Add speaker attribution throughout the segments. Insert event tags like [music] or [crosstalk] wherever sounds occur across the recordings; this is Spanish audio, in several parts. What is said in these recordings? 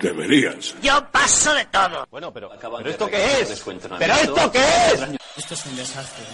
Speaker 1: deberías.
Speaker 2: Yo paso de todo.
Speaker 3: Bueno, pero, ¿pero esto qué es?
Speaker 2: ¿Pero esto qué es?
Speaker 4: Esto es un desastre.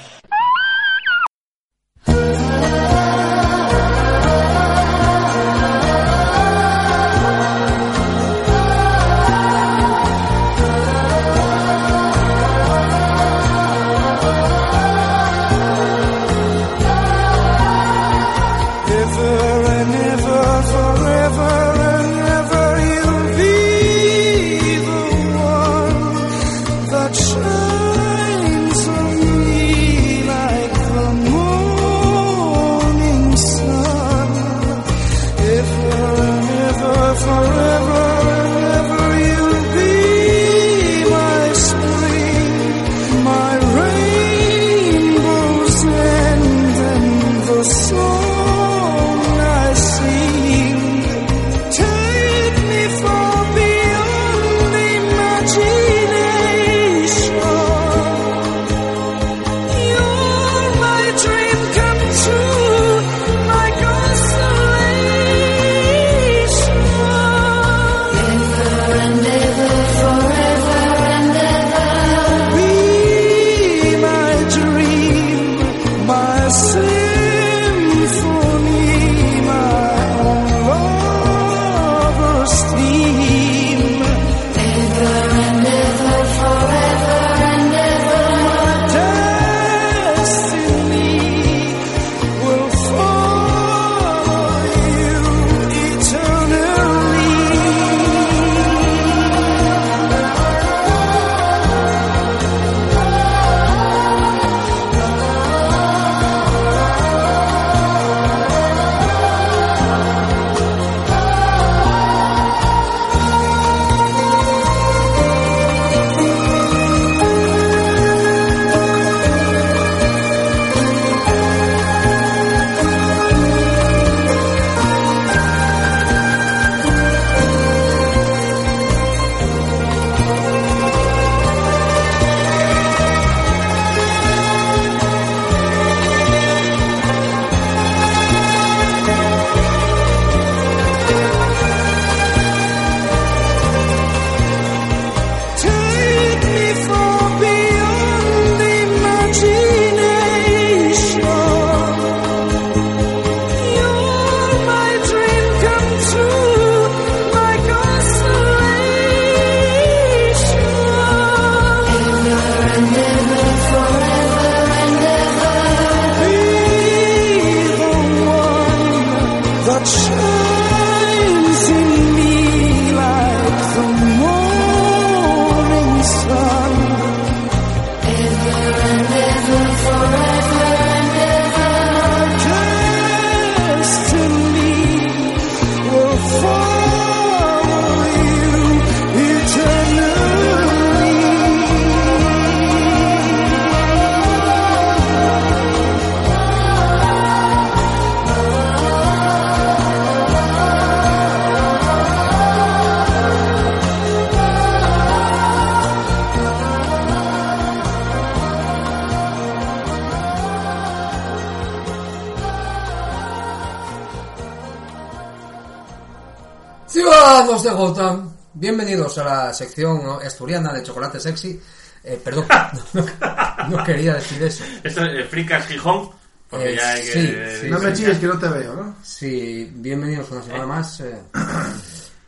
Speaker 5: de Gotham, bienvenidos a la sección asturiana de Chocolate Sexy. Eh, perdón, [laughs] no, no, no, quería decir eso.
Speaker 6: Esto es Fricas Gijón. Porque eh, ya hay que,
Speaker 5: sí, eh, sí,
Speaker 7: no
Speaker 5: sí,
Speaker 7: me chilles que no te veo, ¿no?
Speaker 5: Sí, bienvenidos una
Speaker 8: ¿Eh?
Speaker 5: semana más.
Speaker 7: eh.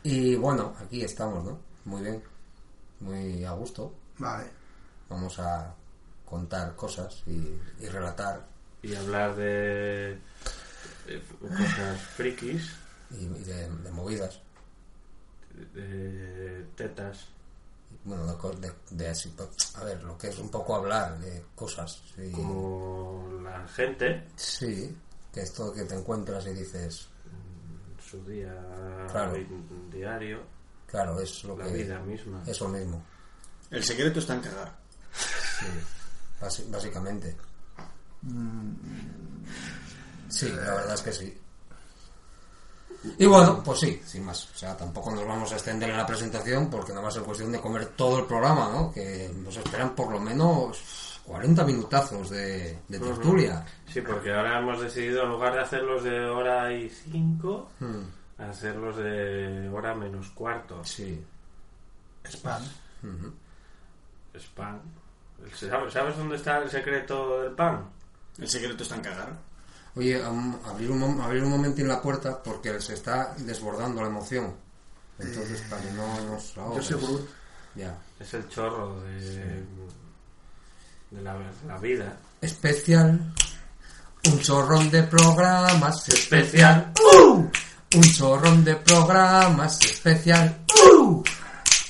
Speaker 5: y bueno, aquí estamos, ¿no? Muy bien. Muy a gusto.
Speaker 7: Vale. Vamos a contar cosas y, y relatar
Speaker 6: Y hablar de. de cosas frikis,
Speaker 7: y, y de, de movidas.
Speaker 6: de tetas.
Speaker 7: Bueno, de, co- de- de así, pues, a ver, lo que es un poco hablar de cosas. y-
Speaker 6: como la gente
Speaker 7: Sí, que es todo que te encuentras y dices,
Speaker 6: en su día
Speaker 7: Claro.
Speaker 6: hoy- diario
Speaker 7: claro, es lo
Speaker 6: la
Speaker 7: que.
Speaker 6: vida misma
Speaker 7: Eso mismo,
Speaker 8: El secreto está en cagar.
Speaker 7: sí, basi- básicamente. Sí, la verdad es que sí. Y bueno, pues sí, sin más. O sea, tampoco nos vamos a extender en la presentación porque nada más es cuestión de comer todo el programa, ¿no? Que nos esperan por lo menos 40 minutazos de, de tertulia.
Speaker 6: sí porque ahora hemos decidido en lugar de hacerlos de hora y cinco hacerlos de hora menos cuarto
Speaker 7: Sí,
Speaker 8: Spam.
Speaker 6: es pan ¿Sabes, sabes dónde está el secreto del pan
Speaker 8: El secreto está en cagar.
Speaker 7: Oye, am- abrir un, mom- abrir un momentín la puerta porque se está desbordando la emoción. Entonces, para que no nos ahogues.
Speaker 8: soy Groot.
Speaker 7: Ya.
Speaker 6: es el chorro de de la, la vida
Speaker 7: Especial. Un chorrón de programas especial.
Speaker 6: Especial.
Speaker 7: ¡Uh! Un chorrón de programas especial. ¡Uh!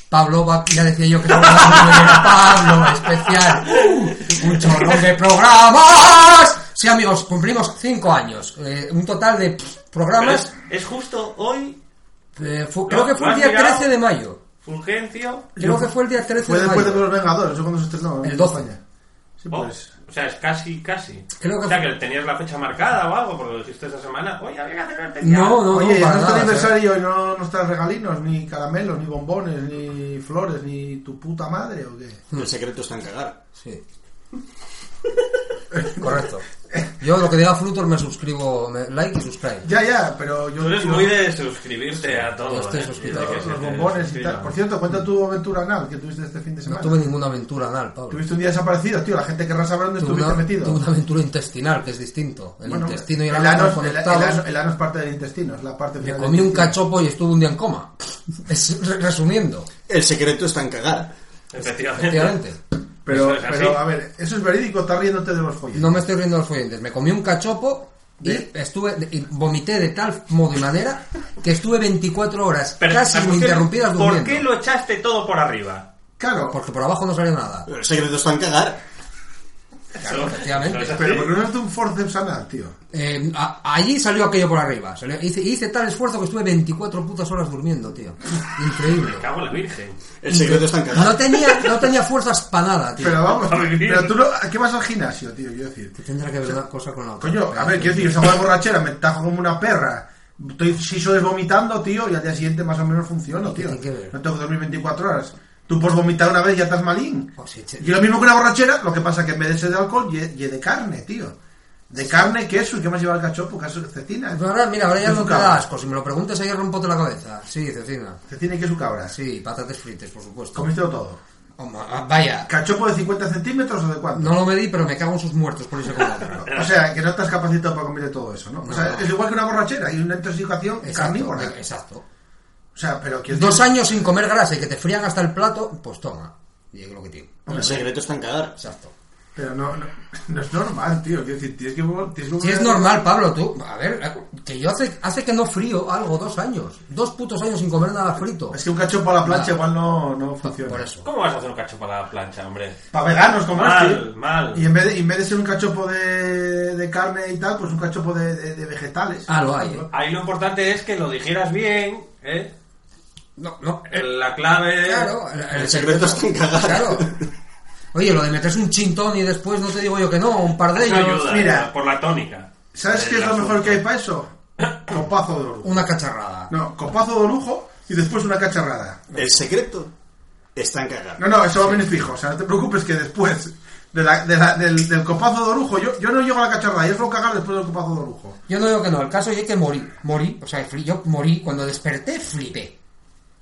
Speaker 7: Pablo va, ya decía yo que Pablo era Pablo especial. ¡Uh! Un chorrón de programas. Sí, amigos, cumplimos cinco años. Eh, un total de pff,
Speaker 6: Pero
Speaker 7: programas.
Speaker 6: es, es justo hoy
Speaker 7: Eh, fu- creo que fue el
Speaker 6: ¿Lo has
Speaker 7: día
Speaker 6: mirado?
Speaker 7: 13 de mayo.
Speaker 6: Fulgencio
Speaker 7: Creo que fue el día 13
Speaker 8: Fue
Speaker 7: de
Speaker 8: después de
Speaker 7: mayo.
Speaker 8: los Vengadores, eso cuando se estrenó.
Speaker 7: El
Speaker 8: en
Speaker 7: 12.
Speaker 8: España. Sí,
Speaker 6: Oh,
Speaker 8: pues.
Speaker 6: o sea, es casi, casi.
Speaker 7: Creo que
Speaker 6: o sea,
Speaker 7: fue-
Speaker 6: que tenías la fecha marcada o algo, porque lo dijiste esta semana. Oye, había que hacer una especial.
Speaker 7: No, no,
Speaker 8: Oye,
Speaker 7: no, para
Speaker 8: no está
Speaker 7: nada, ¿eh?
Speaker 8: aniversario y no, no están regalinos, ni caramelos, ni bombones, ni flores, ni tu puta madre o qué.
Speaker 5: El secreto está en cagar.
Speaker 7: Sí. [laughs] Correcto. Yo lo que diga Frutos me suscribo, me- like y subscribe.
Speaker 8: Ya, ya, pero yo.
Speaker 6: Tú eres
Speaker 8: yo-
Speaker 6: muy de suscribirte a todo.
Speaker 7: yo estoy
Speaker 6: ¿eh?
Speaker 7: suscrito a
Speaker 6: Dice que
Speaker 7: todos
Speaker 6: sí,
Speaker 8: los
Speaker 6: te
Speaker 8: bombones y
Speaker 6: suscribas.
Speaker 8: tal. Por cierto, cuenta tu aventura anal que tuviste este fin de
Speaker 7: No
Speaker 8: semana.
Speaker 7: tuve ninguna aventura anal, Pablo.
Speaker 8: Tuviste un día desaparecido, tío. La gente querrá saber dónde
Speaker 7: Tuve
Speaker 8: estuviste
Speaker 7: una,
Speaker 8: metido.
Speaker 7: tuve una aventura intestinal, que es distinto. El
Speaker 8: Bueno,
Speaker 7: intestino y el
Speaker 8: el
Speaker 7: ano están
Speaker 8: ano, el- el
Speaker 7: conectados.
Speaker 8: ano- el ano es parte del intestino, es la parte
Speaker 7: Me
Speaker 8: final.
Speaker 7: comí
Speaker 8: del
Speaker 7: un
Speaker 8: intestino.
Speaker 7: cachopo y estuve un día en coma. [laughs] Es- re- resumiendo,
Speaker 5: El secreto está en cagar.
Speaker 6: Efectivamente.
Speaker 7: efectivamente.
Speaker 8: Pero,
Speaker 6: Eso es así.
Speaker 8: pero a ver, eso es verídico, estás riéndote de los folletos.
Speaker 7: No me estoy riendo de los folletes. Me comí un cachopo y
Speaker 8: ¿Eh?
Speaker 7: estuve y vomité de tal modo y manera que estuve 24 horas
Speaker 6: Pero,
Speaker 7: casi
Speaker 6: Agustín,
Speaker 7: ininterrumpidas
Speaker 6: ¿Por
Speaker 7: durmiendo.
Speaker 6: qué lo echaste todo por arriba?
Speaker 8: Claro,
Speaker 7: Porque por abajo no salió nada.
Speaker 5: El secreto está en cagar.
Speaker 7: Claro, efectivamente.
Speaker 6: Eso es
Speaker 8: pero
Speaker 6: así.
Speaker 8: porque no es de un forceps anal, tío.
Speaker 7: Eh, a- allí salió aquello por arriba. Salió- hice, hice tal esfuerzo que estuve 24 putas horas durmiendo, tío. Increíble.
Speaker 8: [laughs]
Speaker 6: Me cago en la virgen.
Speaker 5: El secreto está en
Speaker 7: No
Speaker 5: cagar.
Speaker 7: tenía, no tenía fuerzas para nada, tío.
Speaker 8: Pero vamos,
Speaker 6: A vivir.
Speaker 8: pero tú no, ¿a qué vas al gimnasio, tío? Quiero decir,
Speaker 7: Que tendrá que ver una cosa con la otra.
Speaker 8: coño, a ver, quiero decir, yo salgo de borrachera, me tajo como una perra. Estoy si sois vomitando, tío, y al día siguiente más o menos funciono, tío.
Speaker 7: tiene que ver?
Speaker 8: No tengo que dormir 24 horas. Tú puedes vomitar una vez y ya estás malín.
Speaker 7: Pues sí, che.
Speaker 8: Y lo mismo que una borrachera, lo que pasa que en vez de ser de alcohol, ye, ye de carne, tío. De carne, queso, ¿y qué más lleva el cachopo? Queso, cecina.
Speaker 7: Pero Pues ahora, mira, ahora ya
Speaker 8: Es
Speaker 7: no
Speaker 8: un
Speaker 7: te da
Speaker 8: cabra.
Speaker 7: asco. Si me lo preguntas, ahí rompote la cabeza. Sí, Cecina.
Speaker 8: Cecina y queso cabra.
Speaker 7: Sí, patates fritas, por supuesto.
Speaker 8: Comiste todo.
Speaker 7: Oh, ma- vaya,
Speaker 8: ¿Cachopo de 50 centímetros o de cuánto?
Speaker 7: no lo medí, pero me cago en sus muertos por irse con la
Speaker 8: [laughs]
Speaker 7: otra.
Speaker 8: O sea, que no estás capacitado para comer de todo eso, ¿no? O sea, es igual que una borrachera y una intoxicación
Speaker 7: Exacto,
Speaker 8: carnívora.
Speaker 7: exacto.
Speaker 8: O sea, pero que
Speaker 7: Dos años sin comer grasa y que te frían hasta el plato, pues toma. Y es lo que tiene.
Speaker 5: El secreto está en cagar.
Speaker 7: Exacto.
Speaker 8: Pero no, no, no es normal, tío. Quiero decir, tienes que... Tienes que
Speaker 7: Si es normal, Pablo, tú. A ver, que yo hace, hace que no frío algo dos años. Dos putos años sin comer nada frito.
Speaker 8: Es que un cachopo a la
Speaker 7: Nada.
Speaker 8: plancha igual no, no funciona.
Speaker 7: Por eso.
Speaker 6: ¿Cómo vas a hacer un cacho para la plancha, hombre?
Speaker 8: Para veganos como
Speaker 6: Mal,
Speaker 8: este.
Speaker 6: mal.
Speaker 8: Y en vez, de, en vez de ser un cachopo de, de carne y tal, pues un cachopo de, de- de vegetales.
Speaker 7: Ah, lo hay, ¿eh?
Speaker 6: Ahí lo importante es que lo dijeras bien, ¿eh?
Speaker 7: No, no.
Speaker 6: El- Eh, La clave...
Speaker 7: Claro,
Speaker 5: El secreto está en cagar.
Speaker 7: Claro. Oye, lo de meterse un chintón y después no te digo yo que no, un par de
Speaker 6: Eso
Speaker 7: ellos.
Speaker 6: ayuda,
Speaker 8: mira.
Speaker 6: por la tónica. Eh,
Speaker 8: ¿Sabes
Speaker 6: El
Speaker 8: qué es lo mejor
Speaker 6: asunto.
Speaker 8: que hay para eso? Copazo de lujo.
Speaker 7: Una cacharrada.
Speaker 8: No, copazo de lujo y después una cacharrada.
Speaker 5: El secreto está en cagar.
Speaker 8: No, no, eso va a venir fijo. O sea, no te preocupes que después de la- de la- del, del copazo de lujo, yo, yo no llego a la cacharrada. Yo os voy a cagar después del copazo de lujo.
Speaker 7: Yo no digo que no, el caso es que morí. Morí, o sea, fli- yo morí. Cuando desperté, flipé.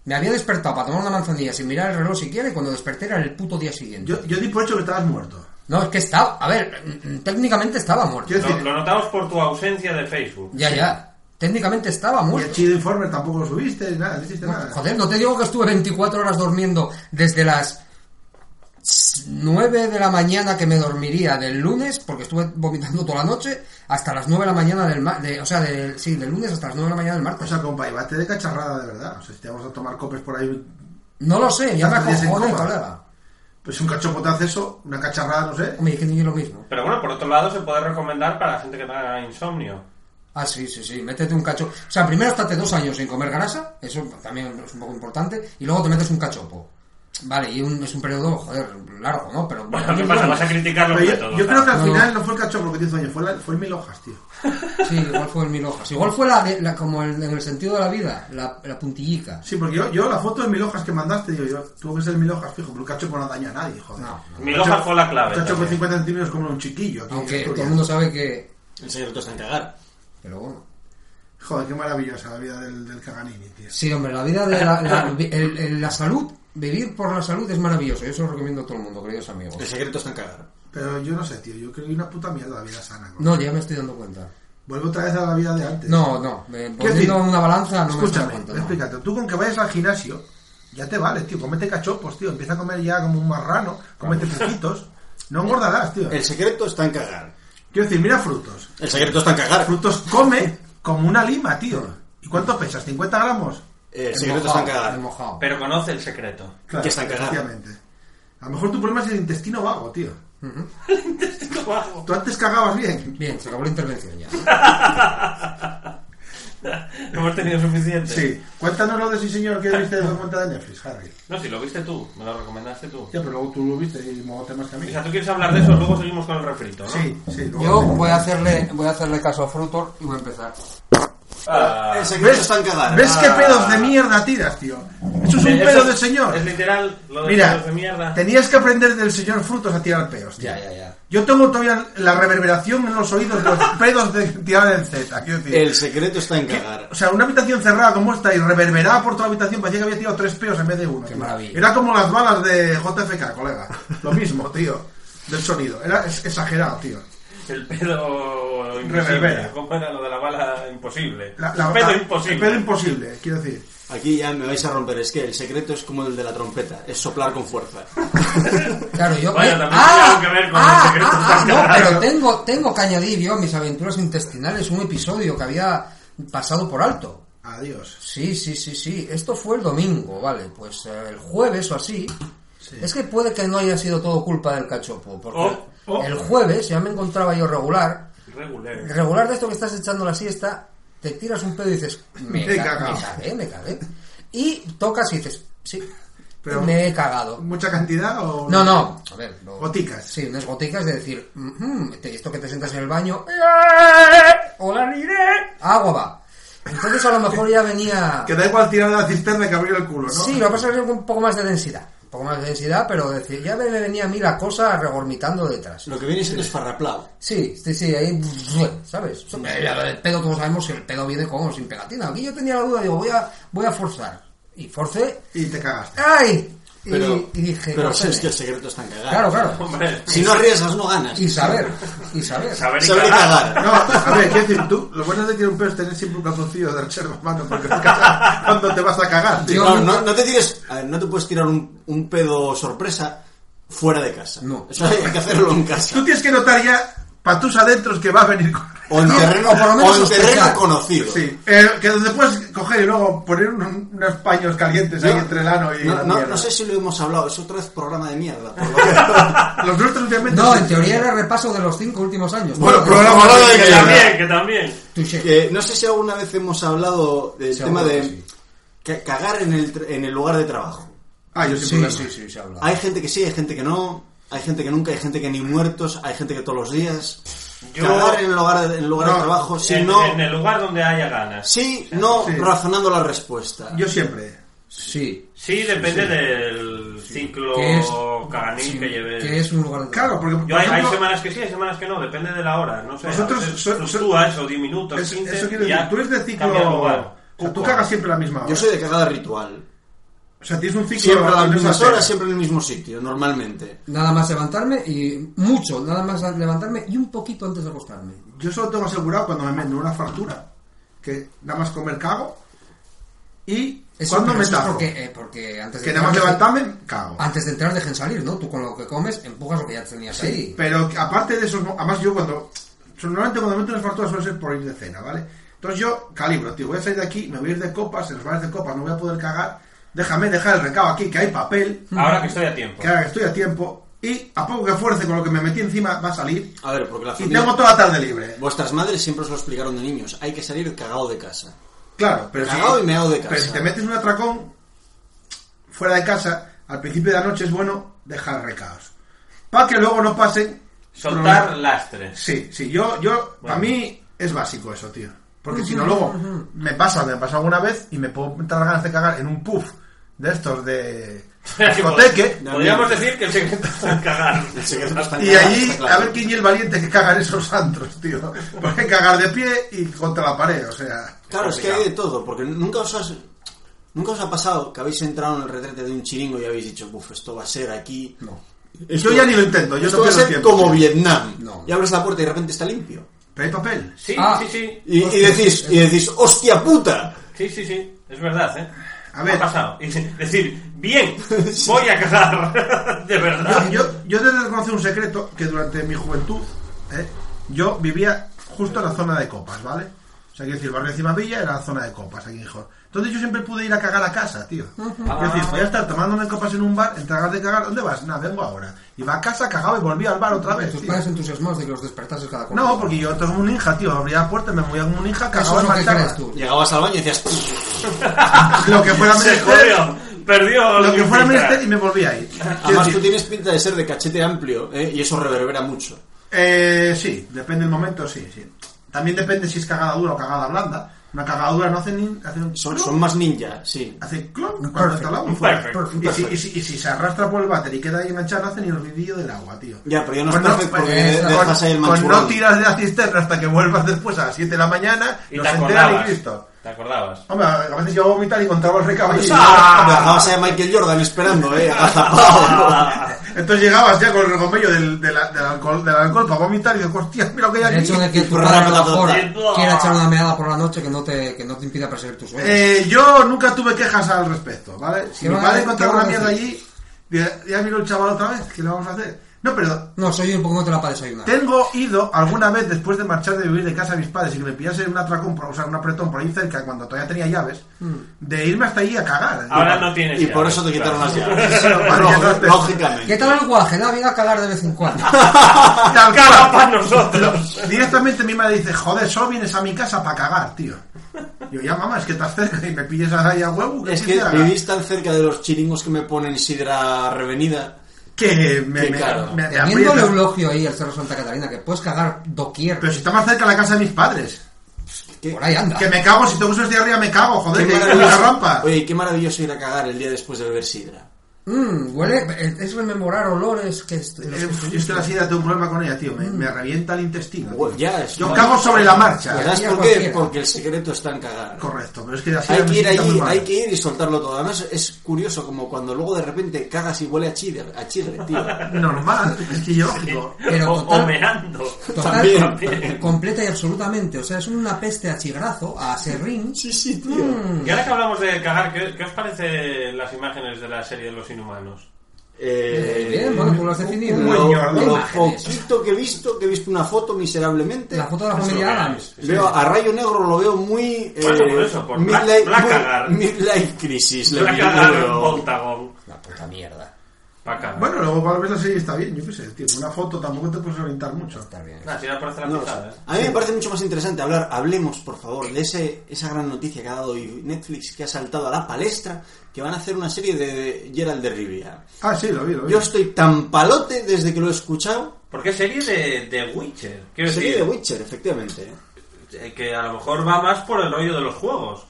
Speaker 7: Me había despertado para tomar una manzanilla sin mirar el reloj siquiera y cuando desperté era el puto día siguiente.
Speaker 8: Yo, yo di por hecho que estabas muerto.
Speaker 7: No, es que estaba. A ver, mm, mm, técnicamente estaba muerto.
Speaker 8: Quiero
Speaker 6: Lo,
Speaker 8: decir,
Speaker 6: lo notamos por tu ausencia de Facebook.
Speaker 7: Ya, ya. Técnicamente estaba
Speaker 8: y
Speaker 7: muerto.
Speaker 8: el chido informe tampoco lo subiste, ni nada, no hiciste nada.
Speaker 7: Joder, no te digo que estuve 24 horas durmiendo desde las 9 9 de la mañana que me dormiría del lunes, porque estuve vomitando toda la noche, hasta las 9 de la mañana del martes. o sea, del, sí, del lunes hasta las 9 de la mañana del
Speaker 8: O
Speaker 7: martes.
Speaker 8: sea, compa, y bate de cacharrada de verdad. O sea, si te vamos a tomar copes por ahí,
Speaker 7: no lo sé, ya me
Speaker 8: ¿Estás en
Speaker 7: acojoné,
Speaker 8: coma?
Speaker 7: colega.
Speaker 8: pues un cachopotazo eso, una cacharrada, no sé.
Speaker 7: Hombre, es que ni yo lo mismo.
Speaker 6: Pero bueno, por otro lado, se puede recomendar para la gente que tenga insomnio.
Speaker 7: Ah, sí, sí, sí, métete un cacho. O sea, primero estate dos años sin comer grasa, eso también es un poco importante, y luego te metes un cachopo. Vale, y un- es un periodo, joder, largo, ¿no? Pero
Speaker 6: [laughs] Bueno, ¿qué pasa? Vas a criticar los
Speaker 8: Pero yo,
Speaker 6: métodos.
Speaker 8: yo creo que al
Speaker 7: No.
Speaker 8: final no fue el cachopo lo que te hizo daño, fue, la- fue mil hojas, tío.
Speaker 7: Sí, igual fue en mil hojas. Igual fue la, de- la- como el- en el sentido de la vida, la, la puntillica.
Speaker 8: Sí, porque yo, yo la foto de mil hojas que mandaste, digo yo, tuvo que ser mil hojas, fijo, pero el cachopo no daña a nadie, joder.
Speaker 7: No.
Speaker 6: Mil hojas fue la clave.
Speaker 8: Un cachopo de
Speaker 6: también.
Speaker 8: 50 centímetros como un chiquillo. aquí en
Speaker 7: Aunque
Speaker 8: Asturias.
Speaker 7: todo el mundo sabe que...
Speaker 8: pues-
Speaker 5: El secreto está en cagar.
Speaker 7: Pero bueno.
Speaker 8: Joder, qué maravillosa la vida del, del Caganini, tío.
Speaker 7: Sí, hombre, la vida de la,
Speaker 5: [laughs]
Speaker 7: la- el- el- la salud, vivir por la salud es maravilloso. Yo se lo recomiendo a todo el mundo, queridos amigos.
Speaker 5: El secreto está en cagar.
Speaker 8: Pero yo no sé, tío, yo creo que es una puta mierda la vida sana. coño.
Speaker 7: No, ya me estoy dando cuenta.
Speaker 8: Vuelvo otra vez a la vida de antes.
Speaker 7: No, no, me-
Speaker 8: decir,
Speaker 7: poniendo una balanza no
Speaker 8: Escúchame,
Speaker 7: me estoy dando cuenta. no.
Speaker 8: explícate. Tú con que vayas al gimnasio, ya te vale, tío. Comete cachopos, tío. Empieza a comer ya como un marrano. Comete frutos. No engordarás, tío.
Speaker 5: El secreto está en cagar.
Speaker 8: Quiero decir, mira frutos.
Speaker 5: El secreto está en cagar.
Speaker 8: Frutos come como una lima, tío. ¿Y cuánto pesas? ¿50 gramos?
Speaker 5: El
Speaker 7: He
Speaker 5: secreto está
Speaker 7: mojado,
Speaker 5: en
Speaker 7: he
Speaker 5: cagar.
Speaker 7: mojado.
Speaker 6: Pero conoce el secreto.
Speaker 8: [laughs]
Speaker 5: Que está cagado.
Speaker 8: efectivamente. A lo mejor tu problema es el intestino vago, tío.
Speaker 5: [laughs]
Speaker 8: Tú antes cagabas bien.
Speaker 7: Bien, se acabó la intervención ya.
Speaker 6: Hemos tenido suficiente.
Speaker 8: Sí. Cuéntanos lo de sí, señor, que viste de la cuenta de Netflix, Harry.
Speaker 6: No, si lo viste tú, me lo recomendaste tú.
Speaker 8: Ya, pero luego tú lo viste y mogote más que a
Speaker 6: O
Speaker 8: mí.
Speaker 6: sea, tú quieres hablar de eso, luego seguimos con el refrito, ¿no?
Speaker 8: Sí, sí. luego-
Speaker 7: Yo voy a hacerle, voy a hacerle caso a Frutor y voy a empezar.
Speaker 6: Ah,
Speaker 5: El secreto está en cagar.
Speaker 8: ¿Ves qué pedos de mierda tiras, tío? Eso es un
Speaker 6: eh, eso
Speaker 8: pedo
Speaker 6: es-
Speaker 8: de señor.
Speaker 6: Es literal lo de
Speaker 8: Mira,
Speaker 6: pedos de mierda.
Speaker 8: tenías que aprender del señor Frutos a tirar pedos. tío.
Speaker 7: ya.
Speaker 8: Yo tengo todavía la reverberación en los oídos [laughs] de los pedos de tirar el Z. Quiero decir,
Speaker 5: El secreto está en cagar.
Speaker 8: o sea, una habitación cerrada como esta y reverberada por toda la habitación parecía que había tirado tres pedos en vez de uno.
Speaker 7: Qué
Speaker 8: tío.
Speaker 7: maravilla.
Speaker 8: Era como las balas de JFK, colega. Lo mismo, tío. Del sonido. Era es- exagerado, tío.
Speaker 6: El pedo imposible.
Speaker 8: Reverbera.
Speaker 6: ¿Cómo era lo de la bala imposible?
Speaker 8: La- la-
Speaker 6: el pedo
Speaker 8: la-
Speaker 6: imposible.
Speaker 8: El pedo imposible, quiero decir.
Speaker 5: Aquí ya me vais a romper. Es que el secreto es como el de la trompeta. Es soplar con fuerza.
Speaker 7: Claro, yo.
Speaker 6: Bueno,
Speaker 7: eh,
Speaker 6: también tiene algo que ver con
Speaker 7: ah,
Speaker 6: los secretos
Speaker 7: ah, ah,
Speaker 6: tan
Speaker 7: no,
Speaker 6: raros.
Speaker 7: pero tengo, tengo que añadir yo a mis aventuras intestinales un episodio que había pasado por alto.
Speaker 8: Adiós.
Speaker 7: Sí, sí, sí, sí. Esto fue el domingo, vale. Pues eh, el jueves o así. Es que puede que no haya sido todo culpa del cachopo. Porque
Speaker 6: Oh, oh.
Speaker 7: el jueves ya me encontraba yo regular.
Speaker 6: Regular.
Speaker 7: regular de esto que estás echando la siesta, te tiras un pedo y dices, me,
Speaker 8: Me he
Speaker 7: ca-
Speaker 8: cagado.
Speaker 7: me cagué, me cagué. Y tocas y dices, sí,
Speaker 8: Pero-
Speaker 7: me he cagado.
Speaker 8: ¿Mucha cantidad o.?
Speaker 7: No, no, a ver. no-
Speaker 8: Goticas.
Speaker 7: Sí, unas goticas de decir, "Ujú", te- esto que te sentas en el baño, hola, iré, agua va. Entonces a lo mejor ya venía...
Speaker 8: Que da igual tirar de la cisterna que abrir el culo, ¿no?
Speaker 7: Sí, lo que pasa es que tengo un poco más de densidad. Un poco más de densidad, pero decir, ya me venía a mí la cosa regormitando detrás.
Speaker 5: Lo que viene siendo es farraplao.
Speaker 7: Sí, sí, sí, ahí, ¿sabes? El pedo, todos sabemos si el pedo viene con o sin pegatina. Aquí yo tenía la duda, digo, voy a, voy a forzar. Y forcé,
Speaker 8: Y te cagaste.
Speaker 7: ¡ay! Y,
Speaker 5: Pero,
Speaker 7: y dije,
Speaker 5: pero
Speaker 7: no sé.
Speaker 5: es que el secreto está en cagar.
Speaker 7: Claro,
Speaker 5: [laughs]
Speaker 7: claro.
Speaker 6: Hombre,
Speaker 5: Si no arriesgas, no ganas.
Speaker 7: Y saber, y saber.
Speaker 6: saber y
Speaker 5: Saber y
Speaker 6: cagar.
Speaker 5: cagar.
Speaker 8: No, a ver, quiero decir, tú, lo bueno de tener un pedo es tener siempre un calzoncillo de reserva a mano porque te cagas [laughs] cuando te vas a cagar, tío.
Speaker 7: Yo-
Speaker 5: Claro, no, no te tires, a ver, no te puedes tirar un, un pedo sorpresa fuera de casa.
Speaker 7: No.
Speaker 5: Eso hay que hacerlo en casa.
Speaker 8: Tú tienes que notar ya para tus adentros que va a venir con...
Speaker 5: O en
Speaker 7: No,
Speaker 5: terreno,
Speaker 7: o por lo menos
Speaker 5: o en
Speaker 7: sospechar.
Speaker 5: terreno conocido.
Speaker 8: Sí, eh, que donde puedes coger y luego poner un- unos paños calientes ahí
Speaker 5: No,
Speaker 8: entre el ano y
Speaker 5: no,
Speaker 8: la
Speaker 5: no-
Speaker 8: mierda.
Speaker 5: no sé si lo hemos hablado, es otra vez programa de mierda.
Speaker 8: [laughs]
Speaker 5: por lo que-
Speaker 8: Los nuestros últimamente...
Speaker 7: No,
Speaker 8: sí.
Speaker 7: en teoría era repaso de los cinco últimos años.
Speaker 5: Bueno,
Speaker 7: Pero-
Speaker 5: programa hablado de
Speaker 8: Ah,
Speaker 6: Que
Speaker 5: que,
Speaker 6: también, que también.
Speaker 7: Touché.
Speaker 5: que no sé si alguna vez hemos hablado del
Speaker 7: Seguro
Speaker 5: tema de
Speaker 7: que sí.
Speaker 5: ca- cagar en el, tr- en el lugar de trabajo.
Speaker 8: Ah, yo sí,
Speaker 7: Sí, sí, sí, se habla.
Speaker 5: Hay gente que sí, hay gente que no, hay gente que nunca, hay gente que ni muertos, hay gente que todos los días.
Speaker 6: Yo-
Speaker 5: Cagar en el lugar de, en el lugar de
Speaker 8: No,
Speaker 5: trabajo, si
Speaker 6: en,
Speaker 5: no,
Speaker 6: en el lugar donde haya ganas.
Speaker 5: sí, no,
Speaker 8: Sí.
Speaker 5: razonando la respuesta.
Speaker 8: Yo siempre.
Speaker 7: Sí.
Speaker 6: Sí, depende del ciclo
Speaker 7: Que es,
Speaker 6: caganín
Speaker 7: sí,
Speaker 6: que lleves.
Speaker 7: que es un lugar de
Speaker 8: Claro, porque... por
Speaker 6: Yo hay, hay
Speaker 8: ejemplo,
Speaker 6: semanas que sí, hay semanas que no, depende de la hora. No sé,
Speaker 8: Nosotros
Speaker 6: a veces
Speaker 8: so- so-
Speaker 6: fluctúa eso, 10 minutos,
Speaker 8: es-
Speaker 6: 15,
Speaker 8: eso quiero
Speaker 6: y ya
Speaker 8: decir, tú eres de
Speaker 6: cambia el
Speaker 8: ciclo...
Speaker 6: lugar.
Speaker 8: O sea, tú
Speaker 6: Cuco.
Speaker 8: cagas siempre a la misma hora.
Speaker 5: Yo soy de cagada ritual.
Speaker 8: O sea, tienes un ciclo...
Speaker 5: Siempre a las
Speaker 8: en esa
Speaker 5: mismas
Speaker 8: tela.
Speaker 5: horas, siempre en el mismo sitio, normalmente.
Speaker 7: Nada más levantarme y mucho, nada más levantarme y un poquito antes de acostarme.
Speaker 8: Yo solo tengo asegurado cuando me meten una fractura, que nada más comer cago y
Speaker 7: Eso,
Speaker 8: ¿Cuándo
Speaker 7: pero
Speaker 8: me
Speaker 7: eso es
Speaker 8: tajo?
Speaker 7: Porque, Ah, eh, porque antes de
Speaker 8: Que nada más
Speaker 7: entrar-
Speaker 8: levantarme, cago.
Speaker 7: Antes de entrar dejen salir, ¿no? Tú con lo que comes empujas lo que ya tenías ahí.
Speaker 8: Pero que aparte de eso, además yo cuando. Normalmente cuando meto unas facturas suele ser por ir de cena, ¿vale? Entonces yo calibro, tío, voy a salir de aquí, me voy a ir de copas, en los bares de copas no voy a poder cagar, déjame dejar el recado aquí, que hay papel,
Speaker 7: Mm.
Speaker 6: Ahora que estoy a tiempo.
Speaker 8: que ahora que estoy a tiempo, y a poco que fuerce con lo que me metí encima va a salir,
Speaker 5: A ver, porque la
Speaker 8: y
Speaker 5: familia...
Speaker 8: tengo toda la tarde libre.
Speaker 5: Vuestras madres siempre os lo explicaron de niños. Hay que salir cagado de casa.
Speaker 8: Claro, pero
Speaker 5: Cagao
Speaker 8: si,
Speaker 5: y meao de casa.
Speaker 8: Ah, pero si te metes un atracón fuera de casa, al principio de la noche es bueno dejar recados. Para que luego no pasen.
Speaker 6: Soltar lastres.
Speaker 8: Sí, sí, yo, yo,
Speaker 6: Bueno.
Speaker 8: a mí es básico eso, tío. Porque si no, luego me pasa, me pasa alguna vez y me puedo dar ganas de cagar en un pub de estos
Speaker 6: [laughs]
Speaker 8: de discoteque.
Speaker 6: pues, Podríamos decir que el secreto está en cagar.
Speaker 5: El secreto está en
Speaker 8: Y
Speaker 5: cagar,
Speaker 8: allí,
Speaker 5: está claro.
Speaker 8: a ver quién es el valiente que caga en esos antros, tío. [laughs] Porque cagar de pie y contra la pared, o sea.
Speaker 5: Claro, es que hay de todo, porque nunca os has- Nunca os ha pasado que habéis entrado en el retrete de un chiringo y habéis dicho, buf, esto va a ser aquí. No.
Speaker 8: Yo ya ni lo intento, yo
Speaker 5: esto
Speaker 8: no
Speaker 5: va a
Speaker 8: pierdo
Speaker 5: ser
Speaker 8: tiempo.
Speaker 5: como
Speaker 8: tío.
Speaker 5: Vietnam.
Speaker 7: No.
Speaker 5: Y abres la puerta y de repente está limpio.
Speaker 8: Pero hay papel.
Speaker 6: Sí,
Speaker 7: Ah.
Speaker 6: sí, sí.
Speaker 5: Y, y
Speaker 7: Hostia,
Speaker 5: decís, y decís, ¡hostia puta!
Speaker 6: Sí, sí, sí. Es verdad, ¿eh?
Speaker 8: A ver.
Speaker 6: Ha pasado. Es decir, bien, voy a cagar. [laughs] De verdad.
Speaker 8: Yo, yo, yo te reconocer un secreto que durante mi juventud eh, yo vivía justo en la zona de copas, ¿vale? O sea, quiero decir, el barrio de Cimavilla era la zona de copas aquí en Gijón. Entonces yo siempre pude ir a cagar a casa, tío. Es
Speaker 5: Ah.
Speaker 8: decir, voy a estar tomándome copas en un bar, entregas de cagar, ¿dónde vas? Nada, vengo ahora. Iba a casa, cagaba y volvía al bar otra vez,
Speaker 7: Tus
Speaker 8: tío.
Speaker 7: padres entusiasmados de que los despertases cada cuarto.
Speaker 8: No, porque yo entraba como un ninja, tío. Abría la puerta, me movía como un ninja,
Speaker 7: Eso
Speaker 8: cagaba
Speaker 7: es
Speaker 8: y
Speaker 7: lo que
Speaker 8: marchaba.
Speaker 7: crees tú.
Speaker 5: Llegabas al baño y decías,
Speaker 8: Lo que fuera
Speaker 6: Se
Speaker 8: menester,
Speaker 6: jodió. Perdió
Speaker 8: lo que fuera
Speaker 6: mi
Speaker 8: menester y me volvía a ir. Quiero
Speaker 5: además
Speaker 8: decir,
Speaker 5: tú tienes pinta de ser de cachete amplio, ¿eh? y eso reverbera mucho.
Speaker 8: Eh, sí, depende del momento, sí, sí. También depende si es cagada dura o cagada blanda. Una cagada dura no hace ni hace un
Speaker 5: Son,
Speaker 8: clon,
Speaker 5: son más ninja, sí.
Speaker 8: hace clon
Speaker 7: Un
Speaker 8: cuando
Speaker 7: perfect,
Speaker 8: está el agua
Speaker 6: un
Speaker 8: fuera.
Speaker 6: perfect,
Speaker 7: un
Speaker 8: Y, si, y si- y si se arrastra por el váter y queda ahí enganchada, no hace ni el ruidillo del agua, tío.
Speaker 5: Ya, pero ya no es
Speaker 8: Con
Speaker 5: perfect porque
Speaker 8: con-
Speaker 5: dejas ahí el
Speaker 8: con
Speaker 5: manchurrón.
Speaker 8: no tiras de la cisterna hasta que vuelvas después a las 7 de la mañana,
Speaker 6: Y
Speaker 8: no
Speaker 6: te
Speaker 8: se entera ni
Speaker 6: acordabas.
Speaker 8: Cristo.
Speaker 6: Te acordabas.
Speaker 8: Hombre, a veces yo voy a vomitar y contaba el recado.
Speaker 5: [laughs]
Speaker 8: y-
Speaker 5: Ah, Dejabas ahí a Michael Jordan esperando, ¿eh?
Speaker 8: [laughs]
Speaker 5: Agazapado.
Speaker 8: Entonces llegabas ya con el regomello del, del, del alcohol, del alcohol para vomitar y dices, hostia, mira lo que hay
Speaker 7: El
Speaker 8: aquí.
Speaker 7: hecho de que tu padre a lo mejor quiera echar una meada por la noche que no te, que no te impida perseguir tus sueños.
Speaker 8: Eh, yo nunca tuve quejas al respecto, ¿vale? Si
Speaker 7: ¿Qué
Speaker 8: mi
Speaker 7: van a-
Speaker 8: padre
Speaker 7: qué
Speaker 8: encontraba
Speaker 7: van a
Speaker 8: una mierda
Speaker 7: decir?
Speaker 8: allí, ya, ya vino el chaval otra vez, ¿qué le vamos a hacer? No, pero
Speaker 7: no, soy un poco no te la para desayunar.
Speaker 8: tengo ido alguna vez después de marchar de vivir de casa de mis padres y que me pillase un atracón, por- o sea, un apretón por ahí cerca cuando todavía tenía llaves, de irme hasta allí a cagar.
Speaker 6: Ahora no tienes
Speaker 5: Y por
Speaker 6: llaves,
Speaker 5: eso te quitaron
Speaker 6: claro.
Speaker 5: las llaves.
Speaker 8: [laughs] Lógicamente.
Speaker 7: ¿Qué
Speaker 5: Lógicamente.
Speaker 7: tal el guaje? Da, viene a cagar de vez en cuando.
Speaker 8: Tal cual.
Speaker 6: [laughs] Caga para nosotros.
Speaker 8: Directamente mi madre dice, joder, solo vienes a mi casa para cagar, tío. Yo, ya mamá, es que estás cerca y me pilles ahí a huevo. ¿qué
Speaker 5: Es
Speaker 8: quieres
Speaker 5: que
Speaker 8: haga?".
Speaker 5: vivís tan cerca de los chiringos que me ponen sidra revenida.
Speaker 8: que me,
Speaker 5: Qué
Speaker 8: me,
Speaker 5: caro.
Speaker 8: me- me
Speaker 7: Teniendo el
Speaker 8: aprieta.
Speaker 7: eulogio ahí, el Cerro Santa Catalina, que puedes cagar doquier.
Speaker 8: Pero si está más cerca la casa de mis padres.
Speaker 5: Qué,
Speaker 7: por ahí anda.
Speaker 8: Que me cago, si tengo que subir arriba me cago,
Speaker 5: qué
Speaker 8: joder, que hay una
Speaker 5: maravilloso.
Speaker 8: rampa.
Speaker 5: Oye, qué maravilloso ir a cagar el día después de beber sidra.
Speaker 7: Mm, huele, eh, es rememorar olores que... est- en los que
Speaker 8: Eh, Yo es
Speaker 7: estuviste.
Speaker 8: que la sidra tengo un problema con ella, tío. Me, me revienta el intestino. tío.
Speaker 5: Bueno, Mm. ya es-
Speaker 8: Yo cago sobre la marcha.
Speaker 5: ¿Sabes
Speaker 7: Ya
Speaker 5: por qué?
Speaker 7: cualquiera.
Speaker 5: Porque el secreto está en cagar.
Speaker 8: Correcto, pero es que la sidra
Speaker 5: Hay
Speaker 8: me
Speaker 5: que ir
Speaker 8: sienta muy
Speaker 5: allí,
Speaker 8: mal.
Speaker 5: hay que ir y soltarlo todo. Además, es curioso como cuando luego de repente cagas y huele a chidre, a chidre, tío. [laughs]
Speaker 8: Normal, es que yo lógico.
Speaker 7: Pero
Speaker 6: o,
Speaker 7: total-
Speaker 6: o meando.
Speaker 7: Total,
Speaker 6: También.
Speaker 7: completa y absolutamente. O sea, es una peste a chigrazo, a serrín.
Speaker 5: Sí, sí, tío.
Speaker 6: Y ahora que hablamos de cagar, ¿qué, qué os parece las imágenes de la serie de los inhumanos?
Speaker 5: Eh,
Speaker 7: Bien, bueno, tú lo has definido.
Speaker 5: lo-
Speaker 8: buen ñordo.
Speaker 5: lo
Speaker 7: Imágenes.
Speaker 5: poquito que he visto, que he visto una foto miserablemente.
Speaker 7: La foto de la familia Adams.
Speaker 5: Veo a Rayo Negro lo veo muy eh,
Speaker 6: Bueno, por eso, por Black-
Speaker 5: midlife,
Speaker 6: Black
Speaker 5: muy-
Speaker 6: Agar.
Speaker 5: midlife crisis le
Speaker 6: La
Speaker 5: veo.
Speaker 6: cagar en Octagon.
Speaker 7: La puta mierda.
Speaker 6: Pa' cagar.
Speaker 8: Bueno, luego para ver la serie está bien, yo qué sé, tío. Una foto tampoco te puedes orientar mucho.
Speaker 7: Está bien.
Speaker 6: Nah, si era por hacer la
Speaker 5: No lo sé.
Speaker 6: pijada, ¿eh?
Speaker 5: a mí me parece mucho más interesante hablar, hablemos por favor de ese, esa gran noticia que ha dado hoy Netflix que ha saltado a la palestra que van a hacer una serie de Gerald de Rivia.
Speaker 8: Ah, sí, lo vi, lo vi.
Speaker 5: Yo estoy tan palote desde que lo he escuchado.
Speaker 6: Porque es serie de, de Witcher. Quiero
Speaker 5: Serie de
Speaker 6: decir,
Speaker 5: Witcher, efectivamente.
Speaker 6: eh, que a lo mejor va más por el rollo de los juegos.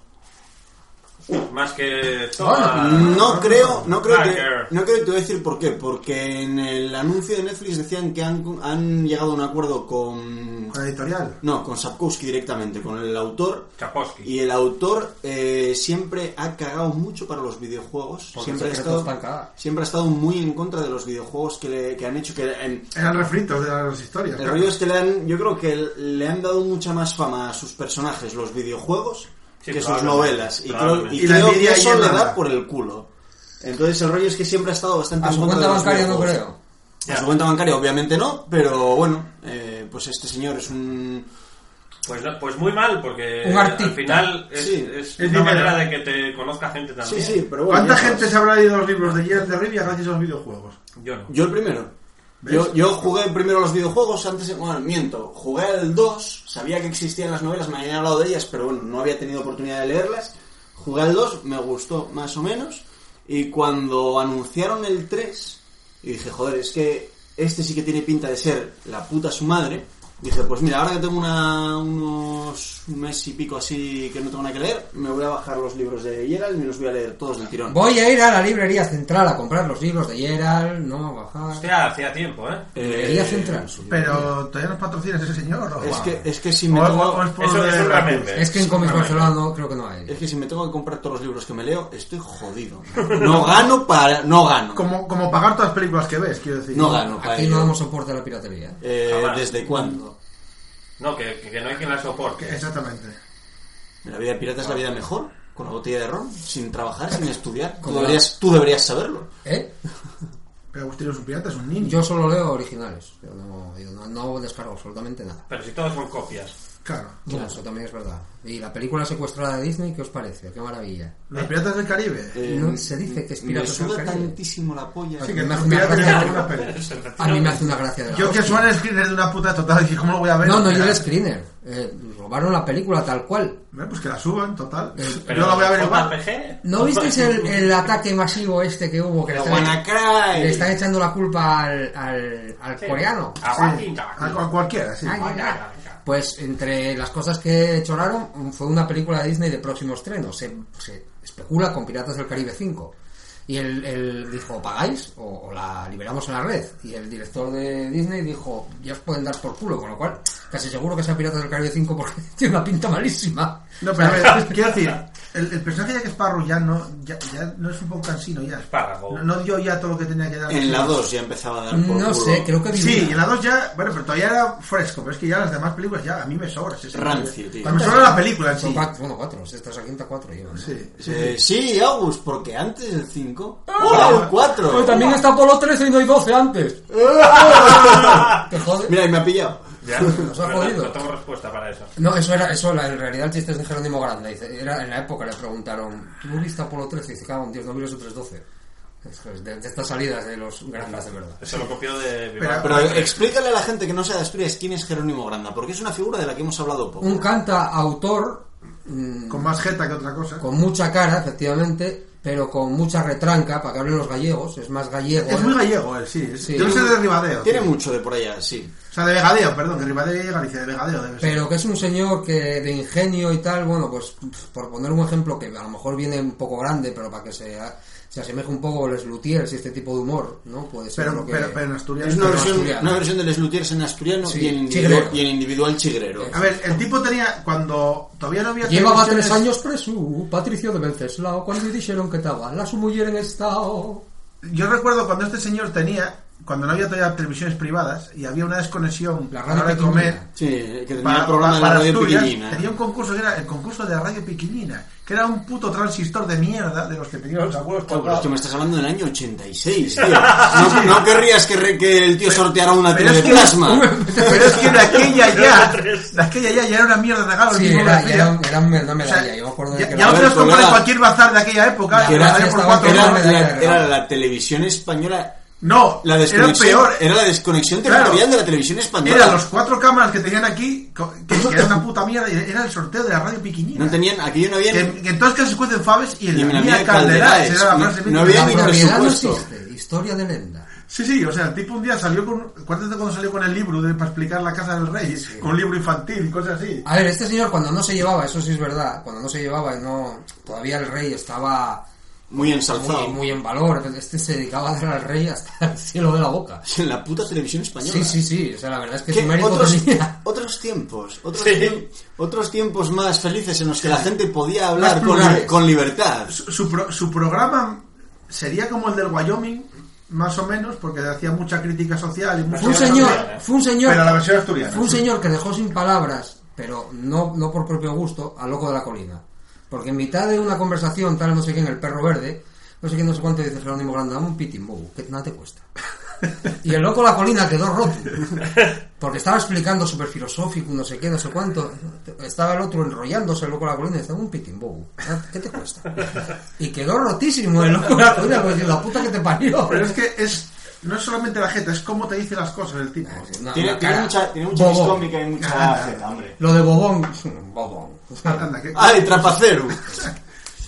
Speaker 6: Más que... Toma.
Speaker 5: No creo, no creo que,
Speaker 6: Hacker.
Speaker 5: no creo que te voy a decir por qué, porque en el anuncio de Netflix decían que han, han llegado a un acuerdo con
Speaker 8: Con la editorial.
Speaker 5: no, con Sapkowski directamente, con el autor
Speaker 6: Chaposky.
Speaker 5: y el autor eh, siempre ha cagado mucho para los videojuegos,
Speaker 7: Porque
Speaker 5: siempre ha,
Speaker 7: el secreto está en
Speaker 5: estado,
Speaker 7: cagar.
Speaker 5: siempre ha estado muy en contra de los videojuegos que, le- que han hecho que en-
Speaker 8: Eran refritos de las historias.
Speaker 5: el
Speaker 8: claro.
Speaker 5: rollo es que le han, yo creo que le han dado mucha más fama a sus personajes los videojuegos
Speaker 6: Sí,
Speaker 5: que sus
Speaker 6: probablemente,
Speaker 5: novelas. Y creo,
Speaker 6: probablemente.
Speaker 5: y
Speaker 8: Y la
Speaker 5: creo que
Speaker 8: envidia
Speaker 5: eso
Speaker 8: llena
Speaker 5: le da
Speaker 8: nada.
Speaker 5: por el culo. Entonces el rollo es que siempre ha estado bastante
Speaker 9: A
Speaker 5: en
Speaker 9: su
Speaker 5: contra
Speaker 9: cuenta
Speaker 5: de los
Speaker 9: bancaria no
Speaker 5: videojuegos.
Speaker 9: creo.
Speaker 5: A su cuenta bancaria obviamente no, pero bueno, eh, pues este señor es un...
Speaker 6: Pues, no- pues muy mal, porque
Speaker 9: Un artista.
Speaker 6: al final es,
Speaker 5: Sí.
Speaker 6: es
Speaker 8: Es
Speaker 6: una
Speaker 8: dinero.
Speaker 6: manera de que te conozca gente también.
Speaker 5: Sí, sí, pero bueno...
Speaker 8: ¿Cuánta
Speaker 5: ya
Speaker 8: gente
Speaker 5: sabes.
Speaker 8: se habrá leído los libros de Gerard de Rivia gracias a los videojuegos?
Speaker 6: Yo no.
Speaker 5: Yo el primero. Yo, yo jugué primero los videojuegos, antes, bueno, miento, jugué el 2, sabía que existían las novelas, me habían hablado de ellas, pero bueno, no había tenido oportunidad de leerlas. Jugué el 2, me gustó más o menos, y cuando anunciaron el 3, y dije, joder, es que este sí que tiene pinta de ser la puta su madre, dije, pues mira, ahora que tengo una, unos mes y pico así que no tengo nada que leer, me voy a bajar los libros de Gerald y los voy a leer todos del tirón.
Speaker 9: Voy a ir a la librería central a comprar los libros de Gerald, no, bajar.
Speaker 6: Hostia, hacía tiempo, ¿eh?
Speaker 9: Librería
Speaker 5: Eh,
Speaker 9: central.
Speaker 8: Pero todavía nos patrocina ese señor. ¿o?
Speaker 5: Es que, es que si
Speaker 8: O-
Speaker 5: me
Speaker 8: o-
Speaker 5: tengo,
Speaker 9: Pues
Speaker 8: o es por
Speaker 6: Eso
Speaker 8: lo
Speaker 6: es
Speaker 8: de-
Speaker 6: realmente.
Speaker 9: Es que en Comics Barcelona no, creo que no
Speaker 5: es
Speaker 9: hay.
Speaker 5: que si me tengo que comprar todos los libros que me leo, estoy jodido. No gano para, no gano.
Speaker 8: Como, como pagar todas las películas que ves, quiero decir.
Speaker 5: No gano para
Speaker 9: Aquí no
Speaker 5: ello.
Speaker 9: damos soporte a la piratería.
Speaker 5: Eh,
Speaker 6: Jamás.
Speaker 5: ¿Desde cuándo?
Speaker 6: No, que, que no hay quien la soporte.
Speaker 8: Exactamente.
Speaker 5: La vida pirata es la vida mejor, con la botella de ron, sin trabajar, sin estudiar. Tú
Speaker 9: Como
Speaker 5: deberías, tú deberías saberlo.
Speaker 9: ¿Eh?
Speaker 8: Pero Agustín es un pirata, es un niño.
Speaker 9: Yo solo leo originales. Yo no, yo no, no descargo absolutamente nada.
Speaker 6: Pero si todos son copias.
Speaker 8: Claro.
Speaker 9: Bueno, eso también es verdad. Y la película secuestrada de Disney, ¿qué os parece? ¡Qué maravilla!
Speaker 8: Los piratas del Caribe.
Speaker 5: Eh,
Speaker 9: No, se dice que es pirata
Speaker 5: Me suda
Speaker 9: del Caribe.
Speaker 5: tantísimo la polla.
Speaker 9: me
Speaker 8: sí, que
Speaker 9: hace
Speaker 8: los
Speaker 9: una
Speaker 8: piratas del
Speaker 9: gracia.
Speaker 8: Caribe una peli.
Speaker 9: A mí me hace una gracia de la
Speaker 8: Yo que
Speaker 9: hostia.
Speaker 8: suena el screener de una puta total, que ¿cómo lo voy a ver?
Speaker 9: No, no, yo
Speaker 8: Mira,
Speaker 9: el screener. Eh, robaron la película tal cual.
Speaker 8: bueno, Pues que la suban, total.
Speaker 6: Pero
Speaker 8: yo la voy a ver igual.
Speaker 6: JPG,
Speaker 9: Pues ¿No visteis el, el ataque masivo este que hubo? Que le
Speaker 5: La
Speaker 9: están,
Speaker 5: WannaCry.
Speaker 9: le están echando la culpa al, al, al coreano. Ah,
Speaker 8: A, a
Speaker 6: Aguantita.
Speaker 8: cualquiera, sí.
Speaker 9: Ay, ay, ay. Pues entre las cosas que choraron mm, fue una película de Disney de próximo estreno. Se, se especula con Piratas del Caribe 5. Y él, él dijo, ¿pagáis? O, o la liberamos en la red. Y el director de Disney dijo, ya os pueden dar por culo. Con lo cual, casi seguro que sea Piratas del Caribe 5 porque [laughs] tiene una pinta malísima.
Speaker 8: No, pero a ver, quiero decir, el, el personaje de Jack Sparrow ya no, ya, ya no es un poco cansino ya.
Speaker 6: Espárrago.
Speaker 8: No, no dio ya todo lo que tenía que dar.
Speaker 5: En la 2 ya empezaba a dar por
Speaker 9: No
Speaker 5: culo.
Speaker 9: sé, creo que... vi
Speaker 8: Sí,
Speaker 9: una.
Speaker 8: y en la 2 ya, bueno, pero todavía era fresco, pero es que ya las demás películas ya a mí me sobra. sí, sí.
Speaker 5: Rancio, tío.
Speaker 8: Me sobra la película en
Speaker 9: Son
Speaker 8: sí.
Speaker 9: cuatro, bueno, cuatro. Si estás a quinta, cuatro llevan.
Speaker 8: Sí, sí.
Speaker 5: Eh, sí, August, porque antes del 5... ¡Hola, el 4!
Speaker 9: Ah. está Polo 13 y no hay 12 antes. [laughs] Te jode.
Speaker 5: Mira, y me ha pillado.
Speaker 6: Ya,
Speaker 9: [laughs] Nos ha
Speaker 6: pero no-
Speaker 9: jodido.
Speaker 6: No tengo respuesta para eso.
Speaker 9: No, eso era, eso la- en realidad el chiste es de Jerónimo Grande. Dice, era, en la época le preguntaron, ¿tú viste Apolo 13? Y dice, cago en Dios, no vi los otros 12. Eso es, De, de estas salidas de los grandes, de verdad.
Speaker 6: Eso lo copió de
Speaker 8: Pero-
Speaker 5: Pero explícale a la gente que no sea de Asturias quién es Jerónimo Granda, porque es una figura de la que hemos hablado poco.
Speaker 9: Un canta autor mm,
Speaker 8: Con más jeta que otra cosa.
Speaker 9: con mucha cara, efectivamente, pero con mucha retranca, para que hablen los gallegos. Es más gallego.
Speaker 8: Es
Speaker 9: ¿eh?
Speaker 8: muy gallego él, sí. es-
Speaker 9: Sí.
Speaker 8: Debe ser de Ribadeo.
Speaker 5: Tiene
Speaker 8: tío.
Speaker 5: mucho de por allá, sí.
Speaker 8: O sea, de Vegadeo, perdón, que Ribadeo llega a Galicia, de Vegadeo debe ser.
Speaker 9: Pero que es un señor que de ingenio y tal, bueno, pues pf, por [laughs] poner un ejemplo que a lo mejor viene un poco grande, pero para que se, a- se asemeje un poco Les Luthiers y este tipo de humor, ¿no? Puede ser
Speaker 8: Pero,
Speaker 9: lo que...
Speaker 8: pero, pero en Asturias.
Speaker 5: Es una
Speaker 9: Pero
Speaker 5: versión,
Speaker 9: asturiano.
Speaker 5: una versión de Les Luthiers en asturiano
Speaker 9: Sí,
Speaker 5: y, en individual,
Speaker 9: chigrero.
Speaker 5: y en individual chigrero.
Speaker 8: A ver, el tipo tenía. Cuando todavía no había.
Speaker 9: Llevaba tres
Speaker 8: televisiones-
Speaker 9: años preso, Patricio de Venceslao, cuando dijeron que estaba la su mujer en estado.
Speaker 8: Yo recuerdo cuando este señor tenía. Cuando no había todavía televisiones privadas y había una desconexión
Speaker 9: La
Speaker 8: a
Speaker 9: radio
Speaker 8: hora de
Speaker 9: pequeñina.
Speaker 8: comer.
Speaker 5: Sí, eh, que tenía
Speaker 8: Para,
Speaker 5: programa
Speaker 8: para
Speaker 5: de la radio
Speaker 8: Asturias [laughs] tenía un
Speaker 5: pequeñina.
Speaker 8: concurso que era el concurso de la radio piquillina, que era un puto transistor de mierda de los que tenían los abuelos.
Speaker 5: Claro, pero es que pues me
Speaker 8: colgados.
Speaker 5: estás hablando del año
Speaker 8: [laughs]
Speaker 5: 86, tío. No, no querrías que, re- que el tío sorteara una
Speaker 8: pero
Speaker 5: tele de
Speaker 8: es que- [laughs]
Speaker 5: plasma.
Speaker 8: Pero es que de aquella ya, de aquella ya, ya era una mierda regalo. el
Speaker 9: Sí,
Speaker 8: mismo
Speaker 9: era,
Speaker 8: que
Speaker 9: era,
Speaker 8: hacía.
Speaker 9: era una
Speaker 8: O sea,
Speaker 9: medalla, yo me acuerdo de
Speaker 8: ya,
Speaker 9: que
Speaker 8: ya
Speaker 9: la-
Speaker 5: ver,
Speaker 8: os podéis comprar
Speaker 5: colega.
Speaker 8: en cualquier bazar de aquella época.
Speaker 9: Que
Speaker 8: la
Speaker 9: era-
Speaker 8: valía por
Speaker 9: estaba-
Speaker 8: cuatro
Speaker 5: Era,
Speaker 8: euros.
Speaker 9: medalla
Speaker 5: la,
Speaker 9: de
Speaker 5: era
Speaker 9: regalo.
Speaker 5: la televisión española.
Speaker 8: No,
Speaker 5: La
Speaker 8: era
Speaker 5: desconexión,
Speaker 8: peor.
Speaker 5: era la desconexión
Speaker 8: Claro.
Speaker 5: territorial de la televisión española.
Speaker 8: Eran los cuatro cámaras que tenían aquí, co- que, que era una puta mierda, y era el sorteo de la radio piquinina.
Speaker 5: No tenían, aquello no había ni-
Speaker 8: que, que en todas casas se cuecen faves y
Speaker 5: Y
Speaker 8: en
Speaker 5: en
Speaker 8: la
Speaker 5: la
Speaker 8: mía
Speaker 5: mía
Speaker 8: calderaes.
Speaker 5: calderaes.
Speaker 8: Era la
Speaker 5: No-
Speaker 8: frase
Speaker 5: no
Speaker 8: mítica.
Speaker 5: había
Speaker 9: La
Speaker 5: ni
Speaker 9: propiedad no
Speaker 5: presupuesto.
Speaker 9: existe, historia de lenda.
Speaker 8: Sí, sí, o sea, el tipo un día salió con. Acuérdate cuando salió con el libro de, para explicar la casa del rey, con un libro infantil y cosas así.
Speaker 9: A ver, este señor cuando no se llevaba, eso sí es verdad, cuando no se llevaba y no... Todavía el rey estaba...
Speaker 5: muy
Speaker 9: muy,
Speaker 5: ensalzado.
Speaker 9: muy en valor. Este se dedicaba a dar al rey hasta el cielo de la boca.
Speaker 5: En [laughs] la puta televisión española.
Speaker 9: Sí,
Speaker 8: ¿eh?
Speaker 9: sí, sí. O sea, la verdad es que
Speaker 5: Que
Speaker 9: su mérito
Speaker 5: otros,
Speaker 9: tenía.
Speaker 5: [laughs] otros tiempos, otros,
Speaker 6: Sí.
Speaker 5: tiemp- otros tiempos más felices en los que la gente podía hablar
Speaker 9: Más
Speaker 5: con,
Speaker 9: plurales.
Speaker 5: con libertad.
Speaker 8: Su, su pro- su programa sería como el del Wyoming, más o menos, porque hacía mucha crítica social y mucha
Speaker 9: Fue un
Speaker 6: Pero
Speaker 9: señor,
Speaker 6: asturiana.
Speaker 9: fue un señor,
Speaker 8: Pero la versión asturiana,
Speaker 9: fue un
Speaker 8: sí.
Speaker 9: señor que dejó sin palabras, pero no, no por propio gusto, al loco de la colina.
Speaker 7: Porque en mitad de una conversación, tal, no sé quién, el perro verde, no sé quién, no sé cuánto, dice Jerónimo Grande, dame un pitín, bobo, que nada te
Speaker 8: [laughs]
Speaker 7: cuesta. Y el loco la colina quedó roto. Porque estaba explicando súper filosófico, no sé qué, no sé cuánto. Estaba el otro enrollándose el loco la colina y decía, un pitín, bobo, nada, ¿qué te cuesta? Y quedó rotísimo el loco la colina, porque la puta que te parió.
Speaker 8: Pero es que es. No es solamente la jeta, es cómo te dice las cosas el tipo.
Speaker 7: Una-
Speaker 5: Tiene,
Speaker 7: una
Speaker 5: tiene
Speaker 7: cara.
Speaker 5: mucha, tiene mucha vis
Speaker 7: Bobón.
Speaker 5: cómica y mucha jeta, hombre.
Speaker 7: Lo de Bobón, Bobón.
Speaker 8: Anda, que-
Speaker 5: ¡Ay, trapacero!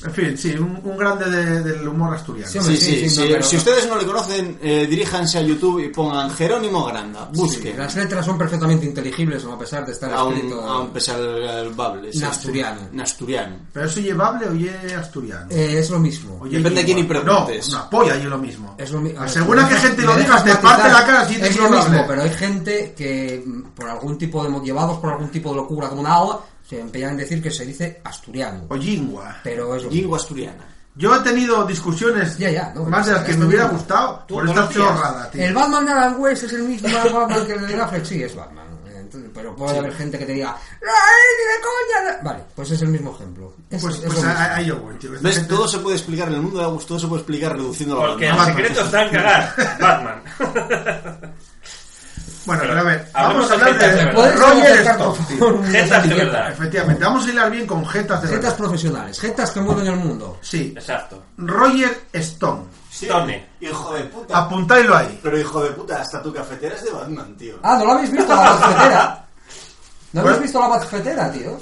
Speaker 8: En fin, sí, un, un grande de- del humor asturiano.
Speaker 7: Sí,
Speaker 5: Sí, sí,
Speaker 7: sí,
Speaker 5: sí.
Speaker 7: no, pero-
Speaker 5: Si ustedes no le conocen, eh, diríjanse a YouTube y pongan Jerónimo Granda.
Speaker 7: Sí,
Speaker 5: Busquen.
Speaker 7: las letras son perfectamente inteligibles, a pesar de estar
Speaker 5: Aún,
Speaker 7: escrito.
Speaker 5: aún pese al, al bable. sí,
Speaker 7: Nasturiano.
Speaker 5: sí. Nasturiano.
Speaker 8: Pero eso llevable o ye asturiano.
Speaker 7: Eh, es lo mismo.
Speaker 8: Oye,
Speaker 5: Depende de quién y preguntes.
Speaker 8: No, una polla y lo mismo.
Speaker 7: Es lo mi- a ver,
Speaker 8: Asegura
Speaker 7: me
Speaker 8: que
Speaker 7: dejas-
Speaker 8: gente
Speaker 7: me
Speaker 8: lo
Speaker 7: dejas
Speaker 8: digas, te
Speaker 7: matizar.
Speaker 8: parte la cara si dices
Speaker 7: Es lo
Speaker 8: llevable.
Speaker 7: mismo, pero hay gente que, mm, por algún tipo de. mo- llevados por algún tipo de locura como una agua, se empeñan en decir que se dice asturiano.
Speaker 8: O yingua.
Speaker 7: Pero es lo mismo.
Speaker 5: Lingua asturiana.
Speaker 8: Yo he tenido discusiones
Speaker 7: Ya, ya, no,
Speaker 8: más de las que
Speaker 7: es
Speaker 8: me
Speaker 7: lo
Speaker 8: hubiera
Speaker 7: mismo.
Speaker 8: gustado
Speaker 5: Tú
Speaker 8: por
Speaker 5: no
Speaker 8: esta
Speaker 5: lo hacías.
Speaker 8: chorrada, tío.
Speaker 7: El Batman de Alan West es el mismo Batman que el de Ben
Speaker 5: [laughs]
Speaker 7: Affleck, sí, es Batman. Entonces, pero puede haber gente que te diga, ¡No, eh, ni de coña! no". Vale, pues es el mismo ejemplo. Es-
Speaker 8: Pues,
Speaker 7: es
Speaker 8: pues
Speaker 7: lo mismo.
Speaker 8: ahí yo voy, tío. Este, Esta
Speaker 5: ¿Ves?
Speaker 8: gente-
Speaker 5: Todo se puede explicar en el mundo de Agus, todo se puede explicar reduciendo la
Speaker 6: Porque el
Speaker 5: banda.
Speaker 8: Batman.
Speaker 6: secreto está en cagar. Batman.
Speaker 8: Bueno, pero a ver,
Speaker 6: Hablemos
Speaker 8: vamos a
Speaker 6: de
Speaker 8: hablar
Speaker 6: gente de
Speaker 8: de
Speaker 6: verdad.
Speaker 7: ¿Puedes
Speaker 8: Roger
Speaker 7: acercar, por
Speaker 8: Stone,
Speaker 7: favor,
Speaker 8: tío.
Speaker 7: una
Speaker 6: Jetas de
Speaker 7: servilleta?
Speaker 6: verdad.
Speaker 8: Efectivamente, vamos a hilar bien con jetas de
Speaker 5: pues.
Speaker 7: Jetas
Speaker 8: verdad.
Speaker 7: profesionales, jetas que mueven el mundo.
Speaker 8: Sí,
Speaker 6: Exacto.
Speaker 8: Roger Stone.
Speaker 6: Tone.
Speaker 5: Hijo de puta.
Speaker 8: Apuntadlo ahí.
Speaker 5: Pero hijo de puta, hasta tu cafetera es de Batman, tío.
Speaker 7: Ah, ¿no lo habéis visto la bazfetera? ¿No habéis
Speaker 5: Pues,
Speaker 7: visto la bazfetera, tío?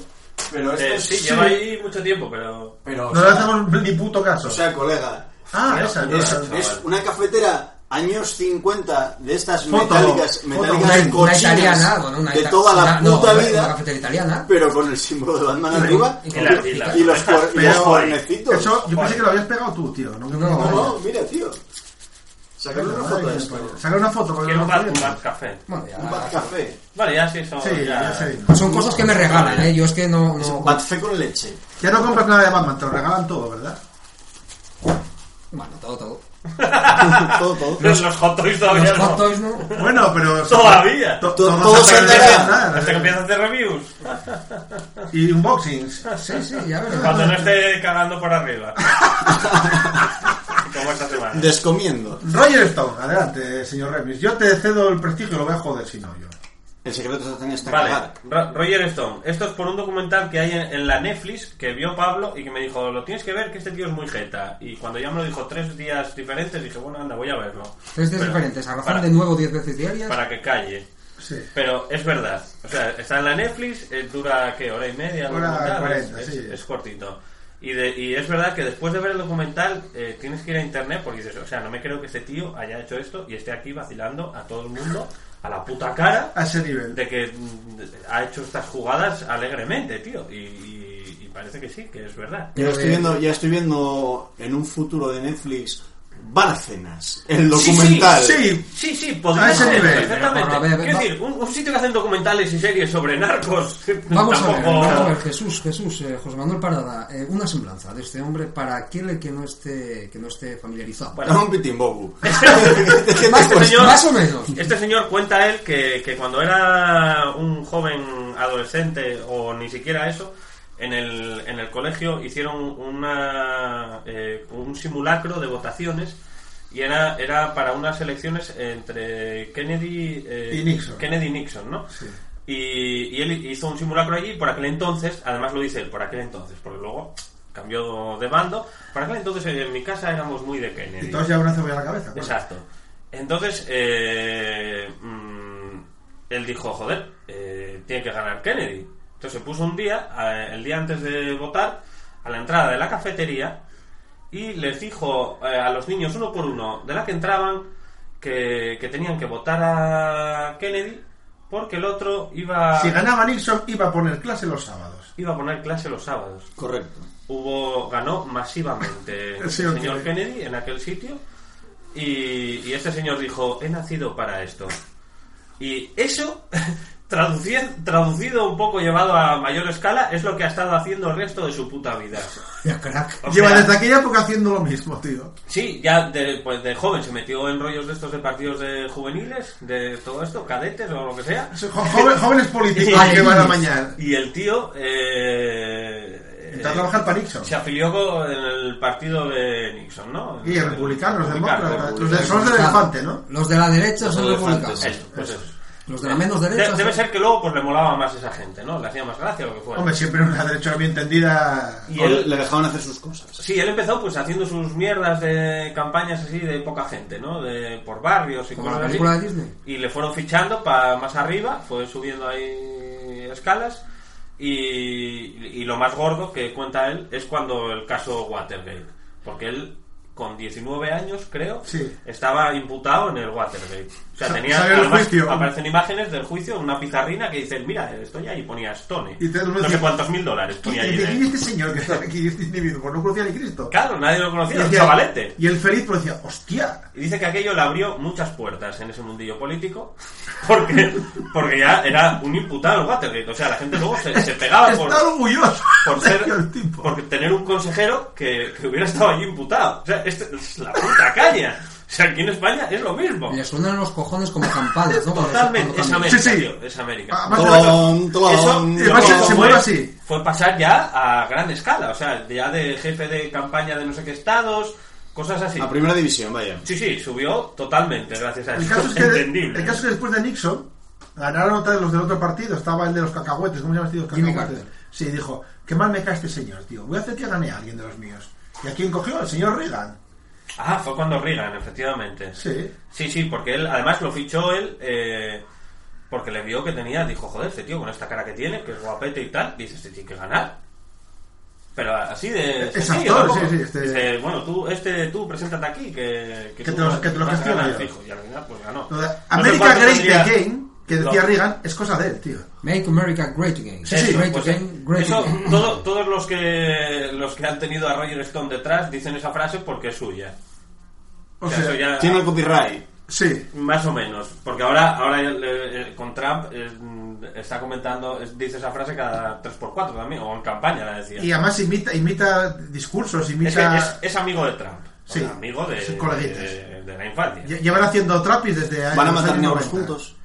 Speaker 5: Pero esto
Speaker 6: Eh,
Speaker 5: es-
Speaker 6: sí, lleva ahí mucho tiempo, pero.
Speaker 5: Pero, o
Speaker 8: No le
Speaker 5: sea,
Speaker 8: hacemos ni puto caso.
Speaker 5: o sea, colega.
Speaker 8: Ah,
Speaker 6: Mira,
Speaker 8: esa,
Speaker 6: mira,
Speaker 8: esa.
Speaker 6: chaval.
Speaker 5: Es una cafetera años 50 de estas
Speaker 8: Foto,
Speaker 5: metálicas,
Speaker 8: foto,
Speaker 5: metálicas
Speaker 7: una,
Speaker 5: cochinas
Speaker 7: italiana, bueno, una
Speaker 5: de
Speaker 7: ita-
Speaker 5: toda la
Speaker 7: una- no,
Speaker 5: puta
Speaker 7: una-
Speaker 5: vida,
Speaker 7: Una cafetera italiana.
Speaker 5: pero con el símbolo de Batman arriba
Speaker 7: y
Speaker 5: y,
Speaker 7: con
Speaker 6: la- y la-
Speaker 5: los, cuer- y
Speaker 8: Pero,
Speaker 5: los cuernecitos.
Speaker 8: Eso, yo pensé que lo habías pegado tú, tío. No,
Speaker 7: No,
Speaker 5: No,
Speaker 7: vaya.
Speaker 5: no, mira, tío. Sacarle una foto de esto.
Speaker 8: Saca una foto. porque
Speaker 6: Quiero
Speaker 8: no
Speaker 6: un Bat-
Speaker 8: lo
Speaker 6: un
Speaker 8: estoy
Speaker 6: Bat Café.
Speaker 7: Bueno, ya.
Speaker 5: Un bat café.
Speaker 6: Vale, ya sí, son.
Speaker 8: viendo. este. Sí,
Speaker 6: ya-
Speaker 8: ya sé.
Speaker 7: Pues son cosas que me regalan, ¿eh? Yo es que no... no-
Speaker 5: Batfe con leche.
Speaker 8: Ya no compras nada de Batman, te lo regalan
Speaker 6: [laughs]
Speaker 8: todo, ¿verdad?
Speaker 7: Bueno, todo, todo.
Speaker 5: todo, todo.
Speaker 6: Los, los hot toys todavía
Speaker 7: Los
Speaker 6: no.
Speaker 7: hot toys, ¿no?
Speaker 8: Bueno, pero...
Speaker 6: Todavía.
Speaker 8: To-
Speaker 5: To-
Speaker 8: todos
Speaker 5: todo
Speaker 8: hasta
Speaker 5: se
Speaker 8: que
Speaker 5: entera.
Speaker 8: no veas
Speaker 6: Hasta que
Speaker 8: nada.
Speaker 6: empiezas a hacer reviews.
Speaker 8: Y unboxings.
Speaker 6: Ah,
Speaker 7: Sí, sí, ya
Speaker 6: Cuando no
Speaker 7: verás.
Speaker 6: esté cagando por arriba. Como esta semana.
Speaker 5: Descomiendo.
Speaker 8: Roger Stone, adelante, señor Remis. Yo te cedo el prestigio, lo voy a joder si no yo.
Speaker 5: El secreto se hace en esta
Speaker 6: Vale,
Speaker 5: cagar.
Speaker 6: Ro- Roger Stone. Esto es por un documental que hay en, en la Netflix que vio Pablo y que me dijo, lo tienes que ver que este tío es muy jeta. Y cuando ya me lo dijo tres días diferentes, dije, bueno, anda, voy a verlo.
Speaker 7: Tres días
Speaker 6: Pero-
Speaker 7: diferentes, a razón
Speaker 6: para-
Speaker 7: de nuevo 10 veces diarias.
Speaker 6: Para que calle.
Speaker 8: Sí.
Speaker 6: Pero es verdad. O sea, está en la Netflix, eh, dura, ¿qué? ¿Hora y media? el
Speaker 8: Hora
Speaker 6: documental?
Speaker 8: cuarenta,
Speaker 6: es,
Speaker 8: sí.
Speaker 6: es- es cortito. Y, de- y es verdad que después de ver el documental eh, tienes que ir a internet porque dices, o sea, no me creo que este tío haya hecho esto y esté aquí vacilando a todo el mundo a la puta cara
Speaker 8: A ese nivel.
Speaker 6: de que mm, ha hecho estas jugadas alegremente, tío. Y, y- y parece que sí, que es verdad.
Speaker 5: Ya estoy, viendo, ya estoy viendo en un futuro de Netflix Bárcenas, el documental.
Speaker 8: Sí, sí.
Speaker 6: Sí, sí, podría
Speaker 8: A ese
Speaker 6: ser,
Speaker 8: nivel.
Speaker 6: perfectamente.
Speaker 7: Pero, bueno, a ver,
Speaker 6: Quiero
Speaker 7: va-
Speaker 6: decir, un, un sitio que hacen documentales y series sobre narcos. [laughs]
Speaker 7: Vamos a ver,
Speaker 6: tampoco-
Speaker 7: vamos a ver, Jesús, Jesús, eh, José Manuel Parada, eh, una semblanza de este hombre para aquel que no esté, que no esté familiarizado.
Speaker 6: Bueno,
Speaker 5: Dame un pitimbobu.
Speaker 7: más,
Speaker 6: [laughs] este señor-
Speaker 7: más o menos.
Speaker 6: [laughs] Este señor cuenta él que, que cuando era un joven adolescente o ni siquiera eso, en el, en el colegio hicieron una, eh, un simulacro de votaciones y era, era para unas elecciones entre Kennedy eh,
Speaker 8: Y Nixon.
Speaker 6: Kennedy y Nixon, ¿no?
Speaker 8: Sí.
Speaker 6: Y, y él hizo un simulacro allí y por aquel entonces, además lo dice él, por aquel entonces, porque luego cambió de bando, por aquel entonces en mi casa éramos muy de Kennedy.
Speaker 8: Y todos llevan una cebolla en la cabeza. claro.
Speaker 6: Exacto. Entonces, eh, mm, él dijo, joder, eh, tiene que ganar Kennedy. Entonces se puso un día, eh, el día antes de votar, a la entrada de la cafetería y les dijo eh, a los niños uno por uno de la que entraban que, que tenían que votar a Kennedy porque el otro iba,
Speaker 8: Si ganaba Nixon, iba a poner clase los sábados.
Speaker 6: iba a poner clase los sábados
Speaker 5: Correcto.
Speaker 6: hubo ganó
Speaker 8: [laughs]
Speaker 6: masivamente el
Speaker 8: Sí,
Speaker 6: señor
Speaker 8: ok.
Speaker 6: Kennedy en aquel sitio y, y este señor dijo he nacido para esto y eso [laughs] traducido, traducido un poco llevado a mayor escala es lo que ha estado haciendo el resto de su puta vida
Speaker 7: Ya, crack.
Speaker 6: O
Speaker 8: Lleva
Speaker 6: sea,
Speaker 8: desde aquella época haciendo lo mismo, tío.
Speaker 6: sí ya de, pues de joven se metió en rollos de estos de partidos de juveniles de todo esto cadetes o lo que sea [laughs]
Speaker 8: Jo- joven- jóvenes políticos
Speaker 6: Sí.
Speaker 8: que van a mañana.
Speaker 6: Y el tío eh,
Speaker 8: Está a trabajar para Nixon.
Speaker 6: Se afilió co- en el partido de Nixon, ¿no?
Speaker 8: Y el republicano, los demócratas, los de son
Speaker 7: Los
Speaker 8: de elefante, ¿no?
Speaker 7: Los de la derecha son
Speaker 3: Los elefantes,
Speaker 7: republicanos.
Speaker 6: Eso, pues eso.
Speaker 7: Los de la menos ¿eh?
Speaker 6: De-
Speaker 7: derecha.
Speaker 6: debe
Speaker 7: son-
Speaker 6: ser que luego pues le molaba más esa gente, ¿no? Le hacía más gracia o lo que fuera.
Speaker 8: Hombre, siempre una derecha bien tendida.
Speaker 6: Y
Speaker 5: O
Speaker 6: él-
Speaker 5: le dejaban hacer sus cosas.
Speaker 6: Sí, él empezó pues haciendo sus mierdas de campañas así de poca gente, ¿no? De, por barrios y
Speaker 7: Como la
Speaker 6: cosas así.
Speaker 7: película de Disney.
Speaker 6: Y le fueron fichando para más arriba, fue subiendo ahí escalas. Y, y lo más gordo que cuenta él es cuando el caso Watergate. Porque él, con 19 años, creo,
Speaker 8: Sí.
Speaker 6: estaba imputado en el Watergate. O sea,
Speaker 8: Sa-
Speaker 6: tenía.
Speaker 8: salió el
Speaker 6: además,
Speaker 8: juicio.
Speaker 6: aparecen imágenes del juicio en una pizarrina que dicen: Mira, estoy ahí, ponía Stone.
Speaker 8: Y te-
Speaker 6: no sé cuántos mil dólares
Speaker 8: ¿Y [laughs]
Speaker 6: ponía ahí.
Speaker 8: y-
Speaker 6: en
Speaker 8: y
Speaker 6: el-
Speaker 8: este señor que está aquí, este individuo? Pues no conocía ni Cristo.
Speaker 6: Claro, nadie lo
Speaker 8: Y
Speaker 6: conocía, un
Speaker 8: decía-
Speaker 6: chavalete.
Speaker 8: Y el feliz, pero decía, hostia.
Speaker 6: Y dice que aquello le abrió muchas puertas en ese mundillo político, [laughs] porque, porque ya era un imputado el Watergate. O sea, la gente luego se, se pegaba por,
Speaker 8: Está orgulloso. [laughs]
Speaker 6: por ser,
Speaker 8: El tipo.
Speaker 6: por tener un consejero que, que hubiera estado allí imputado. O sea, esto es la puta caña. O sea, aquí en España es lo mismo.
Speaker 7: Le suenan los cojones como campanas, ¿no? Cuando-
Speaker 6: Totalmente. Es
Speaker 7: cuando camina.
Speaker 6: América,
Speaker 8: Sí, sí.
Speaker 6: tío, es América.
Speaker 5: [laughs]
Speaker 8: Ah,
Speaker 5: Tolón,
Speaker 6: Eso
Speaker 5: tolón,
Speaker 8: Y además se-
Speaker 5: tolón.
Speaker 8: se
Speaker 6: fue-
Speaker 8: mueve así.
Speaker 6: Fue pasar ya a gran escala. O sea, ya de jefe de campaña de no sé qué estados, cosas así.
Speaker 5: A primera división, vaya.
Speaker 6: Sí, sí, subió totalmente gracias a
Speaker 8: El
Speaker 6: eso.
Speaker 8: caso, es
Speaker 6: [laughs]
Speaker 8: que,
Speaker 6: Entendible.
Speaker 8: el caso es que después de Nixon ganaron otra de los del otro partido. Estaba el de los cacahuetes. ¿Cómo se llama este de los
Speaker 7: Jimmy
Speaker 8: cacahuetes?
Speaker 7: Carter.
Speaker 8: Sí, dijo: Qué mal me cae este señor, tío. Voy a hacer que gane a alguien de los míos. ¿Y a quién cogió? El señor Reagan.
Speaker 6: Ah, fue cuando Reagan, efectivamente.
Speaker 8: Sí.
Speaker 6: Sí, sí, porque él, además lo fichó él eh, porque le vio que tenía, dijo, joder, este tío con esta cara que tiene, que es guapete y tal, dice, este tiene que ganar. Pero así de...
Speaker 8: Es
Speaker 6: sencillo,
Speaker 8: actor,
Speaker 6: tampoco.
Speaker 8: sí, sí, este-
Speaker 6: Dice, bueno, tú, este, tú, preséntate aquí, que,
Speaker 8: Que
Speaker 6: tú
Speaker 8: te lo-
Speaker 6: vas-
Speaker 8: que te lo
Speaker 6: vas a
Speaker 8: gestiono
Speaker 6: ganar,
Speaker 8: yo.
Speaker 6: fijo. Y al final, pues ganó.
Speaker 8: Lo de
Speaker 6: No sé
Speaker 8: America
Speaker 6: cuánto
Speaker 8: Great
Speaker 6: tendría-
Speaker 8: Again, que decía
Speaker 6: Lo-
Speaker 8: Reagan, es cosa de él, tío.
Speaker 7: Make America Great Again.
Speaker 6: Eso,
Speaker 7: great
Speaker 6: pues,
Speaker 7: Again, Great
Speaker 6: eso,
Speaker 7: Again.
Speaker 6: todo- todos los que los que han tenido a Roger Stone detrás dicen esa frase porque es suya.
Speaker 8: O
Speaker 6: O sea,
Speaker 8: sea,
Speaker 6: eso ya-
Speaker 5: Tiene el copyright.
Speaker 8: sí.
Speaker 6: Más o menos, porque ahora, ahora eh, eh, con Trump eh, está comentando, es- dice esa frase cada 3x4 también, o en campaña la decía.
Speaker 8: Y además imita, imita discursos,
Speaker 6: es, que
Speaker 8: imita.
Speaker 6: es, es amigo de Trump, o
Speaker 8: Sí.
Speaker 6: sea, amigo de,
Speaker 8: Sí, coleguitas.
Speaker 6: de- de la infancia.
Speaker 8: Lle- Llevan haciendo trapis desde
Speaker 5: Van a
Speaker 8: los
Speaker 5: matar
Speaker 8: años
Speaker 5: negros
Speaker 8: 90.
Speaker 5: juntos.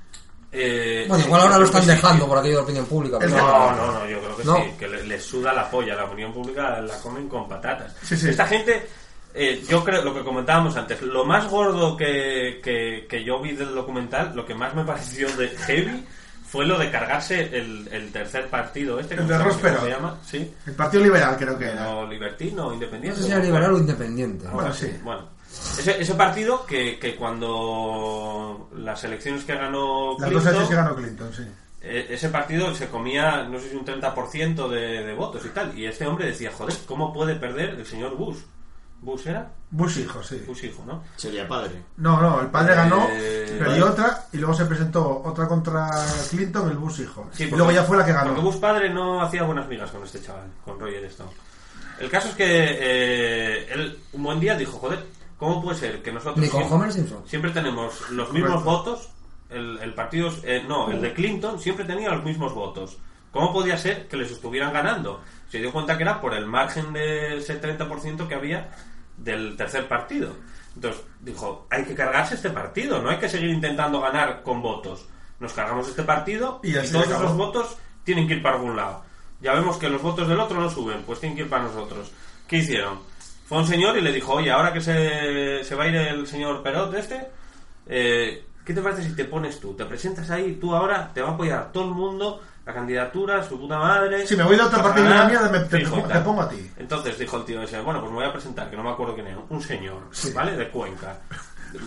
Speaker 6: Eh,
Speaker 7: Bueno,
Speaker 6: sí,
Speaker 7: igual
Speaker 6: yo
Speaker 7: ahora lo
Speaker 6: creo
Speaker 7: están
Speaker 6: que sí,
Speaker 7: dejando
Speaker 6: que-
Speaker 7: por aquello de opinión pública. pero-
Speaker 6: No, no, no, yo creo que
Speaker 7: No.
Speaker 6: sí, que le, le suda la polla, la opinión pública la comen con patatas.
Speaker 8: Sí, sí.
Speaker 6: Esta gente, eh, yo creo, lo que comentábamos antes, lo más gordo que, que, que yo vi del documental, lo que más me pareció de heavy, fue lo de cargarse el, el tercer partido este, que
Speaker 8: El
Speaker 6: no
Speaker 8: de
Speaker 6: sé cómo
Speaker 8: Rosperón.
Speaker 6: se llama, sí,
Speaker 8: El Partido Liberal, creo que era.
Speaker 6: o libertino,
Speaker 7: No
Speaker 6: independiente.
Speaker 7: sé si era liberal o independiente.
Speaker 6: Ah,
Speaker 8: Bueno, sí.
Speaker 6: Bueno, ese, ese partido que, que cuando las elecciones que ganó
Speaker 8: Las dos
Speaker 6: Clinton,
Speaker 8: veces que ganó Clinton, sí.
Speaker 6: eh, ese partido se comía, no sé si un 30% de, de votos y tal. Y este hombre decía, joder, ¿cómo puede perder el señor Bush? ¿Bush era?
Speaker 8: Bush hijo, sí.
Speaker 6: Bush hijo, ¿no?
Speaker 5: Sería padre.
Speaker 8: No, no, el padre ganó,
Speaker 6: Eh,
Speaker 8: perdió
Speaker 5: vale.
Speaker 8: otra y luego se presentó otra contra Clinton, el Bush hijo.
Speaker 6: Sí,
Speaker 8: y
Speaker 6: porque-
Speaker 8: luego ya fue la que
Speaker 6: Porque
Speaker 8: ganó.
Speaker 6: Bush padre no hacía buenas migas con este chaval, con Roger Stone. El caso es que eh, él un buen día dijo, joder, ¿cómo puede ser que nosotros...
Speaker 7: Ni con
Speaker 6: siempre-
Speaker 7: Homer Simpson.
Speaker 6: Siempre tenemos los mismos votos. El, el partido, eh, no, el de Clinton siempre tenía los mismos votos. ¿Cómo podía ser que les estuvieran ganando? Se dio cuenta que era por el margen de ese 30% que había del tercer partido. Entonces dijo, hay que cargarse este partido, no hay que seguir intentando ganar con votos. Nos cargamos este partido
Speaker 8: Y
Speaker 6: y,
Speaker 8: así
Speaker 6: todos
Speaker 8: acabó.
Speaker 6: esos votos tienen que ir para algún lado. Ya vemos que los votos del otro no suben, pues tienen que ir para nosotros. ¿Qué hicieron? Fue un señor y le dijo, oye, ahora que se, se va a ir el señor Perot este, eh, ¿qué te parece si te pones tú? Te presentas ahí, tú ahora te va a apoyar todo el mundo, la candidatura, su puta madre...
Speaker 8: Si me voy de otro
Speaker 6: vas a
Speaker 8: partido de
Speaker 6: ganar,
Speaker 8: la mierda, me- te-
Speaker 6: fijo y
Speaker 8: te
Speaker 6: tal".
Speaker 8: pongo a ti.
Speaker 6: Entonces dijo el tío ese, bueno, pues me voy a presentar, que no me acuerdo quién era, un señor,
Speaker 8: Sí.
Speaker 6: ¿vale? De Cuenca,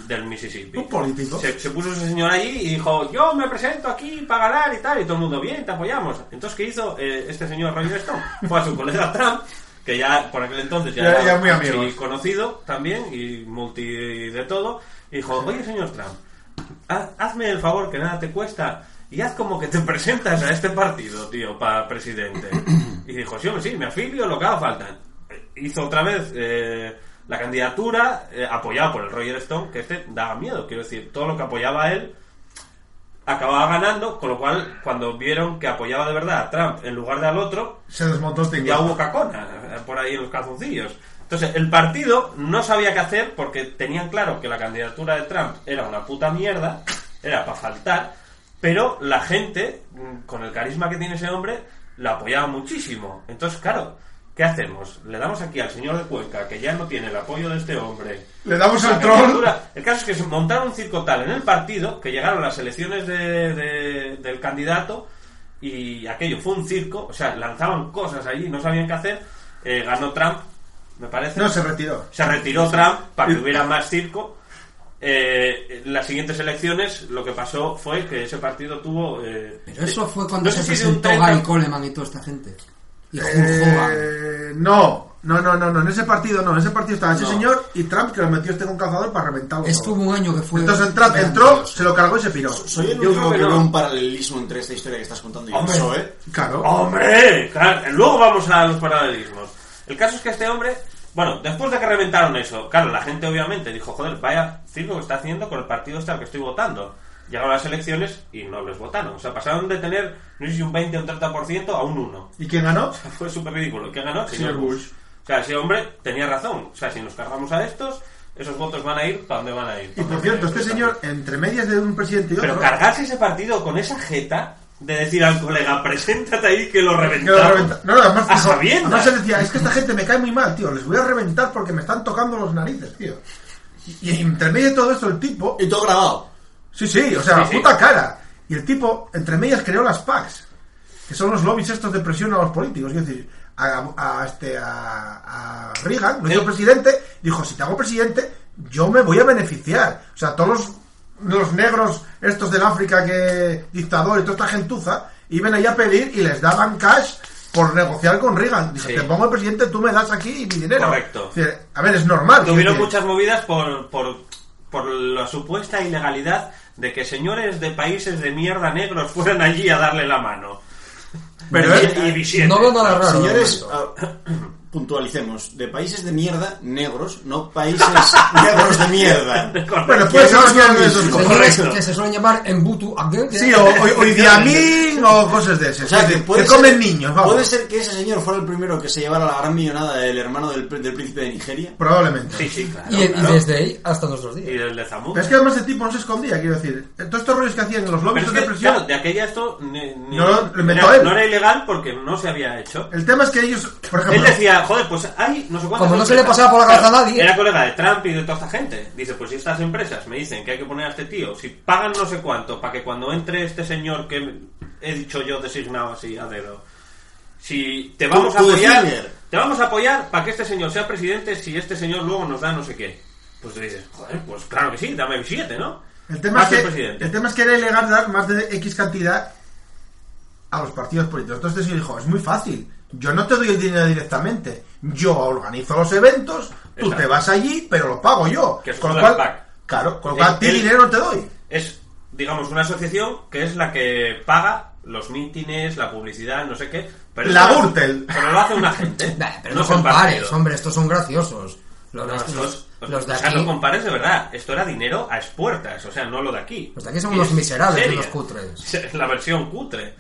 Speaker 6: del Mississippi.
Speaker 8: Un político.
Speaker 6: Se, se puso ese señor allí y dijo, yo me presento aquí para ganar y tal, y todo el mundo, bien, te apoyamos. Entonces, ¿qué hizo eh, este señor Roger Stone? Fue a su colega Trump, que ya por aquel entonces ya,
Speaker 8: Ya-
Speaker 6: era
Speaker 8: ya muy amigo.
Speaker 6: archi conocido también y multi de todo, y dijo, oye, señor Trump, haz- hazme el favor que nada te cuesta y haz como que te [laughs] presentas a este partido, tío, para
Speaker 8: [clears throat]
Speaker 6: presidente. Y dijo, sí, hombre, sí, me afilio, lo que haga falta. Hizo otra vez eh, la candidatura eh, apoyado por el Roger Stone, que este daba miedo, quiero decir, todo lo que apoyaba a él acababa ganando, con lo cual cuando vieron que apoyaba de verdad a Trump en lugar de al otro,
Speaker 8: Se desmontó este
Speaker 6: ya
Speaker 8: equipo.
Speaker 6: hubo cacona eh, por ahí en los calzoncillos. Entonces, el partido no sabía qué hacer porque tenían claro que la candidatura de Trump era una puta mierda, era para faltar, pero la gente, mm, con el carisma que tiene ese hombre, la apoyaba muchísimo. Entonces, claro, ¿Qué hacemos? ¿Le damos aquí al señor de Cuenca, que ya no tiene el apoyo de este hombre?
Speaker 8: Le damos al
Speaker 6: La
Speaker 8: troll.
Speaker 6: candidatura- El caso es que se montaron un circo tal en el partido que llegaron las elecciones de- de- del candidato y aquello fue un circo. O sea, lanzaban cosas allí, no sabían qué hacer. Eh, ganó Trump, me parece.
Speaker 8: No, se retiró.
Speaker 6: Se retiró Trump para que hubiera más circo. Eh, en las siguientes elecciones lo que pasó fue que ese partido tuvo... eh,
Speaker 7: Pero eso fue cuando
Speaker 6: no
Speaker 7: se
Speaker 6: sé si de un
Speaker 7: presentó
Speaker 6: 30
Speaker 7: Gary Coleman y toda esta gente. Y Hulk Hogan.
Speaker 8: Eh, no, no, no, no, no. En ese partido no. En ese partido estaba ese
Speaker 5: No.
Speaker 8: señor y Trump que lo metió este con cazador para reventarlo.
Speaker 7: Estuvo un año que fue.
Speaker 8: Entonces Trump entró, se lo cargó y se piró.
Speaker 5: Soy el
Speaker 6: Yo
Speaker 5: único
Speaker 6: creo
Speaker 5: que
Speaker 6: que no. Ah,
Speaker 5: veo un paralelismo entre esta historia que estás contando y
Speaker 6: Hombre.
Speaker 5: eso, ¿eh?
Speaker 8: Claro.
Speaker 6: ¡Hombre! Claro, luego vamos a los paralelismos. El caso es que este hombre, bueno, después de que reventaron eso, claro, la gente obviamente dijo, joder, vaya circo que está haciendo con el partido este al que estoy votando. Llegaron las elecciones y no les votaron. O sea, pasaron de tener, no sé si un 20 o un 30% a un 1.
Speaker 8: ¿Y quién ganó?
Speaker 6: [laughs] Fue súper ridículo. ¿Y ¿Qué ganó?
Speaker 8: Señor Bush.
Speaker 6: O sea, ese hombre tenía razón. O sea, si nos cargamos a estos, esos votos van a ir para donde van a ir.
Speaker 8: Y por cierto, este señor, entre medias de un presidente y otro,
Speaker 6: Pero cargarse ese partido con esa jeta de decir al colega, preséntate ahí que lo
Speaker 8: que lo
Speaker 6: reventamos.
Speaker 8: reventa- No, no, además,
Speaker 6: A
Speaker 8: dijo-
Speaker 6: sabiendas.
Speaker 8: además se decía, es que esta gente me cae muy mal, tío, les voy a reventar porque me están tocando los narices, tío. Y, y entre medio de todo esto, el tipo,
Speaker 5: Y todo grabado.
Speaker 8: sí, sí, o sea, la
Speaker 6: Sí, sí.
Speaker 8: puta cara. Y el tipo, entre medias, creó las PACs, que son los lobbies estos de presión a los políticos. Es decir, a, a este, a, a Reagan, lo hizo
Speaker 6: Sí.
Speaker 8: presidente, dijo, si te hago presidente, yo me voy a beneficiar. O sea, todos los, los negros estos del África que dictador y toda esta gentuza, iban ahí a pedir y les daban cash por negociar con Reagan. Dijo,
Speaker 6: Sí.
Speaker 8: te pongo el presidente, tú me das aquí mi dinero.
Speaker 6: Correcto.
Speaker 8: Es decir, a ver, es normal.
Speaker 6: Tuvieron
Speaker 8: Es decir,
Speaker 6: muchas movidas por, por, por la supuesta ilegalidad de que señores de países de mierda negros fueran allí a darle la mano.
Speaker 8: Pero
Speaker 6: y,
Speaker 8: él-
Speaker 6: y billetes.
Speaker 7: No veo nada raro. de
Speaker 5: Señores,
Speaker 7: momento.
Speaker 5: ah, [clears throat] puntualicemos. De países de mierda, negros, no países [laughs] negros de mierda.
Speaker 8: Bueno, puede ser
Speaker 5: Eso
Speaker 8: cualquiera de
Speaker 5: es
Speaker 8: esos
Speaker 5: mismo.
Speaker 8: cojones.
Speaker 7: Señores
Speaker 6: correcto.
Speaker 7: que se suelen llamar ¿eh? en Butu
Speaker 8: Sí, o, o, o Idi Amin, o cosas de esas.
Speaker 5: O sea, que
Speaker 8: que,
Speaker 5: puede ser-
Speaker 8: comen niños, vamos.
Speaker 5: Puede ser que ese señor fuera el primero que se llevara la gran millonada del hermano del, pr- del príncipe de Nigeria.
Speaker 8: Probablemente.
Speaker 6: Sí, sí, claro.
Speaker 7: Y, y
Speaker 6: claro.
Speaker 7: desde ahí hasta nuestros
Speaker 6: Y
Speaker 7: días.
Speaker 6: del de Zamunda.
Speaker 8: Pero es que además el tipo no se escondía, quiero decir. Todos estos rollos que hacían en los
Speaker 6: Pero
Speaker 8: lobbies
Speaker 6: es
Speaker 8: de
Speaker 6: que,
Speaker 8: presión.
Speaker 6: claro, de aquella esto ni- ni-
Speaker 8: No, lo inventó
Speaker 6: era,
Speaker 8: él.
Speaker 6: no era ilegal porque no se había hecho.
Speaker 8: El tema es que ellos, por ejemplo.
Speaker 6: Él decía, joder, pues hay no sé cuántas
Speaker 7: Como no se le
Speaker 6: empresas.
Speaker 7: pasaba por la cabeza a
Speaker 6: Claro,
Speaker 7: nadie.
Speaker 6: Era colega de Trump y de toda esta gente. Dice, pues si estas empresas me dicen que hay que poner a este tío, si pagan no sé cuánto para que cuando entre este señor que he dicho yo designado así a dedo, si te vamos a
Speaker 5: Tú- tú
Speaker 6: apoyar,
Speaker 5: decides.
Speaker 6: te vamos a apoyar para que este señor sea presidente si este señor luego nos da no sé qué. Pues tú dices, joder, pues claro que sí, dame billete, ¿no?
Speaker 8: el, tema
Speaker 6: Va
Speaker 8: es
Speaker 6: a ser
Speaker 8: que,
Speaker 6: presidente.
Speaker 8: el tema es que era ilegal dar más de X cantidad a los partidos políticos. Entonces este señor dijo: Es muy fácil. Yo no te doy el dinero directamente. Yo organizo los eventos, tú
Speaker 6: Exacto.
Speaker 8: te vas allí, pero lo pago yo.
Speaker 6: Que eso
Speaker 8: Con lo
Speaker 6: son
Speaker 8: cual.
Speaker 6: las PAC.
Speaker 8: Claro, con lo
Speaker 6: El-
Speaker 8: cual a ti
Speaker 6: el-
Speaker 8: dinero no te doy. [laughs]
Speaker 6: es, digamos, una asociación que es la que paga los mítines, la publicidad, no sé qué. Pero
Speaker 8: La
Speaker 6: eso-
Speaker 8: Gürtel.
Speaker 6: Pero lo hace una
Speaker 7: [laughs]
Speaker 6: gente.
Speaker 7: Nah, pero no,
Speaker 6: son
Speaker 7: son pares,
Speaker 6: partidos.
Speaker 7: hombre, estos son graciosos. Los,
Speaker 6: No,
Speaker 7: los-
Speaker 6: estos- pues,
Speaker 7: los- los de
Speaker 6: o sea,
Speaker 7: aquí.
Speaker 6: no compares de verdad. Esto era dinero a expuertas, o sea, no lo de aquí.
Speaker 7: Los de aquí son
Speaker 6: Y
Speaker 7: unos
Speaker 6: es
Speaker 7: miserables,
Speaker 6: seria.
Speaker 7: unos
Speaker 6: [laughs]
Speaker 7: cutres.
Speaker 6: La versión cutre.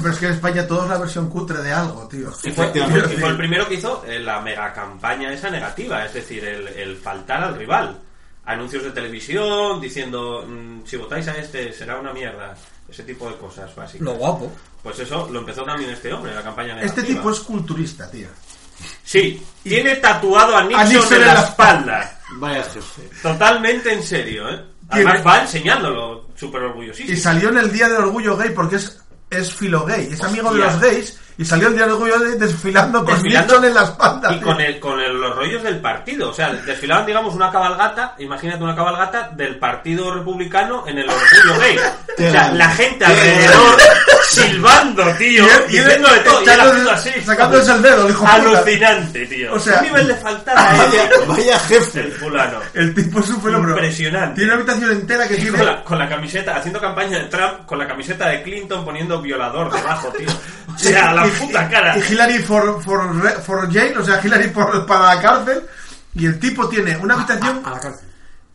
Speaker 8: Pero es que en España todo es la versión cutre de algo, tío.
Speaker 6: Y fue,
Speaker 5: Efectivamente.
Speaker 6: y fue el primero que hizo eh, la mega campaña esa negativa, es decir, el, el faltar al rival. Anuncios de televisión diciendo, mm, si votáis a este será una mierda. Ese tipo de cosas, básicas.
Speaker 7: Lo guapo.
Speaker 6: Pues eso lo empezó también este hombre, la campaña negativa.
Speaker 8: Este tipo es culturista, tío.
Speaker 6: Sí, tiene tatuado a Nixon,
Speaker 8: Nixon
Speaker 6: en
Speaker 8: en
Speaker 6: la
Speaker 8: la-
Speaker 6: espalda.
Speaker 5: Vaya jefe.
Speaker 6: Totalmente en serio, ¿eh?
Speaker 8: Tiene-
Speaker 6: Además va enseñándolo, súper
Speaker 8: Y
Speaker 6: orgullosísimo.
Speaker 8: salió en el Día del Orgullo Gay porque es, es filo gay, es amigo de
Speaker 6: Hostia.
Speaker 8: los gays y salió el Día del Orgullo Gay desfilando con
Speaker 6: Desfilando-
Speaker 8: Nixon en la espalda.
Speaker 6: Y
Speaker 8: tío.
Speaker 6: con, el, con el- los rollos del partido. O sea, desfilaban, digamos, una cabalgata, imagínate una cabalgata del Partido Republicano en el orgullo gay. O sea, la gente alrededor silbando, tío,
Speaker 8: Y él- y él
Speaker 6: diciendo de todo, y él haciendo
Speaker 8: echándose-
Speaker 6: así.
Speaker 8: sacándose el dedo, el hijo puta.
Speaker 6: Alucinante, tío.
Speaker 8: O sea-
Speaker 6: Un nivel de
Speaker 8: [laughs]
Speaker 6: faltada,
Speaker 5: Vaya, vaya
Speaker 6: El
Speaker 5: jefe.
Speaker 6: fulano.
Speaker 8: El tipo es un fenómeno.
Speaker 6: Impresionante.
Speaker 8: Tiene una habitación entera [laughs] que tiene.
Speaker 6: Con la, con la camiseta, haciendo campaña de Trump, con la camiseta de Clinton poniendo violador debajo, tío. O sea, a la
Speaker 8: Y-
Speaker 6: puta cara.
Speaker 8: Y Hillary for, for, re- for jail, o sea, Hillary por- para la cárcel. Y el tipo tiene
Speaker 6: Ah,
Speaker 8: una habitación.
Speaker 7: A la cárcel.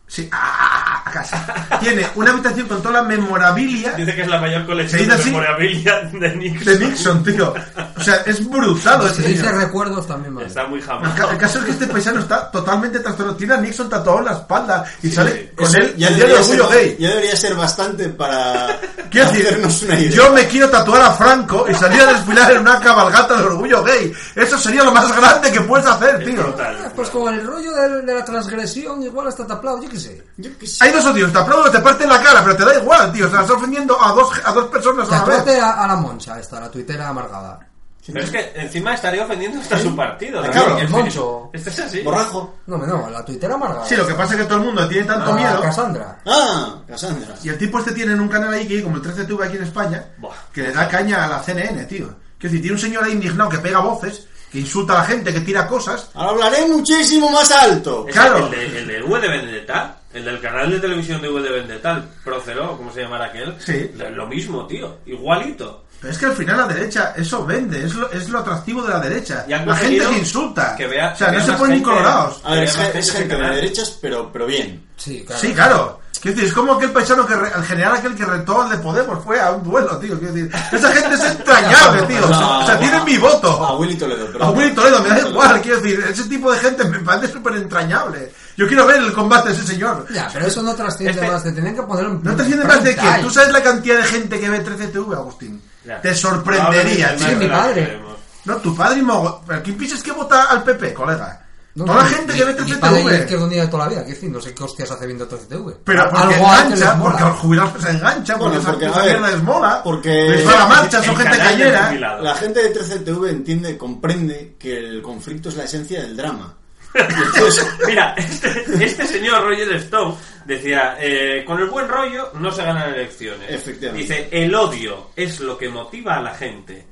Speaker 8: Sí, ah, a, a casa. Tiene una habitación con toda la memorabilia
Speaker 6: Dice que es la mayor
Speaker 8: ¿Se
Speaker 6: colección
Speaker 8: dice
Speaker 6: de
Speaker 8: así?
Speaker 6: memorabilia de Nixon.
Speaker 8: de Nixon, tío. O sea, es brutal. lo de
Speaker 7: Si
Speaker 8: este
Speaker 7: dice
Speaker 8: señor.
Speaker 7: recuerdos también vale.
Speaker 6: Está muy
Speaker 8: El
Speaker 6: jamás.
Speaker 8: ca- el caso es que este paisano está totalmente trastornado. Tiene a Nixon tatuado en la espalda y sale con
Speaker 5: Eso
Speaker 8: él
Speaker 5: ya
Speaker 8: el día del
Speaker 5: debería ser-
Speaker 8: orgullo gay.
Speaker 5: Ya debería ser bastante para
Speaker 8: [laughs] Quiero decir,
Speaker 5: hacernos una idea.
Speaker 8: yo me quiero tatuar a Franco y salir a desfilar en una cabalgata del orgullo gay. Eso sería lo más grande que puedes hacer,
Speaker 6: Es
Speaker 8: tío.
Speaker 6: brutal.
Speaker 7: Pues con el rollo de, de la transgresión, igual hasta taplado, yo qué sé.
Speaker 5: Yo qué sé.
Speaker 8: Hay dos odios, te aplaudo, te parten la cara, pero te da igual, tío. Estás ofendiendo a dos, a dos personas a la vez.
Speaker 7: Tatuate a, a la moncha, esta, la tuitera amargada.
Speaker 6: Pero es que encima estaría ofendiendo hasta su partido.
Speaker 5: Ah,
Speaker 6: ¿no?
Speaker 5: claro,
Speaker 6: Es
Speaker 7: Moncho.
Speaker 6: decir, Esto es así.
Speaker 5: Borrajo.
Speaker 7: No, me no, la tuitera amargada.
Speaker 8: Sí, lo que pasa es que todo el mundo tiene tanto
Speaker 7: A
Speaker 8: miedo.
Speaker 7: Cassandra.
Speaker 5: Ah, Cassandra.
Speaker 8: Y el tipo este tiene un canal ahí que, como el 13TV aquí en España,
Speaker 6: Buah.
Speaker 8: que le da caña a la CNN, tío. Quiero decir, tiene un señor ahí indignado que pega voces, que insulta a la gente, que tira cosas.
Speaker 5: Ahora hablaré muchísimo más alto.
Speaker 6: Es
Speaker 8: Claro.
Speaker 6: El, de, el de V de Vendetta, el del canal de televisión de V de Vendetta, el Prócero, o como se llamará aquel.
Speaker 8: Sí.
Speaker 6: Lo, lo mismo, tío. Igualito.
Speaker 8: Pero es que al final la derecha, eso vende, es lo, es lo atractivo de la derecha.
Speaker 6: Y han
Speaker 8: La gente
Speaker 6: conseguido
Speaker 8: que insulta.
Speaker 6: que vea-
Speaker 8: o sea,
Speaker 6: que
Speaker 8: no
Speaker 6: vea
Speaker 8: se
Speaker 6: más
Speaker 8: ponen ni
Speaker 6: gente-
Speaker 8: colorados.
Speaker 5: A ver, es,
Speaker 6: Además,
Speaker 5: es
Speaker 6: ese
Speaker 5: gente de
Speaker 6: canal.
Speaker 5: derechas, pero, pero bien.
Speaker 7: Sí, claro.
Speaker 8: Sí, claro. Quiero decir, es como aquel paisano que, re- el general aquel que retó al de Podemos fue a un duelo, tío. Quiero decir, esa
Speaker 5: [laughs]
Speaker 8: gente es extrañable, tío. O sea, tienen mi voto.
Speaker 5: pues, A Willy Toledo, pero.
Speaker 8: A Willy Toledo, me da igual, quiero decir, ese tipo de gente me parece súper entrañable. Yo quiero ver el combate de ese señor.
Speaker 7: Ya, pero eso no trasciende
Speaker 6: Este-
Speaker 7: más, te tenían que poner en
Speaker 8: No te sientes
Speaker 7: en
Speaker 8: más de
Speaker 7: prime
Speaker 8: que
Speaker 7: time.
Speaker 8: tú sabes la cantidad de gente que ve 13TV, Agustín.
Speaker 6: Ya.
Speaker 8: Te sorprendería,
Speaker 6: Probablemente
Speaker 8: tío.
Speaker 6: más
Speaker 7: mi
Speaker 6: de la que
Speaker 7: padre.
Speaker 6: queremos.
Speaker 8: No, tu padre y mogo... ¿Pero ¿Quién piensas que vota al PP, colega?
Speaker 7: No,
Speaker 8: Toda la
Speaker 7: mi-
Speaker 8: gente
Speaker 7: mi-
Speaker 8: que ve
Speaker 7: Mi padre y la
Speaker 8: 13TV.
Speaker 7: izquierda unida toda la vida, que en fin, no sé qué hostias hace viendo 13TV.
Speaker 9: Ah,
Speaker 8: Pero porque
Speaker 7: Algo hay que les
Speaker 8: engancha,
Speaker 7: mola.
Speaker 8: porque al jubilarse se engancha, porque,
Speaker 5: Bueno,
Speaker 8: esa-
Speaker 5: porque, a
Speaker 8: esa
Speaker 5: ver,
Speaker 8: mierda es mola,
Speaker 5: porque-
Speaker 8: les va a la marcha, son
Speaker 6: El
Speaker 8: gente
Speaker 6: canal del
Speaker 8: callera.
Speaker 6: jubilado.
Speaker 5: La gente de 13TV entiende, comprende que el conflicto es la esencia del
Speaker 6: [laughs]
Speaker 5: drama. Y entonces,
Speaker 6: Mira, este, este señor Roger Stone decía, eh, con el buen rollo no se ganan elecciones.
Speaker 5: Efectivamente.
Speaker 6: Dice, el odio es lo que motiva a la gente.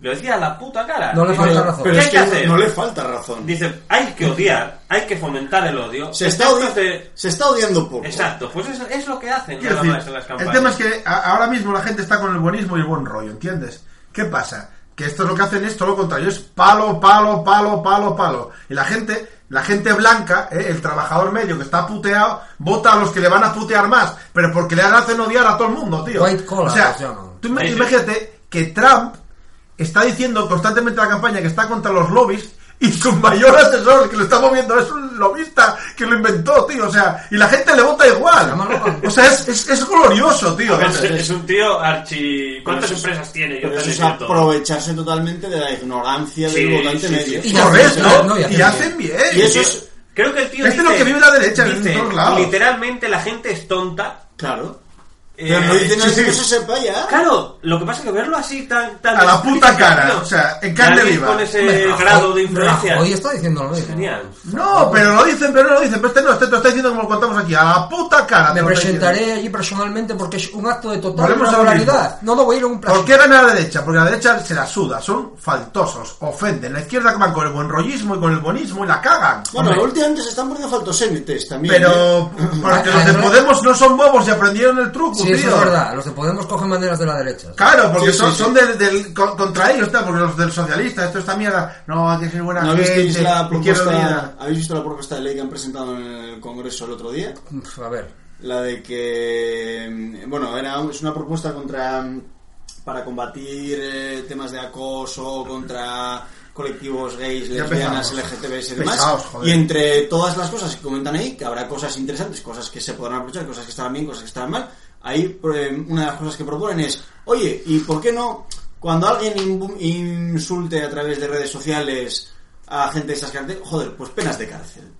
Speaker 6: Lo decía a la puta cara.
Speaker 7: No le
Speaker 6: Dice,
Speaker 7: falta
Speaker 5: pero,
Speaker 7: razón.
Speaker 5: pero
Speaker 6: ¿Qué
Speaker 5: es
Speaker 6: hay
Speaker 5: que
Speaker 6: que
Speaker 5: no,
Speaker 6: hacer?
Speaker 5: no le falta razón.
Speaker 6: Dice, hay que odiar, hay que fomentar el odio.
Speaker 5: Se está,
Speaker 6: Entonces, eh,
Speaker 5: odi- se está odiando poco.
Speaker 6: Exacto, pues es, es lo que hacen
Speaker 8: Quiero
Speaker 6: nada
Speaker 8: decir,
Speaker 6: más en las campañas.
Speaker 8: el tema es que a- ahora mismo la gente está con el buenismo y el buen rollo, ¿entiendes? ¿Qué pasa? Que esto es lo que hacen es todo lo contrario, es palo, palo, palo, palo, palo. Y la gente, la gente blanca, ¿eh? el trabajador medio que está puteado, vota a los que le van a putear más, pero porque le hacen odiar a todo el mundo, tío.
Speaker 7: White collar,
Speaker 8: o sea,
Speaker 7: los llaman.
Speaker 8: tú ima-
Speaker 6: Sí, sí.
Speaker 8: imagínate que Trump está diciendo constantemente en la campaña que está contra los lobbies y su mayor asesor que lo está moviendo es un lobista que lo inventó, tío. O sea, y la gente le vota igual.
Speaker 7: llama Logan.
Speaker 8: O sea, es, es, es glorioso, tío.
Speaker 6: Pero es, es un tío archi... ¿Cuántas empresas tiene? Yo
Speaker 5: Pero eso
Speaker 6: te
Speaker 5: es
Speaker 6: diría todo.
Speaker 5: aprovecharse totalmente de la ignorancia
Speaker 6: Sí,
Speaker 5: del votante
Speaker 6: sí,
Speaker 5: medio.
Speaker 6: sí.
Speaker 7: Y ya
Speaker 8: Correcto.
Speaker 7: no, y
Speaker 8: y
Speaker 7: hacen
Speaker 8: hacen bien.
Speaker 5: Y eso es,
Speaker 6: Este Creo que el tío
Speaker 8: Este es
Speaker 6: dice-
Speaker 8: lo que vive la derecha, en
Speaker 6: dice,
Speaker 8: todos lados.
Speaker 6: literalmente la gente es tonta.
Speaker 5: claro.
Speaker 6: eh,
Speaker 5: Pero no dicen
Speaker 8: sí,
Speaker 5: que
Speaker 8: sí.
Speaker 5: eso sepa ya.
Speaker 6: Claro, lo que pasa es que verlo así tan... tan
Speaker 8: A la puta cara,
Speaker 6: Tío,
Speaker 8: o sea, en carne
Speaker 6: alguien
Speaker 8: viva.
Speaker 6: con ese
Speaker 7: Hombre, Rajoy-
Speaker 6: grado de influencia.
Speaker 7: Rajoy está diciendo lo mismo.
Speaker 6: Genial.
Speaker 8: No, pero lo dicen, pero no lo dicen. Pero este no, este te lo está diciendo como lo contamos aquí. A la puta cara.
Speaker 7: Me
Speaker 8: te lo está diciendo.
Speaker 7: presentaré allí personalmente porque es un acto de total
Speaker 8: Volvemos a lo
Speaker 7: regularidad.
Speaker 8: mismo.
Speaker 7: No, no voy a ir a un plan.
Speaker 8: ¿Por qué gana la derecha? Porque la derecha se la suda, son faltosos, ofenden. La izquierda van con el buen rollismo y con el bonismo y la cagan.
Speaker 5: Bueno,
Speaker 8: Hombre.
Speaker 5: últimamente se están poniendo faltosémites también. ¿eh?
Speaker 8: Pero [laughs] porque los de Podemos no son bobos y aprendieron el truco,
Speaker 7: Sí, eso
Speaker 8: tío.
Speaker 7: es verdad. Los de Podemos cogen maneras de la derecha.
Speaker 8: Claro, porque
Speaker 5: Sí, sí,
Speaker 8: son,
Speaker 5: sí.
Speaker 8: son del, del- co- contra ellos, tal, porque los del socialista, esto esta mierda. No, hay que ser buena
Speaker 5: ¿No habéis,
Speaker 8: gente.
Speaker 5: visto la
Speaker 8: izquierda
Speaker 5: propuesta,
Speaker 8: unida.
Speaker 5: ¿Habéis visto la propuesta de ley que han presentado en el Congreso el otro día?
Speaker 7: Uf, a ver.
Speaker 5: La de que, mm, bueno, era, es una propuesta contra mm, para combatir eh, temas de acoso, contra colectivos gays,
Speaker 8: Ya
Speaker 5: lesbianas,
Speaker 8: empezamos.
Speaker 5: LGTBs y
Speaker 8: Pesaos,
Speaker 5: demás.
Speaker 8: joder.
Speaker 5: Y entre todas las cosas que comentan ahí, que habrá cosas interesantes, cosas que se podrán aprovechar, cosas que estarán bien, cosas que estarán mal, ahí eh, una de las cosas que proponen es, oye, ¿y por qué no cuando alguien imbu- insulte a través de redes sociales a gente de esas características, joder, pues penas de cárcel?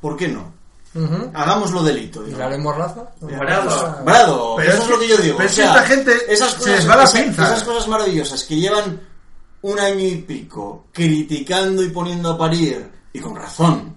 Speaker 5: ¿por qué no?
Speaker 7: Ujú.
Speaker 5: Hagámoslo delito.
Speaker 7: ¿Y
Speaker 5: digamos.
Speaker 7: la ley mordaza?
Speaker 6: Pues Bravo.
Speaker 5: Pues, Bravo,
Speaker 8: Pero
Speaker 5: eso
Speaker 8: es
Speaker 5: es lo
Speaker 8: que-
Speaker 5: que yo digo.
Speaker 8: pero
Speaker 5: o
Speaker 8: es que
Speaker 5: sea,
Speaker 8: esta gente
Speaker 5: esas
Speaker 8: se
Speaker 5: cosas,
Speaker 8: les va la
Speaker 5: esas-
Speaker 8: pinza.
Speaker 5: esas cosas maravillosas que llevan un año y pico criticando y poniendo a parir, y con razón,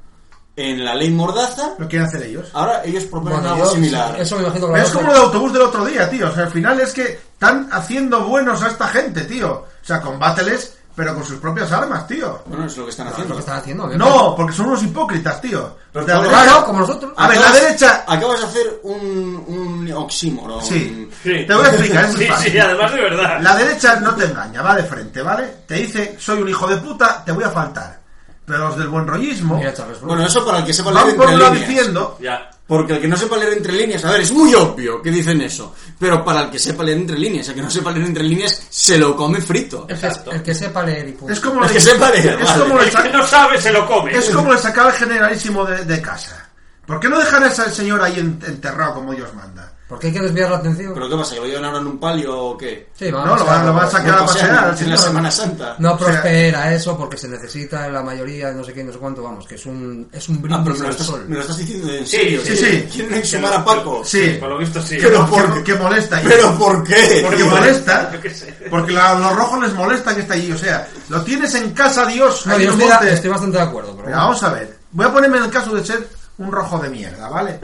Speaker 5: en la ley Mordaza,
Speaker 8: Lo quieren hacer ellos.
Speaker 5: ahora ellos proponen
Speaker 7: Bueno,
Speaker 5: algo
Speaker 7: yo-
Speaker 5: similar.
Speaker 7: Eso me imagino que
Speaker 8: Pero
Speaker 7: la
Speaker 8: es como lo
Speaker 7: otra-
Speaker 8: de autobús del otro día, tío. O sea, al final es que están haciendo buenos a esta gente, tío. O sea, combáteles, pero con sus propias armas, tío.
Speaker 5: Bueno, es lo que están
Speaker 7: Es
Speaker 5: haciendo.
Speaker 7: lo que están haciendo. obviamente.
Speaker 8: No, porque son unos hipócritas, tío. Los de la
Speaker 5: Claro,
Speaker 8: derecha-
Speaker 7: como nosotros.
Speaker 8: A ver, la
Speaker 5: Acabas-
Speaker 8: derecha.
Speaker 5: Acabas de hacer un, un oxímoron.
Speaker 8: Sí.
Speaker 6: Sí.
Speaker 8: Te voy a explicar, es muy
Speaker 6: Sí,
Speaker 8: fácil.
Speaker 6: sí, además de verdad.
Speaker 8: La derecha no te engaña, va de frente, ¿vale? Te dice, soy un hijo de puta, te voy a faltar. Pero los del buen rollismo
Speaker 7: Mira, Charles Bronson.
Speaker 5: Bueno, eso para el que sepa
Speaker 8: van
Speaker 5: leer
Speaker 8: por
Speaker 5: entre
Speaker 8: un lado
Speaker 5: líneas.
Speaker 8: diciendo,
Speaker 6: Ya.
Speaker 5: Porque el que no sepa leer entre líneas, a ver, es muy obvio que dicen eso, pero para el que sepa leer entre líneas, el que no sepa leer entre líneas, se lo come frito.
Speaker 7: El que,
Speaker 6: Exacto.
Speaker 7: el que sepa leer y punto.
Speaker 8: Es como
Speaker 5: El
Speaker 8: le-
Speaker 5: que sepa leer,
Speaker 8: es
Speaker 5: vale.
Speaker 8: como le
Speaker 6: El que
Speaker 8: saca-
Speaker 6: no sabe se lo come.
Speaker 8: Es como le sacaba el generalísimo de, de casa. ¿Por qué no dejar a ese señor ahí en- enterrado como Dios manda?
Speaker 7: Porque hay que desviar la atención.
Speaker 5: ¿Pero qué pasa? ¿Que lo llevan ahora en un palio o qué?
Speaker 7: Sí,
Speaker 8: No, lo van, lo van a sacar a
Speaker 5: O sea,
Speaker 8: pasear.
Speaker 5: en
Speaker 8: sí,
Speaker 5: la
Speaker 8: no.
Speaker 5: Semana Santa.
Speaker 7: No
Speaker 8: O sea-
Speaker 7: prospera eso porque se necesita en la mayoría, no sé qué, no sé cuánto, vamos, que es un, es un
Speaker 5: Ah, pero
Speaker 7: brindis
Speaker 5: me lo,
Speaker 7: al
Speaker 5: estás,
Speaker 7: sol.
Speaker 5: me lo estás diciendo en
Speaker 6: Sí,
Speaker 5: serio.
Speaker 8: sí, sí.
Speaker 5: Quieren exhumar a Paco.
Speaker 8: Sí,
Speaker 6: Por lo visto sí.
Speaker 5: Pero
Speaker 8: que-
Speaker 5: por-
Speaker 8: que molesta. y-
Speaker 5: ¿Pero por qué?
Speaker 8: Porque molesta.
Speaker 6: Yo qué sé.
Speaker 8: Porque la- los rojos les molesta que está allí. O sea, lo tienes en casa, Dios.
Speaker 7: No,
Speaker 8: ahí
Speaker 7: yo
Speaker 8: en un
Speaker 7: estoy,
Speaker 8: monte.
Speaker 7: estoy bastante de acuerdo, pero
Speaker 8: Mira,
Speaker 7: bueno.
Speaker 8: vamos a ver. Voy a ponerme en el caso de ser un rojo de mierda, ¿vale?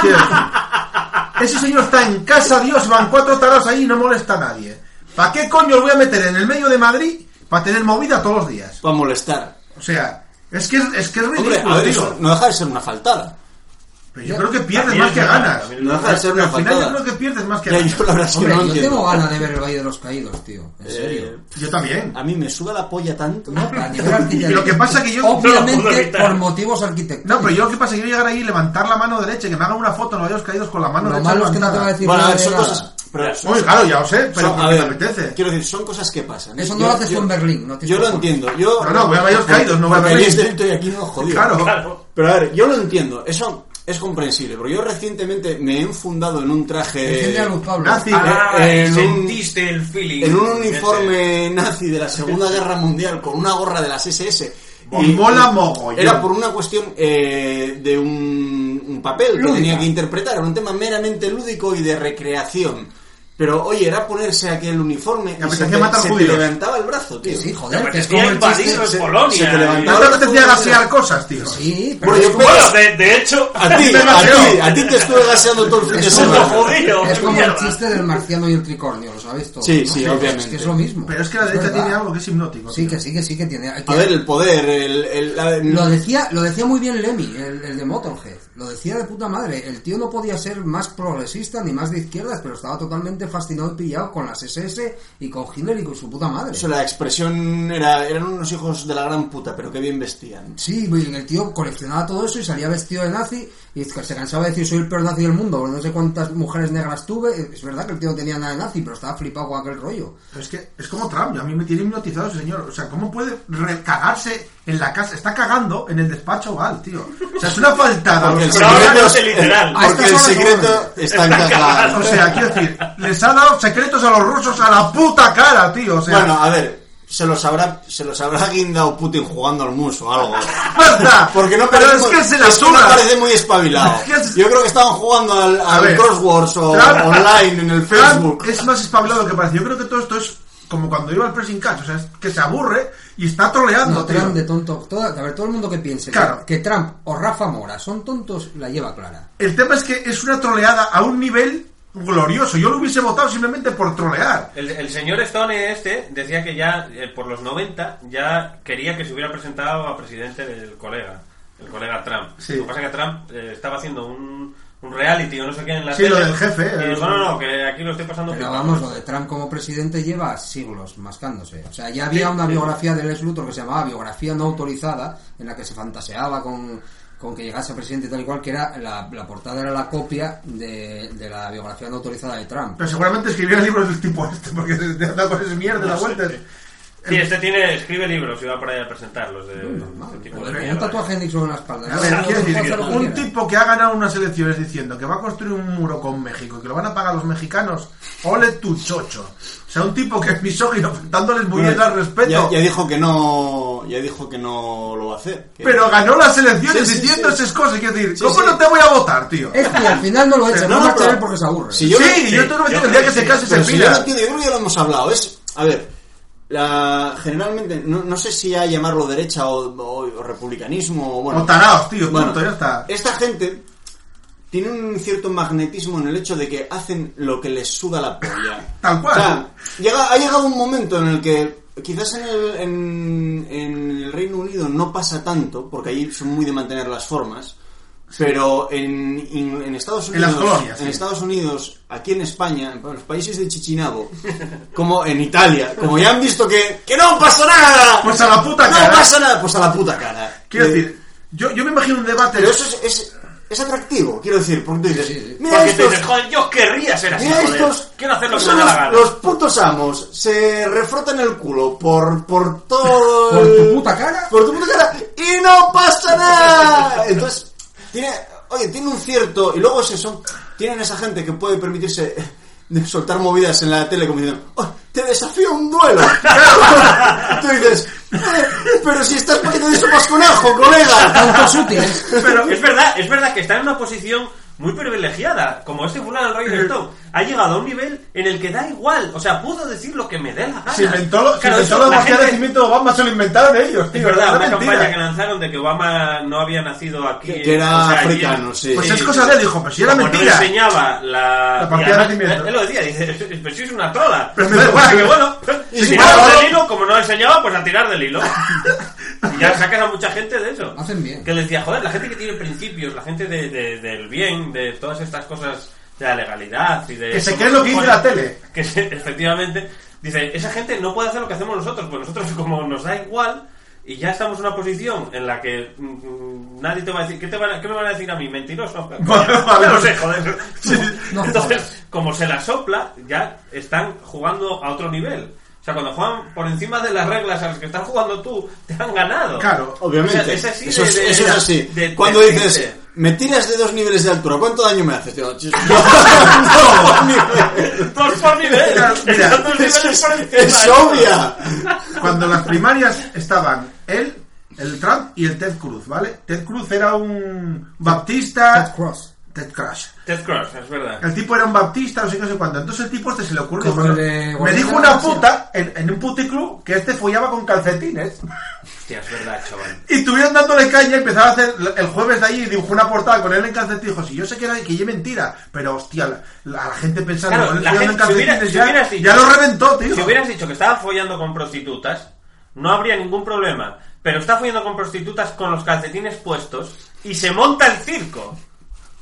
Speaker 8: Quiero decir, Ese señor está en casa, Dios, van cuatro tarados ahí y no molesta a nadie. ¿Para qué coño lo voy a meter en el medio de Madrid para tener movida todos los días?
Speaker 5: Para molestar.
Speaker 8: O sea, es que es, es que es ridículo,
Speaker 5: Hombre, a ver,
Speaker 8: tío.
Speaker 5: eso no deja de ser una faltada.
Speaker 8: Pero yo creo que pierdes
Speaker 6: También
Speaker 8: más
Speaker 6: es
Speaker 8: que
Speaker 6: verdad,
Speaker 8: ganas.
Speaker 6: también
Speaker 5: No deja de ser
Speaker 8: Pero
Speaker 5: una
Speaker 8: al final yo
Speaker 5: faltada.
Speaker 8: creo que pierdes más que
Speaker 5: Ya, yo la
Speaker 8: ganas.
Speaker 5: verdad es que
Speaker 7: Hombre,
Speaker 5: no lo
Speaker 7: yo
Speaker 5: entiendo.
Speaker 7: tengo ganas de ver el Valle de los Caídos, tío. En
Speaker 5: Eh,
Speaker 7: serio.
Speaker 8: Yo también.
Speaker 5: a mí me suda la polla tanto.
Speaker 7: No, a nivel arquitectónico.
Speaker 8: Lo que pasa que yo-
Speaker 6: no lo puedo
Speaker 7: Obviamente
Speaker 6: evitar.
Speaker 7: por motivos arquitectónicos.
Speaker 8: No, pero yo lo que pasa es que yo llegar ahí, levantar la mano derecha, que me hagan una foto, no hayas caídos con la mano
Speaker 7: Lo
Speaker 8: derecha.
Speaker 7: malo es que no te va a
Speaker 8: levantada.
Speaker 7: decir
Speaker 5: bueno, a
Speaker 7: nada
Speaker 5: ver,
Speaker 7: de
Speaker 5: son
Speaker 7: nada.
Speaker 5: cosas. Pero son-
Speaker 8: Oye, claro, ya lo sé, pero
Speaker 5: son-
Speaker 8: porque te apetece.
Speaker 5: quiero decir, son cosas que pasan. ¿eh?
Speaker 7: Eso no lo haces tú en Berlín, no te
Speaker 5: Yo lo
Speaker 7: preocupes.
Speaker 5: entiendo. Yo,
Speaker 8: No, no, voy a Valles Caídos, no voy a
Speaker 5: Porque
Speaker 8: Berlín.
Speaker 5: allí es delito y aquí no, jodido.
Speaker 8: Claro.
Speaker 6: Claro.
Speaker 5: Pero a ver, yo lo entiendo. Eso es comprensible. Porque yo recientemente me he enfundado en un traje.
Speaker 7: Defiende a Luz Pablo.
Speaker 8: nazi. ¿eh?
Speaker 6: Ah,
Speaker 5: en un-
Speaker 6: sentiste el feeling.
Speaker 5: en un uniforme nazi de la Segunda Guerra Mundial con una gorra de las SS.
Speaker 8: Pues mola mogollón.
Speaker 5: Era por una cuestión eh, de un, un papel
Speaker 7: Lúdica.
Speaker 5: que tenía que interpretar, era un tema meramente lúdico y de recreación. Pero oye, era ponerse aquel uniforme
Speaker 8: Me
Speaker 5: y se
Speaker 8: apetecía
Speaker 5: te,
Speaker 8: matar
Speaker 5: se te
Speaker 8: judíos.
Speaker 5: levantaba el brazo, tío.
Speaker 7: Sí,
Speaker 6: Me
Speaker 7: joder, que es como
Speaker 6: apetecía
Speaker 7: el chiste.
Speaker 6: invadirlo en
Speaker 5: se-
Speaker 6: Polonia.
Speaker 5: se te
Speaker 8: No
Speaker 5: levantaba-
Speaker 8: te apetecía gasear cosas, tío.
Speaker 7: Sí, pero
Speaker 5: Bueno,
Speaker 7: es
Speaker 5: yo
Speaker 7: como-
Speaker 6: Bueno, de, de hecho,
Speaker 5: A ti,
Speaker 8: Me
Speaker 5: a
Speaker 8: gaseó.
Speaker 5: ti, a ti te estuve gaseando todo el fin de
Speaker 7: es
Speaker 6: puto
Speaker 5: semana.
Speaker 6: judío.
Speaker 7: es
Speaker 6: qué
Speaker 7: como el
Speaker 8: [laughs]
Speaker 6: mierda.
Speaker 7: chiste del marciano y el tricornio, ¿lo sabéis todos?
Speaker 5: Sí,
Speaker 7: ¿no?
Speaker 5: sí,
Speaker 7: Es
Speaker 5: obviamente.
Speaker 7: que es lo mismo.
Speaker 8: Pero es que la derecha
Speaker 7: verdad.
Speaker 8: tiene algo que es hipnótico.
Speaker 7: Sí,
Speaker 8: tío.
Speaker 7: que sí, que sí, que tiene... hay que-
Speaker 5: A ver, el poder, el... el- la-
Speaker 7: Lo decía, lo decía muy bien Lemmy, el, el de Motorhead. Lo decía de puta madre. El tío no podía ser más progresista ni más de izquierdas, pero estaba totalmente fascinado y pillado con las SS y con Hitler y con su puta madre.
Speaker 5: eso, la expresión era, eran unos hijos de la gran puta, pero qué bien vestían.
Speaker 7: Sí, y el tío coleccionaba todo eso y salía vestido de nazi y es que se cansaba de decir soy el peor nazi del mundo, no sé cuántas mujeres negras tuve. Es verdad que el tío no tenía nada de nazi, pero estaba flipado con aquel rollo.
Speaker 8: Pero es que es como Trump, yo a mí me tiene hipnotizado ese señor. O sea, ¿cómo puede recagarse en la casa? Está cagando en el despacho Val, tío. O sea, es una faltada.
Speaker 5: Porque
Speaker 8: O
Speaker 5: el
Speaker 8: sea,
Speaker 6: ahora
Speaker 5: secreto,
Speaker 6: no sé literal.
Speaker 7: A
Speaker 5: porque
Speaker 7: estas
Speaker 5: el
Speaker 7: horas
Speaker 5: secreto
Speaker 7: seguramente.
Speaker 5: está en cagar.
Speaker 8: O sea, quiero decir, les ha dado secretos a los rusos a la puta cara, tío. O sea,
Speaker 5: Bueno, a ver, se los habrá, se los habrá guindado Putin jugando al muso o
Speaker 7: [laughs]
Speaker 5: algo.
Speaker 8: ¡basta!
Speaker 5: Porque no
Speaker 8: Pero es
Speaker 5: parece-
Speaker 8: que se la
Speaker 5: es que no
Speaker 8: suda.
Speaker 5: parece muy
Speaker 8: [laughs]
Speaker 5: espabilado.
Speaker 8: Es que es-
Speaker 5: Yo creo que estaban jugando al,
Speaker 8: A
Speaker 5: al
Speaker 8: ver.
Speaker 5: Crosswords o
Speaker 8: Claro.
Speaker 5: online en el
Speaker 8: Trump
Speaker 5: Facebook.
Speaker 8: es más espabilado que parece. Yo creo que todo esto es como cuando iba al pressing catch. O sea, es que se aburre y está troleando,
Speaker 7: No,
Speaker 8: tío.
Speaker 7: Trump de tonto. Toda- a ver, todo el mundo que piense
Speaker 8: Claro.
Speaker 7: que, que Trump o Rafa Mora son tontos la lleva clara.
Speaker 8: El tema es que es una troleada a un nivel glorioso. Yo lo hubiese votado simplemente por trolear.
Speaker 6: El, el señor Stone este decía que ya eh, por los 90 ya quería que se hubiera presentado a presidente del colega, el colega Trump.
Speaker 8: Sí.
Speaker 6: Lo que pasa es que Trump eh, estaba haciendo un, un reality o no sé qué en la
Speaker 8: Sí,
Speaker 6: tele.
Speaker 8: lo del jefe, eh,
Speaker 6: Y dijo,
Speaker 8: lo-
Speaker 6: no, no, que aquí lo estoy pasando
Speaker 7: Pero
Speaker 6: pipa".
Speaker 7: vamos, lo de Trump como presidente lleva siglos mascándose. O sea, ya había
Speaker 6: Sí,
Speaker 7: una
Speaker 6: sí.
Speaker 7: biografía de Lex Luthor que se llamaba Biografía no autorizada, en la que se fantaseaba con, con que llegase presidente y tal y cual, que era la, la portada era la copia de, de la biografía no autorizada de Trump.
Speaker 8: Pero seguramente escribiera [laughs] libros del tipo este, porque [laughs] te anda con esas mierdas, da vueltas.
Speaker 6: Sí, este tiene, escribe libros y va para allá a presentarlos de,
Speaker 7: Normal.
Speaker 6: este tipo de
Speaker 7: Con un
Speaker 6: mierda.
Speaker 7: tatuaje de Nixon en la espalda.
Speaker 8: A ver,
Speaker 7: No,
Speaker 8: quiero
Speaker 7: no,
Speaker 8: decir,
Speaker 7: no, no, no,
Speaker 8: un
Speaker 7: no,
Speaker 8: tipo que ha ganado unas elecciones diciendo que va a construir un muro con México y que lo van a pagar los mexicanos, ole tu chocho. O sea, un tipo que es misógino, dándoles muy bien al
Speaker 5: ya,
Speaker 8: respeto.
Speaker 5: ya dijo que no, ya dijo que no lo va a hacer. Que-
Speaker 8: Pero ganó las elecciones
Speaker 5: Sí, sí,
Speaker 8: diciendo
Speaker 5: sí.
Speaker 8: esas cosas. Quiero decir,
Speaker 5: Sí,
Speaker 8: ¿cómo
Speaker 5: sí.
Speaker 8: no te voy a votar, tío?
Speaker 7: [laughs] Es que al final no lo echa,
Speaker 5: no,
Speaker 7: no,
Speaker 5: no,
Speaker 7: marcha
Speaker 5: pero-
Speaker 7: él porque se aburre.
Speaker 5: Si yo
Speaker 8: sí,
Speaker 5: no-
Speaker 8: yo te lo
Speaker 6: sí,
Speaker 8: digo,
Speaker 6: yo
Speaker 8: el
Speaker 6: creo
Speaker 8: día que
Speaker 6: que
Speaker 8: se
Speaker 6: sí.
Speaker 8: case se
Speaker 5: Pero si yo no
Speaker 8: pira.
Speaker 5: entiendo, yo creo que ya lo hemos hablado. Es, a ver, la, generalmente, no, no sé si a llamarlo derecha o, o- o republicanismo o bueno.
Speaker 8: O taraos, tío,
Speaker 5: Bueno,
Speaker 8: punto, ya está.
Speaker 5: Esta gente tiene un cierto magnetismo en el hecho de que hacen lo que les suda la polla.
Speaker 8: [laughs] Tal cual.
Speaker 5: O sea, llega, ha llegado un momento en el que quizás en el, en, en el Reino Unido no pasa tanto, porque ahí son muy de mantener las formas. Pero en, en- en Estados
Speaker 8: En
Speaker 5: Unidos,
Speaker 8: las colonias,
Speaker 5: en
Speaker 8: sí.
Speaker 5: Estados Unidos, aquí en España, en los países de Chichinabo, como en Italia, como ya han visto que que no pasa nada,
Speaker 8: Pues a la puta
Speaker 5: no
Speaker 8: cara.
Speaker 5: pasa nada, pues a la puta cara.
Speaker 8: Quiero
Speaker 5: Eh,
Speaker 8: decir, yo, yo me imagino un debate.
Speaker 5: pero eso es, es- es atractivo, quiero decir, porque tú dices,
Speaker 7: Sí, sí.
Speaker 5: mira
Speaker 6: Porque te
Speaker 5: estos,
Speaker 6: dices, joder, yo querría ser así.
Speaker 5: mira
Speaker 6: joder.
Speaker 5: estos,
Speaker 6: Quiero hacer lo que me
Speaker 5: son
Speaker 6: da
Speaker 5: los,
Speaker 6: la gana.
Speaker 5: los putos amos, se refrotan el culo por, por
Speaker 7: [laughs]
Speaker 5: todo...
Speaker 7: Por tu
Speaker 5: el-
Speaker 7: puta cara.
Speaker 5: Por tu puta cara, y no pasa nada. Entonces, tiene, oye, tiene un cierto, y luego es eso, tienen esa gente que puede permitirse... de soltar movidas en la tele como diciendo "Oh, te desafío a un
Speaker 6: [laughs]
Speaker 5: duelo tú dices "Eh, pero si estás poniendo eso más con ajo colega
Speaker 7: Tantos útiles.
Speaker 6: Pero es verdad, es verdad que está en una posición muy privilegiada, como este fulano del Rolling Stone. Ha llegado a un nivel en el que da igual, o sea, puedo decir lo que me dé la gana.
Speaker 8: Se inventó, lo- se
Speaker 6: Claro,
Speaker 8: inventó
Speaker 6: eso,
Speaker 8: la
Speaker 6: la
Speaker 8: democracia de
Speaker 6: gente-
Speaker 8: cimiento de Obama, se lo inventaron ellos.
Speaker 6: Es
Speaker 8: tío,
Speaker 6: verdad,
Speaker 8: era
Speaker 6: una
Speaker 8: mentira.
Speaker 6: campaña que lanzaron de que Obama no había nacido aquí.
Speaker 5: Que- que era africano,
Speaker 6: y-
Speaker 5: sí.
Speaker 8: Pues es cosa de él, hijo, pero si era
Speaker 6: como
Speaker 8: mentira.
Speaker 6: No enseñaba la.
Speaker 8: La partida
Speaker 6: y además,
Speaker 8: de nacimiento.
Speaker 6: Él lo decía, dice, pero si es una trola.
Speaker 8: Pero me da
Speaker 6: bueno,
Speaker 8: [laughs] igual.
Speaker 6: que bueno.
Speaker 8: Y si
Speaker 6: tirar
Speaker 8: no-
Speaker 6: del hilo, como no enseñaba, pues a tirar del hilo. y ya sacas a mucha gente de eso.
Speaker 7: Hacen bien.
Speaker 6: Que les decía, joder, la gente que tiene principios, la gente de- de- del bien, de todas estas cosas de la legalidad y de.
Speaker 8: Que se cree lo que dice la tele.
Speaker 6: [laughs] Que se- efectivamente. Dice, esa gente no puede hacer lo que hacemos nosotros, pues nosotros [laughs] como nos da igual y ya estamos en una posición en la que mm, nadie te va a decir, ¿qué, te van a- qué me van a decir a mí? Mentiroso. [laughs]
Speaker 8: Vale, vale.
Speaker 6: no lo sé, [laughs] joder.
Speaker 7: No, no
Speaker 6: Entonces, como se la sopla, ya están jugando a otro nivel. O sea, cuando juegan por encima de las reglas a las que estás jugando tú, te han ganado.
Speaker 8: Claro.
Speaker 5: Obviamente.
Speaker 6: O sea, es así
Speaker 5: eso,
Speaker 6: de-
Speaker 5: es-
Speaker 6: de-
Speaker 5: eso es
Speaker 6: de-
Speaker 5: así.
Speaker 6: de- de
Speaker 5: Cuando
Speaker 6: gente.
Speaker 5: dices, me tiras de dos niveles de altura, ¿cuánto daño me haces? Digo, "Chis-
Speaker 6: [laughs] Dos por nivel.
Speaker 8: Mira,
Speaker 6: Están dos
Speaker 5: es,
Speaker 6: niveles por
Speaker 5: es-
Speaker 6: encima.
Speaker 5: es obvia.
Speaker 8: Cuando las primarias estaban él, el Trump y el Ted Cruz, ¿vale? Ted Cruz era un
Speaker 7: Ted
Speaker 8: baptista.
Speaker 7: Cross.
Speaker 8: Ted Crash.
Speaker 6: Ted Cross, es verdad.
Speaker 8: El tipo era un baptista, no sé qué, no sé cuánto. Entonces el tipo este se le ocurrió.
Speaker 7: Como el de
Speaker 8: Me
Speaker 7: Guardián
Speaker 8: dijo
Speaker 7: de la
Speaker 8: una
Speaker 7: Galaxia.
Speaker 8: puta en, en un puticlub que este follaba con calcetines.
Speaker 6: Hostia, es verdad, chaval.
Speaker 8: Y estuvieron dándole caña y empezaba a hacer el jueves de ahí y dibujó una portada con él en calcetines. Dijo, si yo sé que era que lleve mentira, pero hostia, la, la- a la gente pensando
Speaker 6: Claro,
Speaker 8: con él
Speaker 6: la
Speaker 8: follando
Speaker 6: gente- si hubiera- si
Speaker 8: ya,
Speaker 6: hubieras dicho-
Speaker 8: ya lo reventó, tío.
Speaker 6: Si hubieras dicho que estaba follando con prostitutas, no habría ningún problema. Pero está follando con prostitutas con los calcetines puestos y se monta el circo.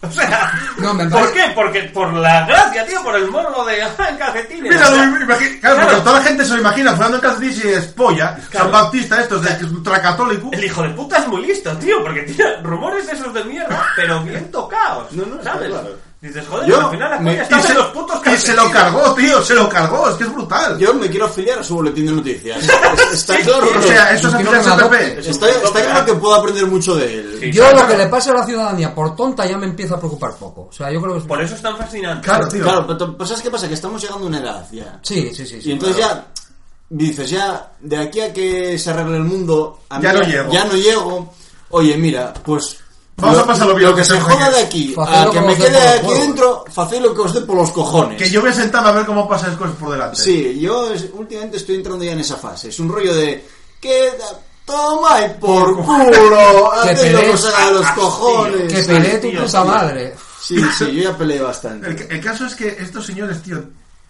Speaker 6: O sea,
Speaker 7: No, me
Speaker 6: ¿por
Speaker 7: parece-
Speaker 6: qué? Porque por la gracia, tío, por el morbo de "Ah, en calcetines.
Speaker 8: Míralo,
Speaker 6: O sea,
Speaker 8: imagi- claro,
Speaker 6: claro.
Speaker 8: porque toda la gente se lo imagina follando en calcetines y es polla.
Speaker 6: Claro.
Speaker 8: San Baptista, estos de ultracatólico.
Speaker 6: El hijo de puta es muy listo, tío, porque tiene rumores de esos de mierda, pero bien tocados.
Speaker 5: No, no, está
Speaker 6: ¿sabes?
Speaker 5: claro.
Speaker 6: Dices, joder,
Speaker 5: Yo
Speaker 6: al final la
Speaker 5: me-
Speaker 6: coña
Speaker 5: y
Speaker 6: está
Speaker 8: se-
Speaker 6: en los putos
Speaker 8: y se lo cargó, tío, se lo cargó, es que es brutal.
Speaker 5: Yo me quiero afiliar a su boletín de noticias. Es- Está claro.
Speaker 8: o sea, eso es
Speaker 7: Yo quiero
Speaker 8: afiliarse al
Speaker 7: que me
Speaker 8: PP.
Speaker 7: adopte.
Speaker 5: Está, está claro que puedo aprender mucho de él.
Speaker 6: Sí.
Speaker 7: Yo lo que le pase a la ciudadanía por tonta ya me empieza a preocupar poco. O sea, yo creo que... es-
Speaker 6: Por eso es tan fascinante.
Speaker 8: Claro, tío.
Speaker 5: Claro, pero pues, ¿sabes qué pasa? Que estamos llegando a una edad ya.
Speaker 7: Sí, sí, sí. sí
Speaker 5: Y entonces ya dices, ya, de aquí a que se arregle el mundo, a
Speaker 8: Ya
Speaker 5: mí
Speaker 8: no llego.
Speaker 5: ya no llego. Oye, mira, pues.
Speaker 8: Vamos a pasarlo bien,
Speaker 5: Lo que
Speaker 8: que
Speaker 5: se
Speaker 8: se
Speaker 5: joda
Speaker 8: juegue.
Speaker 5: de aquí,
Speaker 7: Faced
Speaker 5: a
Speaker 7: lo
Speaker 5: que
Speaker 7: que
Speaker 5: me
Speaker 7: os dé
Speaker 5: quede
Speaker 7: por los
Speaker 5: aquí
Speaker 7: huevos.
Speaker 5: dentro, faced lo que os dé por los cojones.
Speaker 8: Que yo voy a sentarme a ver cómo pasan las cosas por delante.
Speaker 5: Sí, yo es- últimamente estoy entrando ya en esa fase. Es un rollo de. Queda. Toma y por culo.
Speaker 7: Qué
Speaker 5: Haced lo que os
Speaker 7: pereza.
Speaker 5: haga de los
Speaker 6: Ah, tío,
Speaker 5: cojones.
Speaker 7: Que peleé tu
Speaker 6: Tío,
Speaker 7: puta
Speaker 6: tío.
Speaker 7: madre.
Speaker 5: Sí, sí, yo ya peleé
Speaker 8: El,
Speaker 5: bastante.
Speaker 8: el caso es que estos señores, tío,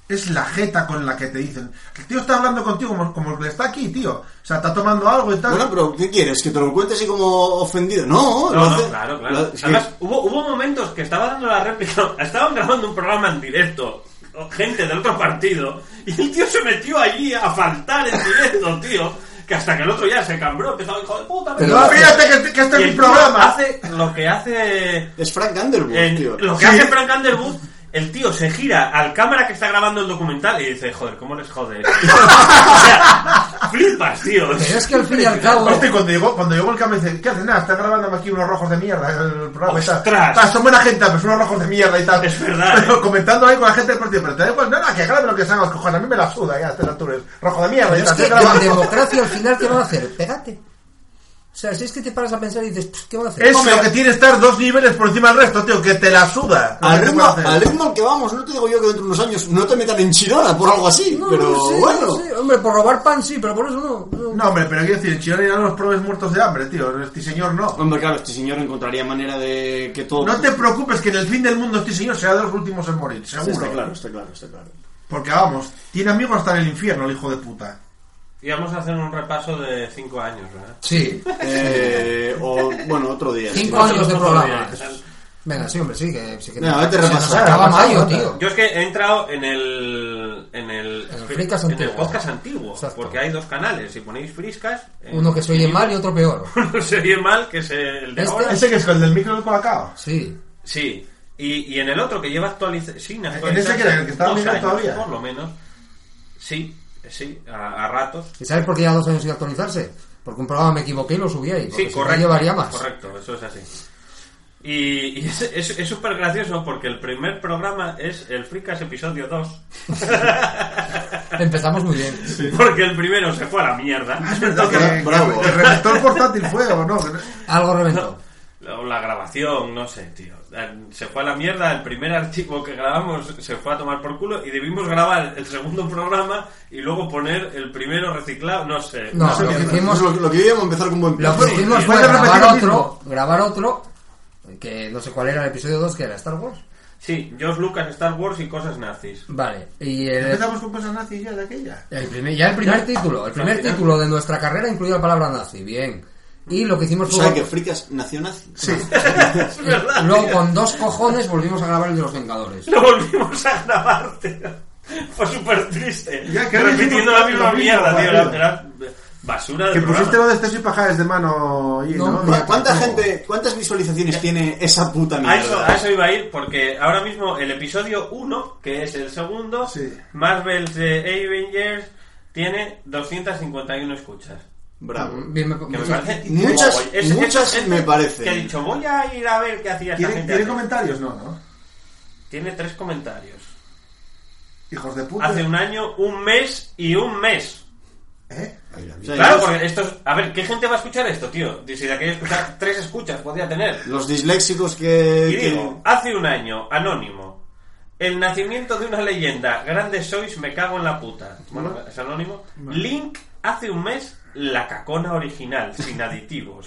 Speaker 8: es la jeta con la que te dicen. El tío está hablando contigo como, como el que está aquí, tío. O sea, está tomando algo y tal.
Speaker 5: Bueno, pero ¿qué quieres? ¿Que te lo cuente así como ofendido? No, lo
Speaker 6: No,
Speaker 5: hace-
Speaker 6: no, claro, claro.
Speaker 5: lo- sí.
Speaker 6: Además, hubo, hubo momentos que estaba dando la réplica, [laughs] estaban grabando un programa en directo, o gente del otro partido, y el tío se metió allí a faltar en directo, tío, que hasta que el otro ya se cambró, empezaba, hijo de puta, me
Speaker 7: Pero
Speaker 6: cago en-".
Speaker 8: Fíjate que, que este
Speaker 6: Y
Speaker 8: es
Speaker 6: el
Speaker 8: mi
Speaker 6: tío
Speaker 8: programa.
Speaker 6: Hace lo que hace.
Speaker 5: Es Frank Underwood,
Speaker 6: en-
Speaker 5: tío.
Speaker 6: lo que
Speaker 8: Sí.
Speaker 6: hace Frank Underwood. El tío se gira al cámara que está grabando el documental y dice, joder, ¿cómo les jode? esto?". [laughs] o sea, flipas, tío.
Speaker 7: Pero es que al fin y al cabo...
Speaker 8: Hostia, cuando llegó, cuando llegó el cambio dice, ¿qué haces? Nada, están grabando aquí unos rojos de mierda el programa y tal.
Speaker 6: ¡Ostras!
Speaker 8: "Ah, Son buena gente, pero son unos rojos de mierda y tal.
Speaker 6: Es verdad,
Speaker 8: Pero
Speaker 6: eh.
Speaker 8: comentando ahí con la gente del partido, pero te da igual, nada, que graben lo que se hagan los cojones, a mí me la suda ya a estas alturas. Rojo de mierda, y
Speaker 7: Pero es
Speaker 8: tal,
Speaker 7: que
Speaker 8: estoy
Speaker 7: la
Speaker 8: grabando.
Speaker 7: democracia al final, ¿qué van a hacer? Pégate. O sea, si es que te paras a pensar y dices, "Pues, ¿qué van a hacer?
Speaker 8: Es lo que tiene estar dos niveles por encima del resto, tío, que te la suda.
Speaker 5: Al
Speaker 8: Lo que
Speaker 5: ritmo,
Speaker 8: pueda hacer.
Speaker 5: al ritmo al que vamos, no te digo yo que dentro de unos años no te metan en Chirona por algo así,
Speaker 7: No,
Speaker 5: pero
Speaker 7: no sé, no
Speaker 5: bueno.
Speaker 7: sé. Hombre, por robar pan sí, pero por eso no. no.
Speaker 8: No, hombre, pero quiero decir, en Chile eran los probes muertos de hambre, tío. Este señor no.
Speaker 5: Hombre, claro, este señor encontraría manera de que todo.
Speaker 8: No te preocupes que en el fin del mundo este señor será de los últimos en morir, seguro.
Speaker 5: Está claro, está claro, está claro.
Speaker 8: Porque vamos, tiene amigos hasta en el infierno, el hijo de puta.
Speaker 6: Y vamos a hacer un repaso de 5 años, ¿verdad?
Speaker 7: Sí,
Speaker 5: Eh, o, bueno, otro día.
Speaker 7: Cinco años de
Speaker 6: Otro
Speaker 7: programa.
Speaker 6: día.
Speaker 7: Venga, sí, hombre, sí, que sí que
Speaker 5: Venga, vete
Speaker 7: se nos
Speaker 5: repasando,
Speaker 7: acaba
Speaker 5: repasando,
Speaker 7: mayo,
Speaker 5: anda.
Speaker 7: tío.
Speaker 6: Yo es que he entrado en el. En el,
Speaker 7: En el Friscas
Speaker 6: en
Speaker 7: antiguo.
Speaker 6: el podcast antiguo.
Speaker 7: Exacto.
Speaker 6: Porque hay dos canales. Si ponéis friscas. eh,
Speaker 7: Uno que se oye mal y otro peor.
Speaker 6: [laughs] Uno se oye mal, que es el de
Speaker 7: Este-
Speaker 6: ahora.
Speaker 8: Ese que es el del micro del colacao.
Speaker 7: Sí.
Speaker 6: Sí. Y, y en el otro que lleva actualización. Sin
Speaker 8: ese que era el que estaba
Speaker 6: dos
Speaker 8: mirando
Speaker 6: años,
Speaker 8: todavía.
Speaker 6: Por lo menos. Sí, sí, a, a ratos.
Speaker 7: ¿Y sabes por qué ya dos años sin actualizarse? Porque un programa me equivoqué y lo subí ahí. porque
Speaker 6: Sí,
Speaker 7: si no
Speaker 6: correcto.
Speaker 7: llevaría más.
Speaker 6: Correcto, eso es así. Y, y es- es es súper gracioso porque el primer programa es el Fricas episodio 2.
Speaker 7: Empezamos muy bien.
Speaker 6: [laughs] Porque el primero se fue a la
Speaker 5: Ah,
Speaker 6: mierda.
Speaker 8: Es verdad que, que
Speaker 5: Bravo.
Speaker 8: el receptor portátil fue o no. que no-
Speaker 7: Algo reventó.
Speaker 6: O la grabación, no sé, tío. Eh, Se fue a la mierda, el primer archivo que grabamos se fue a tomar por culo y debimos grabar el segundo programa y luego poner el primero reciclado, no sé.
Speaker 7: No,
Speaker 6: Una
Speaker 7: lo que
Speaker 6: mierda.
Speaker 7: hicimos,
Speaker 5: Lo, lo que íbamos a empezar con buen pie.
Speaker 7: lo que hicimos fue
Speaker 8: Voy a repetir
Speaker 7: grabar
Speaker 8: lo mismo.
Speaker 7: otro, grabar otro, que no sé cuál era el episodio 2, que era Star Wars.
Speaker 6: Sí, George Lucas, Star Wars y cosas nazis.
Speaker 7: Vale, y el,
Speaker 8: Empezamos con cosas nazis ya de aquella.
Speaker 7: el primer, ya el primer título, el primer
Speaker 6: final.
Speaker 7: título de nuestra carrera incluía la palabra nazi, bien. Y lo que hicimos
Speaker 5: O
Speaker 7: fue...
Speaker 5: sea, que fricas nació nazi.
Speaker 6: [laughs] Es verdad.
Speaker 7: Luego
Speaker 5: [laughs]
Speaker 6: tío.
Speaker 7: con dos cojones volvimos a grabar el de los Vengadores.
Speaker 6: Lo volvimos a grabar, tío. Fue súper triste.
Speaker 8: Ya, que
Speaker 6: Repitiendo
Speaker 8: ahora
Speaker 6: la misma
Speaker 8: mismo lo mismo,
Speaker 6: mierda, tío. Era,
Speaker 8: tío.
Speaker 6: era basura de
Speaker 8: Que pusiste lo
Speaker 6: programa.
Speaker 8: de este y pajares de mano y
Speaker 7: No,
Speaker 8: no.
Speaker 7: mira,
Speaker 5: ¿Cuánta
Speaker 7: tampoco.
Speaker 5: gente, cuántas visualizaciones tiene esa puta
Speaker 6: A eso,
Speaker 5: mierda?
Speaker 6: a eso iba a ir porque ahora mismo el episodio 1, que es el segundo,
Speaker 8: Sí.
Speaker 6: Marvel's de Avengers, tiene 251 escuchas.
Speaker 5: Bravo.
Speaker 7: Bien, me-
Speaker 6: Que me
Speaker 7: muchas-
Speaker 6: parece
Speaker 5: Muchas-
Speaker 6: guau, guay. Es-
Speaker 5: muchas
Speaker 6: es- es-
Speaker 5: me parecen.
Speaker 6: Que ha dicho, voy a ir a ver qué hacía esta
Speaker 8: ¿Tiene,
Speaker 6: gente.
Speaker 8: tiene
Speaker 6: antes".
Speaker 8: comentarios? No, no.
Speaker 6: Tiene tres comentarios.
Speaker 8: Hijos de puta.
Speaker 6: Hace un año, un mes y un mes.
Speaker 8: ¿Eh?
Speaker 5: O sea,
Speaker 6: Claro,
Speaker 5: yo-
Speaker 6: porque esto es... A ver, ¿qué gente va a escuchar esto, tío? Si de aquella escuchar tres escuchas podría tener.
Speaker 5: Los disléxicos que...
Speaker 6: Y
Speaker 5: que-
Speaker 6: digo, hace un año, anónimo. El nacimiento de una leyenda. Grandes sois, me cago en la puta. Bueno, es anónimo. Link, hace un mes, la cacona original, sin aditivos.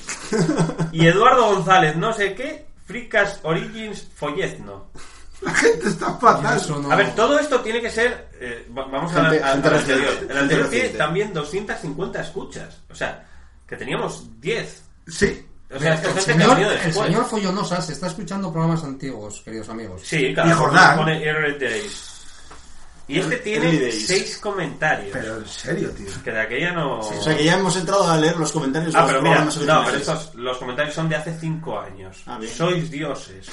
Speaker 6: Y Eduardo González, no sé qué, Fricas Origins Follezno.
Speaker 8: La gente está fatal.
Speaker 7: Eso no-
Speaker 6: A ver, todo esto tiene que ser. eh, va- vamos a
Speaker 5: Gente-
Speaker 6: a-
Speaker 5: gente
Speaker 6: al
Speaker 5: reciente,
Speaker 6: anterior. El
Speaker 5: gente
Speaker 6: anterior tiene
Speaker 5: reciente.
Speaker 6: también 250 escuchas. O sea, que teníamos 10.
Speaker 8: Sí.
Speaker 6: O sea, esta
Speaker 7: el,
Speaker 6: gente que ha
Speaker 7: señor,
Speaker 6: venido
Speaker 7: el
Speaker 6: después.
Speaker 7: señor Follonosa se está escuchando programas antiguos, queridos amigos.
Speaker 6: Sí, claro.
Speaker 8: Y Jordán.
Speaker 6: Pone Early Days. Y este
Speaker 5: Early
Speaker 6: tiene
Speaker 5: Days.
Speaker 6: 6 comentarios.
Speaker 8: Pero en serio, tío.
Speaker 6: Que de aquella no.
Speaker 5: O sea, que ya hemos entrado a leer los comentarios
Speaker 6: Ah,
Speaker 5: de
Speaker 6: pero
Speaker 5: los
Speaker 6: mira,
Speaker 5: programas
Speaker 6: no, pero
Speaker 5: originales.
Speaker 6: estos, los comentarios son de hace 5 años.
Speaker 5: Ah, bien.
Speaker 6: Sois dioses.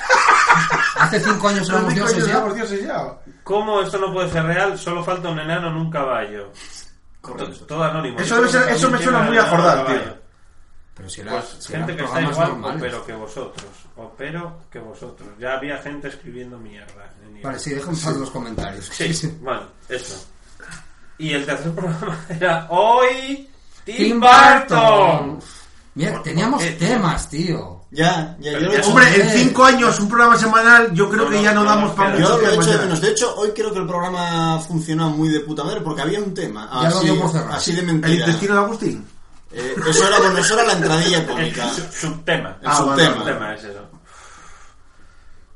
Speaker 7: Hace cinco años
Speaker 8: Los
Speaker 7: éramos
Speaker 8: dioses
Speaker 7: dioses
Speaker 8: ya,
Speaker 7: ya.
Speaker 8: por Dios, es ya.
Speaker 6: ¿Cómo esto no puede ser real? Solo falta un enano en un caballo.
Speaker 5: Correcto.
Speaker 6: To- Todo anónimo.
Speaker 8: Eso
Speaker 6: Yo
Speaker 8: debe
Speaker 6: creo
Speaker 8: ser-
Speaker 6: que
Speaker 8: eso me
Speaker 6: también
Speaker 8: suena
Speaker 6: tiene
Speaker 8: muy a
Speaker 6: enano en
Speaker 8: Jordán,
Speaker 6: un caballo.
Speaker 8: tío.
Speaker 7: Pero si era,
Speaker 6: Pues
Speaker 7: si eran
Speaker 6: gente que está
Speaker 7: programas
Speaker 6: igual o
Speaker 7: normales.
Speaker 6: pero que vosotros. O pero que vosotros. Ya había gente escribiendo mierda. en ello.
Speaker 7: Vale, sí, déjame pasar los comentarios.
Speaker 6: Sí, bueno, eso. Y el tercer programa [laughs] era hoy Tim,
Speaker 7: Tim
Speaker 6: Burton.
Speaker 7: Burton. Mira,
Speaker 6: ¿Por
Speaker 7: teníamos
Speaker 6: qué?
Speaker 7: temas, tío.
Speaker 5: Ya, ya, yo lo
Speaker 6: Pero
Speaker 5: he
Speaker 6: ya
Speaker 5: hecho.
Speaker 8: Hombre, en
Speaker 7: Eh.
Speaker 8: cinco años, un programa semanal, yo creo
Speaker 6: No,
Speaker 8: que
Speaker 6: no,
Speaker 8: ya no
Speaker 6: no,
Speaker 8: damos para
Speaker 6: espera.
Speaker 5: Yo lo
Speaker 8: mucho
Speaker 5: he
Speaker 8: tiempo
Speaker 5: hecho de
Speaker 8: ya.
Speaker 5: menos. De hecho, hoy creo que el programa ha funcionado muy de puta madre porque había un tema
Speaker 7: Ya lo
Speaker 5: así,
Speaker 7: dio por cerrado.
Speaker 5: así de
Speaker 8: El
Speaker 5: mentira.
Speaker 8: intestino de Agustín.
Speaker 5: Eh, eso, era, bueno, eso era la entradilla
Speaker 6: El
Speaker 7: [laughs]
Speaker 5: cómica.
Speaker 6: sub- subtema.
Speaker 5: Ah, vale,
Speaker 6: El subtema es eso.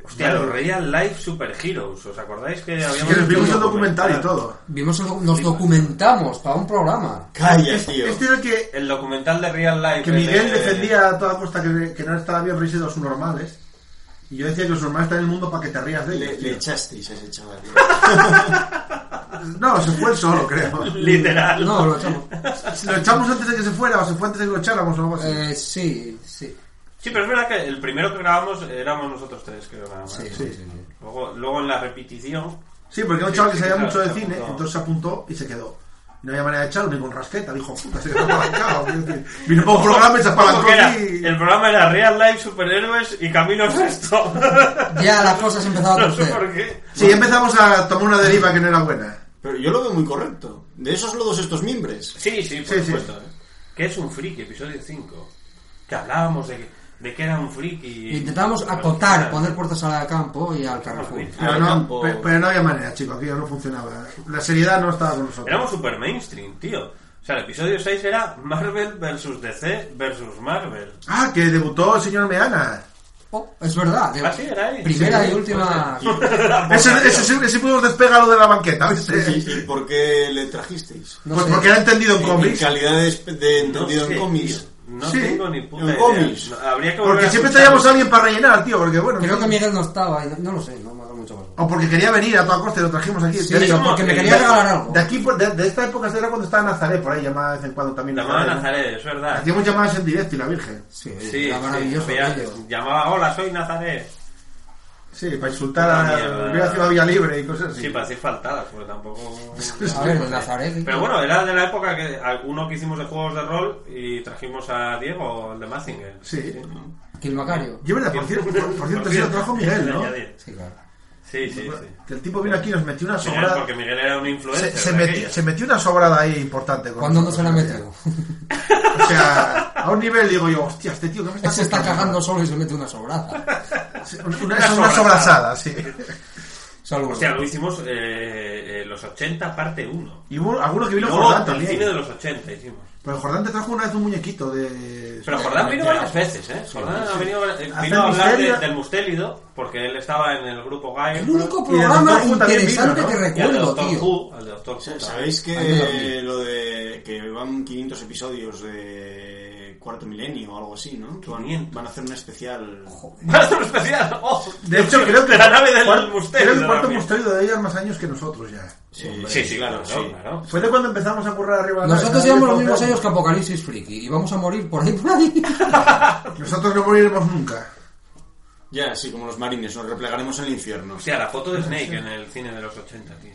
Speaker 6: Hostia,
Speaker 8: Vale.
Speaker 6: los Real Life Super Heroes. ¿Os acordáis que habíamos
Speaker 8: Que nos vimos
Speaker 6: hecho
Speaker 8: el
Speaker 6: un
Speaker 8: documental y todo.
Speaker 7: Vimos, el- nos documentamos para un programa.
Speaker 5: Calla, tío.
Speaker 8: Este era el que
Speaker 6: El documental de Real Life.
Speaker 8: que Miguel
Speaker 6: de-
Speaker 8: defendía a toda costa que, que no estaba bien reírse de los normales. Y yo decía que los normales están en el mundo para que te rías de
Speaker 5: Le,
Speaker 8: ellos.
Speaker 5: le
Speaker 8: tío.
Speaker 5: echasteis a ese chaval. tío.
Speaker 8: No, se fue
Speaker 6: [laughs]
Speaker 8: él solo, creo.
Speaker 6: Literal.
Speaker 7: No, lo echamos.
Speaker 8: Lo echamos antes de que se fuera, o se fue antes de que lo echáramos, o algo así.
Speaker 7: Eh, sí, sí.
Speaker 6: Sí, pero es verdad que el primero que grabamos éramos nosotros tres, creo nada más.
Speaker 7: Sí, sí, sí, sí.
Speaker 6: Luego, luego en la repetición.
Speaker 8: sí, porque era un chaval que
Speaker 6: sí,
Speaker 8: sabía
Speaker 6: claro,
Speaker 8: mucho de
Speaker 6: se
Speaker 8: cine,
Speaker 6: apuntó.
Speaker 8: entonces se apuntó y se quedó. Y no había manera de echarlo, ni con rasqueta, dijo, puta, se quedó apalancado. quiero decir, Vino para un programa y se apalancó
Speaker 6: Porque era-
Speaker 8: y...
Speaker 6: El programa era Real Life Superhéroes y Camino
Speaker 8: [laughs]
Speaker 6: Resto.
Speaker 7: Ya la cosa se empezaba a
Speaker 6: [laughs] no sé por
Speaker 7: torcer.
Speaker 6: qué.
Speaker 8: Sí, empezamos a tomar una deriva que no era buena.
Speaker 5: Pero yo lo veo muy correcto. De esos lodos estos mimbres.
Speaker 6: Sí, sí, por
Speaker 8: Sí, sí.
Speaker 6: supuesto. ¿eh? Que es un friki, episodio 5. Que hablábamos de que, de que era un friki.
Speaker 7: Intentamos acotar, poner puertas al campo y al
Speaker 6: Ah,
Speaker 7: Carrefour.
Speaker 8: Pero
Speaker 5: Al
Speaker 8: no,
Speaker 5: campo.
Speaker 8: pe- pero no había manera, chicos, aquello no funcionaba. La seriedad no estaba con nosotros.
Speaker 6: Éramos super mainstream, tío. O sea, el episodio 6 era Marvel versus DC versus Marvel.
Speaker 8: Ah, que debutó el señor Meana.
Speaker 7: Oh, es verdad. de-
Speaker 6: Ah, sí, era ahí.
Speaker 7: Primera
Speaker 6: Sí,
Speaker 7: y
Speaker 6: sí, [laughs]
Speaker 7: última.
Speaker 8: [laughs] Ese, ese, sí- ese pudimos despegarlo de la banqueta, ¿viste?
Speaker 5: ¿Y por qué le trajisteis?
Speaker 7: No
Speaker 8: pues
Speaker 7: sé.
Speaker 8: porque era entendido en
Speaker 5: En
Speaker 8: cómics.
Speaker 5: calidad de, de
Speaker 6: No
Speaker 5: entendido
Speaker 6: sé,
Speaker 5: en cómics.
Speaker 6: tío. No
Speaker 8: Sí,
Speaker 6: tengo ni puta
Speaker 5: en
Speaker 6: idea.
Speaker 5: cómics.
Speaker 6: No, Habría que volver
Speaker 8: Porque
Speaker 6: a
Speaker 8: siempre
Speaker 6: escucharlos.
Speaker 8: traíamos a alguien para rellenar, tío, porque bueno.
Speaker 7: Creo
Speaker 8: no-
Speaker 7: que Miguel no estaba, y no, no lo sé, no me hago mucho caso.
Speaker 8: O porque quería venir a toda costa y lo trajimos aquí.
Speaker 7: Sí,
Speaker 8: Ya digo,
Speaker 7: pero porque me
Speaker 6: que-
Speaker 7: quería regalar algo.
Speaker 8: de aquí, por- de, de esta época era cuando estaba Nazaret, por ahí llamaba de vez en cuando también
Speaker 6: Llamaba a
Speaker 8: Nazaret, ¿no?
Speaker 6: Nazaret, es verdad.
Speaker 8: Hacíamos llamadas en directo y la Virgen.
Speaker 7: Sí,
Speaker 6: Sí,
Speaker 7: era
Speaker 6: sí,
Speaker 7: maravilloso
Speaker 6: veía-
Speaker 7: aquello.
Speaker 6: llamaba, hola, soy Nazaret.
Speaker 8: Sí, para insultar
Speaker 6: Puta
Speaker 8: a
Speaker 6: mierda.
Speaker 8: hubiera sido a Vía Libre y cosas así.
Speaker 6: Sí, para decir faltadas, porque
Speaker 8: [laughs]
Speaker 6: tampoco...
Speaker 7: A ver, pues Nazaret.
Speaker 6: Pero bueno, era de la época que uno que hicimos de juegos de rol y trajimos a Diego, el de Mazinger.
Speaker 8: Sí.
Speaker 7: Kilmacario.
Speaker 8: Yo, verdad, por cierto, por, por cierto, sí lo trajo Miguel, ¿no?
Speaker 7: Sí, claro.
Speaker 6: Sí, sí, sí.
Speaker 8: Que el tipo vino aquí y nos metió una
Speaker 6: Miguel,
Speaker 8: sobrada.
Speaker 6: porque Miguel era un influencer.
Speaker 8: pues Se, se
Speaker 6: de
Speaker 8: metió,
Speaker 6: aquella.
Speaker 8: se metió una sobrada ahí importante. con
Speaker 7: ¿Cuándo no se la
Speaker 8: nosotros,
Speaker 7: metió?
Speaker 8: O sea, a un nivel digo yo, hostia, este tío que me está.
Speaker 7: Se está
Speaker 8: contando?
Speaker 7: cagando solo y se mete una sobrada.
Speaker 8: Sí, Una, una,
Speaker 6: Una
Speaker 8: una
Speaker 6: sobrasada,
Speaker 8: sobrasada, sí.
Speaker 7: Saludos.
Speaker 6: O sea, lo hicimos eh, eh, los 80, parte 1.
Speaker 8: Y hubo alguno que vino
Speaker 6: Luego,
Speaker 8: Jordán
Speaker 6: el cine de
Speaker 8: también.
Speaker 6: los 80 hicimos.
Speaker 8: Pero Jordán te trajo una vez un muñequito de.
Speaker 6: Pero
Speaker 8: de-
Speaker 6: Jordán
Speaker 8: de-
Speaker 6: vino varias veces, ¿eh? Jordán ha venido,
Speaker 8: Hace
Speaker 6: vino a hablar de-
Speaker 8: misterio.
Speaker 6: del mustélido, porque él estaba en el grupo
Speaker 7: El
Speaker 6: Gaia.
Speaker 7: único
Speaker 8: Y el
Speaker 7: programa
Speaker 8: Doctor Who también
Speaker 7: interesante
Speaker 8: vino, ¿no?
Speaker 7: que
Speaker 6: Y al de
Speaker 7: recuerdo,
Speaker 6: Doctor
Speaker 7: tío.
Speaker 6: Who. Al de Doctor Who.
Speaker 5: ¿Sabéis
Speaker 7: Ahí me lo
Speaker 5: que
Speaker 7: vi.
Speaker 5: lo de que van 500 episodios de cuarto milenio o algo así, ¿no? Que van-
Speaker 6: 500.
Speaker 5: Van a hacer un especial.
Speaker 6: Va a ser un especial. Oh, [laughs]
Speaker 8: De hecho, creo que.
Speaker 6: la nave del
Speaker 8: cuar-
Speaker 6: mustélido.
Speaker 8: Creo que Cuarto
Speaker 6: también.
Speaker 8: Mustélido de ella más años que nosotros ya.
Speaker 5: Sí,
Speaker 6: Sí, sí, claro,
Speaker 5: sí.
Speaker 6: claro, claro.
Speaker 8: Fue de cuando empezamos a currar arriba. de la
Speaker 7: Nosotros
Speaker 8: nave,
Speaker 7: llevamos
Speaker 8: ¿no?
Speaker 7: los mismos años que Apocalipsis Friki y vamos a morir por ahí, [laughs] por ahí.
Speaker 8: Nosotros no moriremos nunca.
Speaker 5: Ya, sí, como los marines, nos replegaremos en el infierno.
Speaker 6: Hostia, la foto de Snake en el cine de los 80, tío.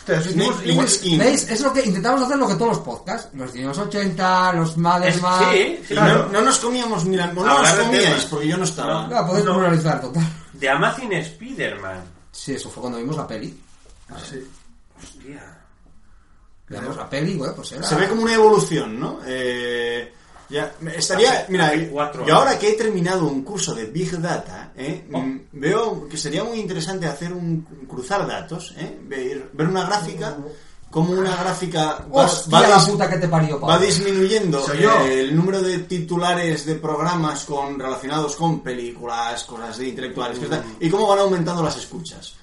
Speaker 8: Hostia, eso hicimos
Speaker 5: Snake
Speaker 8: igual-
Speaker 5: Plissken.
Speaker 7: ¿Veis? Es lo que intentamos hacer lo que todos los podcasts. Los de los 80, los
Speaker 6: Es-
Speaker 7: Madelman.
Speaker 6: sí, sí.
Speaker 5: Y
Speaker 8: Claro.
Speaker 5: No, no nos comíamos ni la... No
Speaker 6: Hablar
Speaker 5: nos
Speaker 6: de
Speaker 5: comíais
Speaker 6: temas.
Speaker 5: porque yo no estaba.
Speaker 7: Ah, podéis pluralizar, total.
Speaker 6: De Amazing Spider-Man.
Speaker 7: Sí, eso fue cuando vimos la peli.
Speaker 8: Sí.
Speaker 6: Hostia.
Speaker 7: Vimos la peli, bueno, pues era.
Speaker 5: Se ve como una evolución, ¿no? Eh, ya, estaría,
Speaker 6: Hace-
Speaker 5: mira,
Speaker 6: hace
Speaker 5: y-
Speaker 6: cuatro
Speaker 5: yo ahora
Speaker 6: años. Oh.
Speaker 5: que he terminado un curso de Big Data, ¿eh? Mm, veo que sería muy interesante hacer un cruzar datos, ¿eh? ver, ver una gráfica, como una gráfica va,
Speaker 7: Hostia,
Speaker 5: va
Speaker 7: la
Speaker 5: dis-
Speaker 7: puta que te parió, Pablo.
Speaker 5: va disminuyendo
Speaker 8: Soy yo.
Speaker 5: eh, el número de titulares de programas con relacionados con películas, cosas de intelectuales, que tal, y cómo van aumentando las
Speaker 7: [laughs]
Speaker 5: escuchas.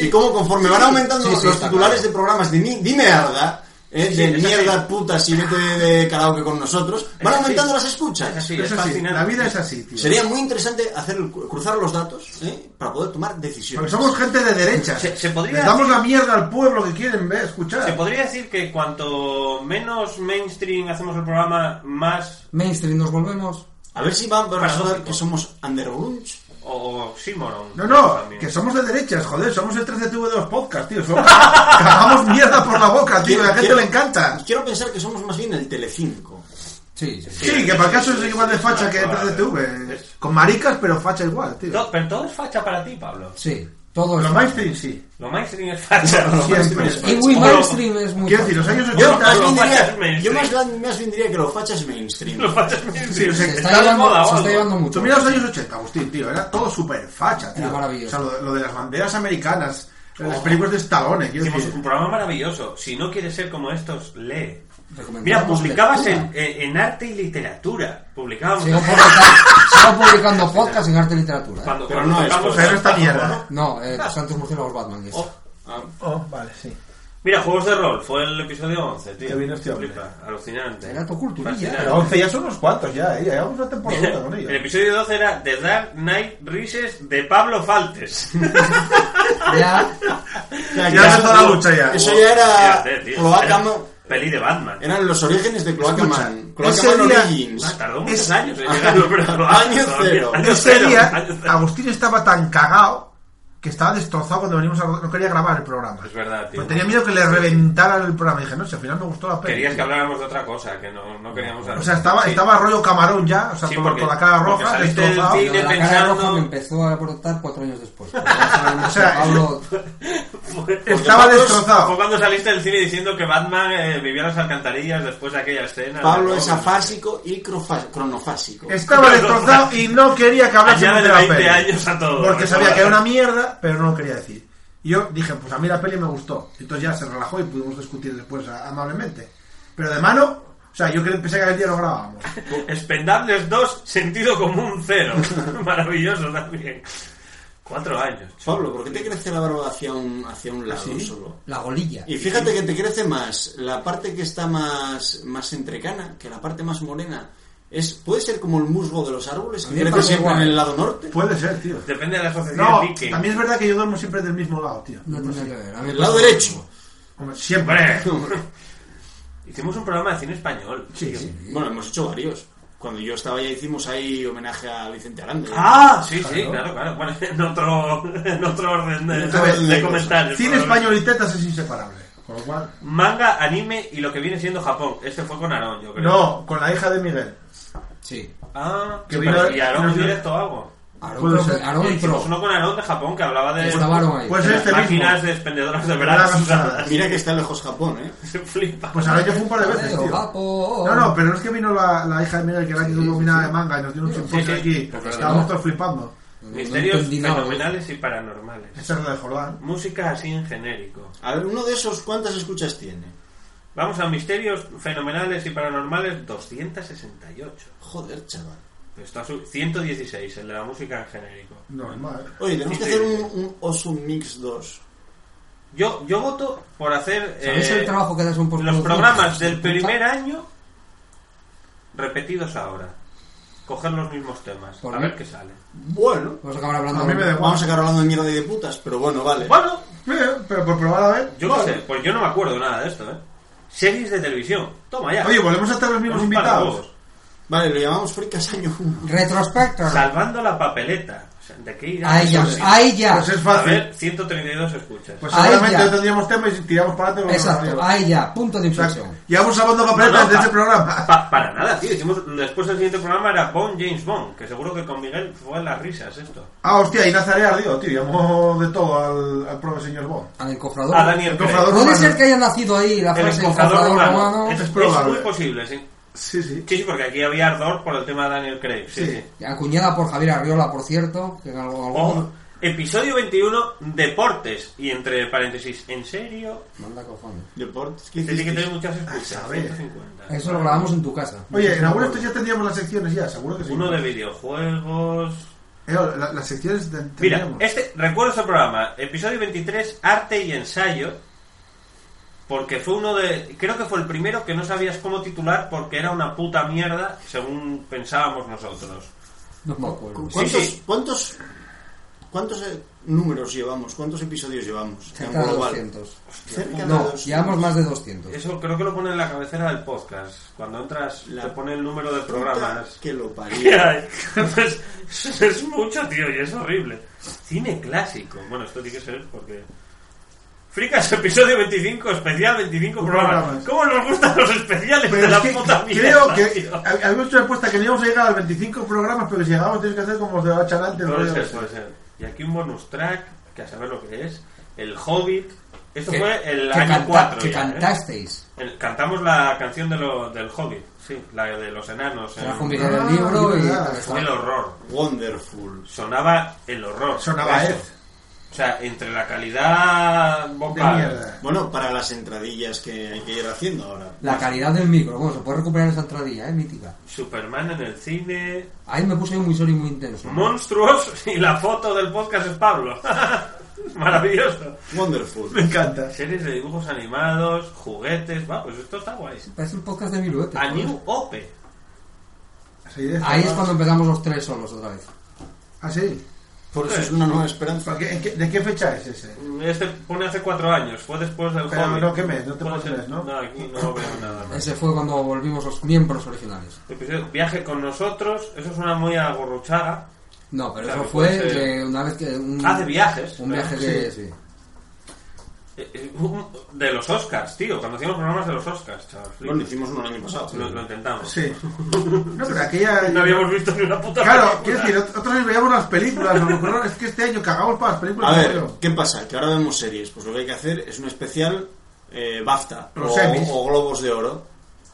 Speaker 5: Y cómo conforme van aumentando
Speaker 7: Sí, sí,
Speaker 5: los
Speaker 7: está
Speaker 5: titulares
Speaker 7: claro.
Speaker 5: de programas de, mi- de mierda, eh,
Speaker 6: Sí, sí,
Speaker 5: de
Speaker 6: es así.
Speaker 5: mierda, putas y vete de karaoke con nosotros, van
Speaker 6: así.
Speaker 5: aumentando las
Speaker 6: Es
Speaker 5: escuchas.
Speaker 6: así, es
Speaker 8: Eso sí,
Speaker 6: fascinante.
Speaker 8: la vida es así, tío.
Speaker 5: Sería muy interesante hacer el- cruzar los datos ¿eh? para poder tomar
Speaker 8: Porque
Speaker 5: decisiones.
Speaker 8: somos gente de derecha.
Speaker 6: Se- se podría
Speaker 8: Les damos
Speaker 6: decir-
Speaker 8: la mierda al pueblo que quieren ver, escuchar.
Speaker 6: Se podría decir que cuanto menos mainstream hacemos el programa, más.
Speaker 7: Mainstream, nos volvemos.
Speaker 5: A ver si van a
Speaker 6: Paradójico.
Speaker 5: personas que somos underground.
Speaker 6: O oxímoron.
Speaker 8: No, no,
Speaker 6: También.
Speaker 8: que somos de derechas, joder, somos el 13TV de los podcasts, tío. Somos, [laughs] cagamos mierda por la boca, tío, y a la gente
Speaker 5: Quiero-
Speaker 8: le encanta.
Speaker 5: Quiero pensar que somos más bien el Telecinco.
Speaker 7: Sí, sí. sí.
Speaker 8: Sí, que para el caso es igual de facha que el 13TV. Con maricas, pero facha igual, tío.
Speaker 6: To- pero todo es facha para ti, Pablo.
Speaker 7: Sí, todo
Speaker 8: Los
Speaker 7: es.
Speaker 8: mainstream, sí.
Speaker 6: Lo mainstream es facha.
Speaker 5: Lo mainstream es
Speaker 7: Y
Speaker 5: facha.
Speaker 7: Wii
Speaker 6: O-
Speaker 7: Mainstream es muy.
Speaker 8: Quiero decir, los años
Speaker 5: Yo, más
Speaker 8: 80...
Speaker 5: bien,
Speaker 6: Los fachas
Speaker 5: diría,
Speaker 6: mainstream.
Speaker 5: yo más, lan- más bien diría que lo fachas mainstream.
Speaker 6: Lo facha es mainstream.
Speaker 8: se
Speaker 7: Se
Speaker 6: Está
Speaker 7: está,
Speaker 6: de
Speaker 7: llevando,
Speaker 6: moda o
Speaker 7: se está
Speaker 6: algo.
Speaker 7: llevando
Speaker 8: Tú
Speaker 7: mucho.
Speaker 8: mira los años 80, Agustín, tío, era todo súper facha, tío.
Speaker 7: Era maravilloso. Oh.
Speaker 8: O sea, lo, lo de las banderas americanas, las películas de Stallone, quiero
Speaker 6: Hicimos
Speaker 8: decir.
Speaker 6: un programa maravilloso. Si no quieres ser como estos, lee.
Speaker 7: Recomendamos
Speaker 6: Mira, publicabas en,
Speaker 7: lectura.
Speaker 6: en- en arte y literatura. Publicábamos.
Speaker 7: Sigo publicando, sigo publicando podcasts en arte y literatura. ¿eh?
Speaker 6: Cuando,
Speaker 5: Pero
Speaker 6: cuando
Speaker 5: no es
Speaker 6: tocamos-
Speaker 8: Pero esta mierda.
Speaker 7: No, eh, Santos Murciélagos Batman. es.
Speaker 6: Oh,
Speaker 8: Oh, vale, sí.
Speaker 6: Mira, juegos de rol, fue el episodio 11, tío.
Speaker 8: Qué bien este hombre.
Speaker 6: Flipa, alucinante.
Speaker 7: Era tu culturilla.
Speaker 6: Fascinante.
Speaker 8: ¿eh? Pero 11 ya son unos cuantos, ya, eh. Ya llevamos una
Speaker 6: [laughs]
Speaker 8: temporada con ellos.
Speaker 6: El episodio 12 era The Dark Knight Rises de Pablo Faltes.
Speaker 7: Ya.
Speaker 5: Ya,
Speaker 8: Ya empezó la lucha ya.
Speaker 5: Eso ya era
Speaker 6: Fíjate, tío,
Speaker 5: Cloaca
Speaker 6: era
Speaker 5: Man.
Speaker 6: Peli de Batman. Ah,
Speaker 5: Eran los orígenes de Cloaca
Speaker 8: Escucha,
Speaker 5: Man. Cloaca
Speaker 8: ese
Speaker 5: Man
Speaker 8: día-
Speaker 5: Origins.
Speaker 6: Tardó muchos
Speaker 8: Es-
Speaker 6: años en llegarlo, pero lo
Speaker 5: Año
Speaker 6: hago todavía.
Speaker 5: cero.
Speaker 6: Año
Speaker 8: Ese
Speaker 6: cero,
Speaker 8: día,
Speaker 6: año cero.
Speaker 8: Agustín estaba tan cagado que estaba destrozado cuando venimos a... No quería grabar el programa.
Speaker 6: Es verdad, tío.
Speaker 8: Porque tenía miedo que le reventaran el programa. Y dije, no, si al final me gustó la peli.
Speaker 6: Querías que
Speaker 8: tío.
Speaker 6: habláramos de otra cosa, que no, no queríamos hablar.
Speaker 8: O sea, estaba,
Speaker 6: Sí.
Speaker 8: estaba rollo camarón ya, o sea,
Speaker 6: Sí,
Speaker 8: con,
Speaker 6: porque-
Speaker 8: con la cara
Speaker 6: porque
Speaker 8: roja, este
Speaker 6: saliste del
Speaker 8: destrozado.
Speaker 7: Lo de la cara
Speaker 6: pensando-
Speaker 7: roja me empezó a brotar cuatro años
Speaker 5: [laughs]
Speaker 7: después. Pero ya sabemos
Speaker 8: O sea,
Speaker 7: que Pablo,
Speaker 8: Estaba
Speaker 5: Porque
Speaker 6: Fue
Speaker 8: destrozado.
Speaker 6: cuando saliste del cine diciendo que Batman eh, vivía en las alcantarillas después de aquella escena.
Speaker 5: Pablo
Speaker 6: ¿no?
Speaker 5: es afásico y crofa- cronofásico.
Speaker 8: Estaba destrozado y no quería que
Speaker 6: Allá
Speaker 8: hablásemos
Speaker 6: de
Speaker 8: de la
Speaker 6: 20
Speaker 8: peli.
Speaker 6: años a todo.
Speaker 8: Porque sabía
Speaker 6: Recuerda.
Speaker 8: que era una mierda, pero no lo quería decir. Y yo dije, pues a mí la peli me gustó. Entonces ya se relajó y pudimos discutir después a- amablemente. Pero de mano, o sea, yo que pensé que aquel día lo grabábamos.
Speaker 6: Expendables 2, sentido común 0. [laughs] Maravilloso también. Cuatro años.
Speaker 5: Pablo, ¿por qué te crece la barba hacia un, hacia un lado solo?
Speaker 7: la golilla.
Speaker 5: Y fíjate que te crece más la parte que está más, más entrecana que la parte más morena. Es, puede ser como el musgo de los árboles que
Speaker 7: mí me
Speaker 5: crece
Speaker 7: pasa
Speaker 5: siempre en
Speaker 7: igual.
Speaker 5: el lado norte.
Speaker 8: Puede ser,
Speaker 6: [laughs]
Speaker 8: tío.
Speaker 6: Depende de la asociación
Speaker 8: No,
Speaker 6: de Viking.
Speaker 8: también es verdad que yo duermo siempre del mismo lado, tío.
Speaker 7: No tiene que ver. pues, A mí
Speaker 5: El lado
Speaker 7: pasa-
Speaker 5: derecho.
Speaker 8: Hombre, siempre.
Speaker 6: Hombre.
Speaker 8: [laughs]
Speaker 6: Hicimos un programa de cine español.
Speaker 8: Sí, sí.
Speaker 5: Bueno, hemos hecho varios. Cuando yo estaba allá hicimos ahí homenaje a Vicente Aranda.
Speaker 6: Ah, sí, sí, claro, claro. Bueno, [laughs] en otro, en otro orden de,
Speaker 5: otro orden
Speaker 6: de
Speaker 5: de
Speaker 6: comentarios.
Speaker 8: Cine
Speaker 6: por lo menos.
Speaker 8: español y tetas es inseparable. Con lo cual.
Speaker 6: Manga, anime y lo que viene siendo Japón. Este fue con Aarón, yo creo.
Speaker 8: No, con la hija de Miguel.
Speaker 7: Sí.
Speaker 6: Ah,
Speaker 8: Que
Speaker 6: sí,
Speaker 8: vino-
Speaker 6: pero y Aarón
Speaker 8: nos
Speaker 6: en
Speaker 8: dio-
Speaker 6: directo o algo.
Speaker 7: Aarón,
Speaker 8: Puede
Speaker 7: creo
Speaker 8: ser.
Speaker 7: que- Aarón
Speaker 6: Eh,
Speaker 7: entró.
Speaker 6: Hicimos uno con Aarón de Japón que hablaba de,
Speaker 7: Estaba Aarón ahí.
Speaker 8: Pues
Speaker 6: de
Speaker 8: este
Speaker 6: las máquinas
Speaker 8: mismo.
Speaker 6: despendedoras de
Speaker 8: Bragas
Speaker 6: bragas
Speaker 8: usadas.
Speaker 6: usadas.
Speaker 5: Mira que está lejos Japón, ¿eh?
Speaker 6: [laughs] Se flipa.
Speaker 8: Pues ahora yo fui un par de veces,
Speaker 7: Pero,
Speaker 8: tío.
Speaker 7: guapo.
Speaker 8: No, no, pero es que vino la, la hija de Miguel, que era la que
Speaker 7: Sí,
Speaker 8: dominaba
Speaker 7: sí. Pues
Speaker 8: de manga y nos dio un chimpote
Speaker 6: sí,
Speaker 8: aquí.
Speaker 6: porque
Speaker 8: Estábamos
Speaker 7: no.
Speaker 8: todos flipando.
Speaker 7: No
Speaker 6: Misterios
Speaker 7: entendí nada.
Speaker 6: fenomenales y paranormales.
Speaker 8: Esa es la de Jordán.
Speaker 6: Música así en genérico.
Speaker 5: A ver, uno de esos, ¿cuántas escuchas tiene?
Speaker 6: Vamos a misterios fenomenales y paranormales 268.
Speaker 5: Joder, chaval.
Speaker 6: Pero está su- 116, el de la música en genérico.
Speaker 8: Normal.
Speaker 5: Oye, tenemos que hacer un, un Osum Mix 2.
Speaker 6: Yo, yo voto por hacer
Speaker 7: ¿Sabéis
Speaker 6: eh,
Speaker 7: el trabajo que das un por
Speaker 6: los
Speaker 7: producción?
Speaker 6: programas del primer año repetidos ahora. Coger los mismos temas,
Speaker 7: Por
Speaker 6: a
Speaker 7: mí.
Speaker 6: ver qué sale.
Speaker 5: Bueno.
Speaker 7: Vamos a acabar hablando.
Speaker 8: A mí me da igual.
Speaker 5: Vamos a acabar hablando de mierda y de putas, pero bueno, vale.
Speaker 6: Bueno,
Speaker 8: Eh, pero por probar a ver.
Speaker 6: yo
Speaker 8: vale.
Speaker 6: no sé, pues yo no me acuerdo nada de esto, ¿eh? Series de televisión, toma ya.
Speaker 8: Oye, volvemos a estar los mismos
Speaker 6: Con un par de
Speaker 8: invitados.
Speaker 6: huevos.
Speaker 5: Vale, lo llamamos Fricas Año 1.
Speaker 7: Retrospecto.
Speaker 6: Salvando la papeleta. O sea, ¿De qué irá?
Speaker 7: Ahí ya.
Speaker 6: Eso sí.
Speaker 7: Ahí ya. Ah,
Speaker 8: Pues es
Speaker 6: A
Speaker 8: fácil.
Speaker 6: ver, 132 escuchas.
Speaker 8: Pues
Speaker 7: Ahí
Speaker 8: seguramente
Speaker 7: ya.
Speaker 8: no tendríamos tema y tiramos para adelante. volvemos
Speaker 7: Exacto.
Speaker 8: arriba.
Speaker 7: Ahí ya. Punto de
Speaker 8: Exacto.
Speaker 7: inflexión.
Speaker 8: Llevamos hablando
Speaker 6: No, no,
Speaker 8: papeletas desde
Speaker 6: pa-
Speaker 8: este
Speaker 6: [laughs]
Speaker 8: programa.
Speaker 6: pa- para nada, tío. Hicimos, después del siguiente programa era Bond James Bond, que seguro que con Miguel fue las risas esto.
Speaker 8: Ah, hostia, y Nazaré ardió, tío. Llamó de todo al, al profe señor Bond.
Speaker 7: Al encofrador.
Speaker 6: A Daniel Craig.
Speaker 8: cofrador
Speaker 7: Puede
Speaker 8: romano.
Speaker 7: ser que haya nacido ahí Oh, la
Speaker 6: El
Speaker 7: frase
Speaker 6: encofrador romano. Es,
Speaker 8: es
Speaker 6: es
Speaker 8: probable.
Speaker 6: muy posible, sí.
Speaker 8: Sí, sí.
Speaker 6: Sí, sí, porque aquí había ardor por el tema de Daniel Craig. Sí,
Speaker 8: Sí.
Speaker 6: sí.
Speaker 7: Acuñada por Javier Arriola, por cierto. Que en algo,
Speaker 6: Oh,
Speaker 7: algo
Speaker 6: episodio 21, deportes. Y entre paréntesis, ¿en serio?
Speaker 7: Manda cojones.
Speaker 5: Deportes, ¿qué
Speaker 6: Tiene que
Speaker 5: hicisteis?
Speaker 6: tener muchas escuchas.
Speaker 8: A saber.
Speaker 6: 150.
Speaker 7: Ah, Eso lo grabamos en tu casa.
Speaker 8: Oye, en algunos ya tendríamos las secciones ya, seguro que sí.
Speaker 6: Uno de videojuegos.
Speaker 8: Eh, la- las secciones de-
Speaker 6: Mira,
Speaker 8: tendríamos.
Speaker 6: este, recuerdo este programa, episodio 23, arte y ensayo, porque fue uno de, creo que fue el primero que no sabías cómo titular porque era una puta mierda, según pensábamos nosotros.
Speaker 7: No me acuerdo.
Speaker 5: ¿Cuántos,
Speaker 6: Sí, sí.
Speaker 5: cuántos, cuántos eh, números llevamos? ¿Cuántos episodios llevamos?
Speaker 7: Cerca de
Speaker 5: En global.
Speaker 7: 200.
Speaker 5: Cerca de
Speaker 7: No,
Speaker 5: 200.
Speaker 7: llevamos más de 200.
Speaker 6: Eso creo que lo pone en la cabecera del podcast, cuando entras
Speaker 5: La
Speaker 6: te pone el número de
Speaker 5: Puta
Speaker 6: programas.
Speaker 5: Que
Speaker 6: [laughs]
Speaker 5: lo parió.
Speaker 6: es, es mucho, tío, y es horrible. Cine clásico. Bueno, esto tiene que ser porque... Fricas, episodio 25, especial 25 programas.
Speaker 8: Programas.
Speaker 6: ¿Cómo nos gustan los especiales [laughs]
Speaker 8: Pero
Speaker 6: de
Speaker 8: es
Speaker 6: la
Speaker 8: que
Speaker 6: puta mierda?
Speaker 8: creo que
Speaker 6: tío?
Speaker 8: hab- habíamos hecho una apuesta que no íbamos a llegar a los 25 programas, pero que si llegábamos tienes que hacer como los de la charla antes.
Speaker 6: Puede
Speaker 8: rollo.
Speaker 6: ser, puede ser. Y aquí un bonus track, que a saber lo que es. El Hobbit. Esto
Speaker 7: Que-
Speaker 6: fue el
Speaker 7: que
Speaker 6: año
Speaker 7: canta-
Speaker 6: 4.
Speaker 7: Que
Speaker 6: ya, ¿eh?
Speaker 7: cantasteis.
Speaker 6: El- Cantamos la canción de lo- del Hobbit, sí, la de los enanos.
Speaker 7: Trajo un
Speaker 6: en-
Speaker 7: video del
Speaker 8: Ah,
Speaker 7: libro y.
Speaker 8: verdad.
Speaker 6: Fue el horror.
Speaker 5: Wonderful.
Speaker 6: Sonaba el horror.
Speaker 8: Sonaba
Speaker 6: Eso.
Speaker 8: Ed.
Speaker 6: O sea, entre la calidad
Speaker 8: De
Speaker 6: vocal.
Speaker 8: mierda.
Speaker 5: [laughs] Bueno, para las entradillas que hay que ir haciendo ahora.
Speaker 7: La calidad del micro. Bueno, se puede recuperar esa entradilla, ¿eh? Mítica.
Speaker 6: Superman en el cine.
Speaker 7: Ahí me puse un muy solo y muy intenso.
Speaker 6: Monstruos y la foto del podcast es Pablo. [laughs] Maravilloso.
Speaker 8: Me
Speaker 5: Wonderful.
Speaker 8: encanta.
Speaker 6: Series de dibujos animados, juguetes. Va, pues esto está guay.
Speaker 7: Parece un podcast de Miruete.
Speaker 6: A New Ope.
Speaker 8: Así de
Speaker 7: Ahí es
Speaker 8: esta, ¿no?
Speaker 7: cuando empezamos los tres solos otra vez.
Speaker 8: Ah, sí.
Speaker 5: Por eso es una nueva esperanza.
Speaker 8: ¿Para qué- en qué- ¿De qué fecha es ese?
Speaker 6: Este pone hace cuatro años, fue después del
Speaker 8: Pero
Speaker 6: Hobbit.
Speaker 8: no quemes, no te
Speaker 6: Puede
Speaker 8: pones,
Speaker 6: ser-
Speaker 8: ¿no?
Speaker 6: No, aquí no veo nada más.
Speaker 7: Ese fue cuando volvimos los miembros originales.
Speaker 6: Episodio, Viaje con nosotros, eso suena muy a gorruchaga.
Speaker 7: No, pero
Speaker 6: Claro,
Speaker 7: eso fue
Speaker 6: puede ser.
Speaker 9: eh,
Speaker 7: de una vez que. Un,
Speaker 6: Ah, de viajes.
Speaker 7: Un viaje de. Sí.
Speaker 6: Eh, eh, un- De los Oscars, tío, cuando hicimos programas de los Oscars, chaval.
Speaker 5: Bueno, hicimos uno el año pasado.
Speaker 6: Lo, lo intentamos.
Speaker 8: Sí. No, pero aquella.
Speaker 6: No habíamos visto ni una puta
Speaker 8: Claro, quiero
Speaker 6: película.
Speaker 8: decir, ot- otros años veíamos las películas. nos ocurrió- Es que este año cagamos para las películas.
Speaker 5: A ver,
Speaker 8: tío.
Speaker 5: ¿qué pasa? Que ahora vemos series. Pues lo que hay que hacer es un especial eh, BAFTA o,
Speaker 8: Los Emmys.
Speaker 5: o Globos de Oro.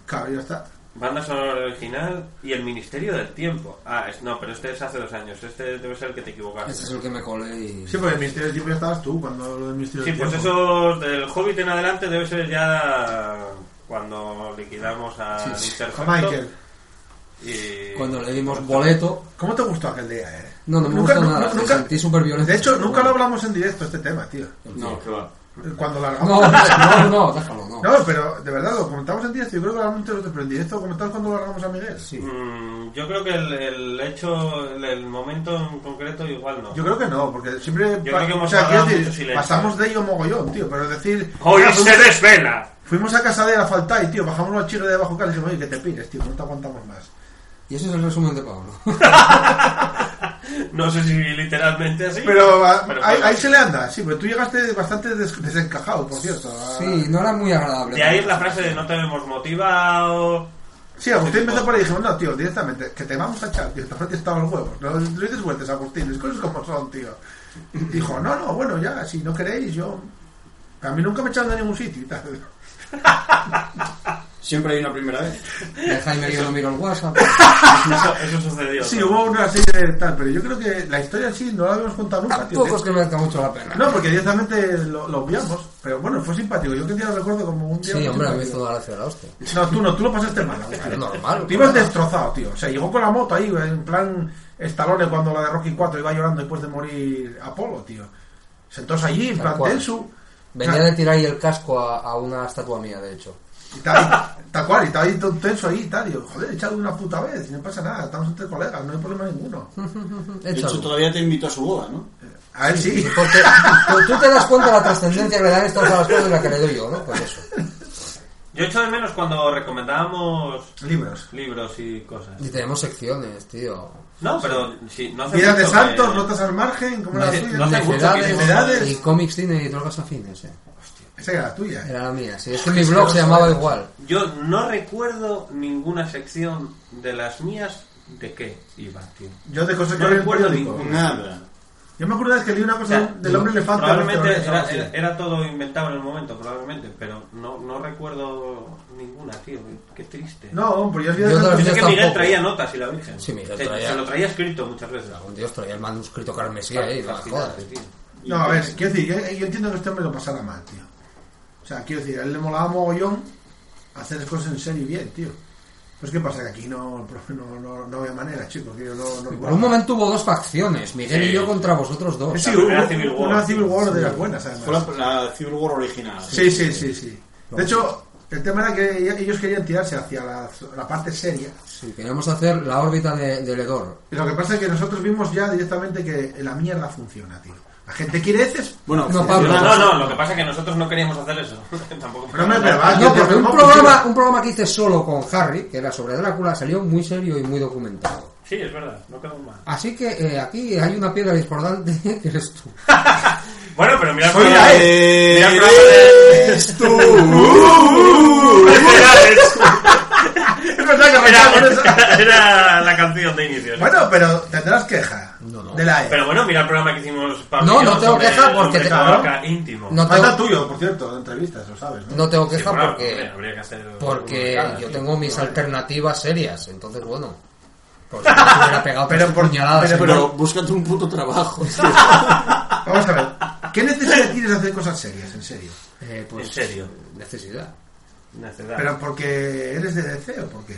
Speaker 8: Claro, ya está.
Speaker 6: Banda sonora original y el Ministerio del Tiempo. Ah, es- no, pero este es hace dos años. Este debe ser el que te equivocaste.
Speaker 7: Ese es el que me colé y.
Speaker 8: Sí, porque el Ministerio del Tiempo ya estabas tú cuando lo del Ministerio
Speaker 6: Sí,
Speaker 8: del
Speaker 6: pues
Speaker 8: Tiempo.
Speaker 6: eso del Hobbit en adelante debe ser ya cuando liquidamos a
Speaker 7: Sí, sí.
Speaker 8: A
Speaker 6: Interceptor.
Speaker 8: Michael.
Speaker 6: Y...
Speaker 7: Cuando le dimos boleto. [laughs]
Speaker 8: ¿Cómo te gustó aquel día, eh?
Speaker 7: No, no me
Speaker 8: Nunca-
Speaker 7: gustó
Speaker 8: nu-
Speaker 7: nada.
Speaker 8: nunca-
Speaker 7: me sentí súper violento.
Speaker 8: De hecho, nunca lo hablamos en directo este tema, tío.
Speaker 5: No, que va.
Speaker 8: Cuando largamos.
Speaker 9: No, no, no, déjalo, no.
Speaker 8: No, pero de verdad, lo comentamos en directo. Yo creo que realmente lo pero en directo lo comentamos cuando largamos a Miguel.
Speaker 9: Sí.
Speaker 6: Mm, yo creo que el, el hecho, el, el momento en concreto, igual no.
Speaker 8: Yo creo que no, porque siempre.
Speaker 6: creo que hemos
Speaker 8: o sea,
Speaker 6: hablado
Speaker 8: quiero decir,
Speaker 6: mucho silencio.
Speaker 8: pasamos de ello mogollón, tío. Pero es decir.
Speaker 6: Hoy
Speaker 8: mira,
Speaker 6: se
Speaker 8: fuimos,
Speaker 6: desvela.
Speaker 8: fuimos a casa de la falta y, tío, bajamos una chirre de bajo cal y dijimos, oye, que te pires, tío, no te aguantamos más.
Speaker 9: Y ese es el resumen de Pablo.
Speaker 6: No sé si literalmente así.
Speaker 8: Pero, a-
Speaker 6: pero
Speaker 8: ahí,
Speaker 6: bueno,
Speaker 8: ahí se le anda, sí, pero tú llegaste bastante des- desencajado, por cierto. a-
Speaker 9: Sí, no era muy agradable.
Speaker 6: De ahí la frase de no te vemos motivado.
Speaker 8: Sí, Agustín empezó por ahí y dijimos, no, tío, directamente, que te vamos a echar, tío, te has estado los huevos. No le dices vueltas, Agustín, las cosas como son, tío. Dijo, no, no, bueno, ya, si no queréis, yo... A mí nunca me echaron de ningún sitio y tal.
Speaker 5: Siempre hay una
Speaker 6: [laughs]
Speaker 5: primera vez.
Speaker 9: De Jaime yo no miro el WhatsApp.
Speaker 6: Eso, eso sucedió.
Speaker 8: Sí, hubo una serie de tal, pero yo creo que la historia en sí no la habíamos contado nunca, tío.
Speaker 9: Tampoco es que merezca mucho la pena.
Speaker 8: No, porque directamente lo, lo obviamos, pero bueno, fue simpático. Yo que día lo recuerdo como un día.
Speaker 9: Sí,
Speaker 8: muy
Speaker 9: hombre, a mí me hizo
Speaker 8: simpático.
Speaker 9: dar hacia la hostia.
Speaker 8: No, tú no, tú lo pasaste mal. hombre.
Speaker 9: Pero normal.
Speaker 8: Te ibas destrozado, tío. O sea, llegó con la moto ahí, en plan Stallone cuando la de Rocky 4 iba llorando después de morir Apolo, tío. Sentóse allí, en
Speaker 9: Tal
Speaker 8: plan
Speaker 9: cual.
Speaker 8: tenso.
Speaker 9: Venía de tirar ahí el casco a, a una estatua mía, de hecho.
Speaker 8: Y tal, tal cual, y estaba ahí todo tenso ahí y tal. Y yo, joder, echado una puta vez, y no pasa nada, estamos entre colegas, no hay problema ninguno.
Speaker 9: Hmm.
Speaker 5: De
Speaker 9: Échalo.
Speaker 5: hecho, todavía te invito a su boda, ¿no?
Speaker 8: A él sí.
Speaker 9: Porque pues, tú te das cuenta de la trascendencia que le dan estas a las cosas y la que le doy yo, ¿no? Pues eso.
Speaker 6: Yo echo de menos cuando recomendábamos
Speaker 8: [laughs] Libros.
Speaker 6: libros y cosas.
Speaker 9: Y tenemos secciones, tío.
Speaker 6: No, pero si no hace
Speaker 8: Vidas de
Speaker 6: mucho
Speaker 8: santos,
Speaker 6: que-
Speaker 8: notas al margen, como la
Speaker 6: Nace-
Speaker 8: tuya.
Speaker 6: no hace mucho que-
Speaker 9: Necedades
Speaker 8: Necedades.
Speaker 9: y cómics, cine y drogas afines, ¿eh?
Speaker 8: Esa era la tuya.
Speaker 6: Eh,
Speaker 9: Era la mía. Sí, es que mi blog se llamaba igual.
Speaker 6: Yo no recuerdo ninguna sección de las mías de qué iba, tío.
Speaker 8: Yo de cosas que
Speaker 6: No
Speaker 8: leí en
Speaker 6: recuerdo
Speaker 8: periódico.
Speaker 6: ninguna.
Speaker 5: Nada.
Speaker 8: Yo me acuerdo de que leí una cosa
Speaker 6: O sea,
Speaker 8: del hombre elefante. a los
Speaker 6: Probablemente
Speaker 8: terroristas,
Speaker 6: era,
Speaker 8: algo así.
Speaker 6: era- era todo inventado en el momento, probablemente, pero no, no recuerdo ninguna, tío. Qué triste.
Speaker 8: No, pero yo sí de
Speaker 9: Yo
Speaker 8: tanto-
Speaker 9: no-
Speaker 6: Yo sé que
Speaker 9: tampoco.
Speaker 6: Miguel traía notas y la Virgen.
Speaker 9: Sí, Miguel
Speaker 6: se,
Speaker 9: traía.
Speaker 6: se lo traía escrito muchas veces.
Speaker 9: Dios, traía el manuscrito carmesí ahí, no me jodas.
Speaker 6: Fascinante, tío.
Speaker 8: No, a ver, quiero decir, yo, yo entiendo que este hombre lo pasara mal, tío. O sea, quiero decir, a él le molaba mogollón hacer las cosas en serio y bien, tío. Pues qué pasa, que aquí no, [laughs] no, no, no había manera, chicos. Que yo no, no
Speaker 9: Por un momento hubo dos facciones, Miguel y
Speaker 6: Sí.
Speaker 9: yo contra vosotros dos.
Speaker 8: Sí,
Speaker 6: La primera
Speaker 8: hubo
Speaker 6: Civil War.
Speaker 8: una Civil War de las buenas,
Speaker 5: Fue
Speaker 8: además.
Speaker 5: la, la Civil War original.
Speaker 8: Sí, sí, sí, sí. De hecho, el tema era que ella- ellos querían tirarse hacia la, la parte seria.
Speaker 9: Sí, queríamos hacer la órbita de, de Ledor.
Speaker 8: Y lo que pasa es que nosotros vimos ya directamente que la mierda funciona, tío. La gente quiere heces,
Speaker 5: Bueno,
Speaker 9: No,
Speaker 6: No,
Speaker 9: Pablo.
Speaker 6: no, no, lo que pasa es que nosotros no queríamos hacer eso. [laughs] Tampoco.
Speaker 8: Pero hombre, pero
Speaker 6: Ah,
Speaker 8: va,
Speaker 9: No,
Speaker 8: tío,
Speaker 9: porque
Speaker 8: pero
Speaker 9: un
Speaker 8: no
Speaker 9: programa,
Speaker 8: funciona.
Speaker 9: un programa que hice solo con Harry, que era sobre Drácula, salió muy serio y muy documentado.
Speaker 6: Sí, es verdad, no quedó mal.
Speaker 9: Así que eh, aquí hay una piedra discordante [laughs] que eres tú.
Speaker 6: Bueno, pero mira el
Speaker 8: Soy
Speaker 6: programa
Speaker 8: la E.
Speaker 6: de- mira el programa de-
Speaker 5: ¡Eres
Speaker 6: [laughs]
Speaker 5: tú!
Speaker 6: Uh,
Speaker 8: Es verdad que arrancamos con eso.
Speaker 6: Era, era la canción de
Speaker 8: [laughs]
Speaker 6: inicio. sí.
Speaker 8: Bueno, pero tendrás queja
Speaker 9: No, no.
Speaker 8: de la E.
Speaker 6: Pero bueno, mira el programa que hicimos para
Speaker 9: No, no tengo queja porque te-
Speaker 6: íntimo.
Speaker 9: No
Speaker 8: Falta
Speaker 9: tengo,
Speaker 8: tuyo, por cierto, de entrevistas, lo sabes, ¿no?
Speaker 9: no tengo
Speaker 6: Sí,
Speaker 9: queja
Speaker 6: bueno, hombre,
Speaker 9: porque,
Speaker 6: habría que hacer
Speaker 9: porque
Speaker 6: una-
Speaker 9: yo tengo mis alternativas serias. Entonces, bueno. [laughs] Pues no me hubiera pegado
Speaker 8: Pero
Speaker 9: tres
Speaker 8: por-
Speaker 9: puñaladas
Speaker 8: pero-
Speaker 9: en
Speaker 5: Pero búscate un puto trabajo.
Speaker 8: Vamos a ver. ¿Qué necesidad tienes de hacer cosas serias, en serio?
Speaker 9: Eh, pues,
Speaker 6: En serio.
Speaker 9: Necesidad.
Speaker 6: Necedad.
Speaker 8: ¿Pero porque eres de DC o por qué?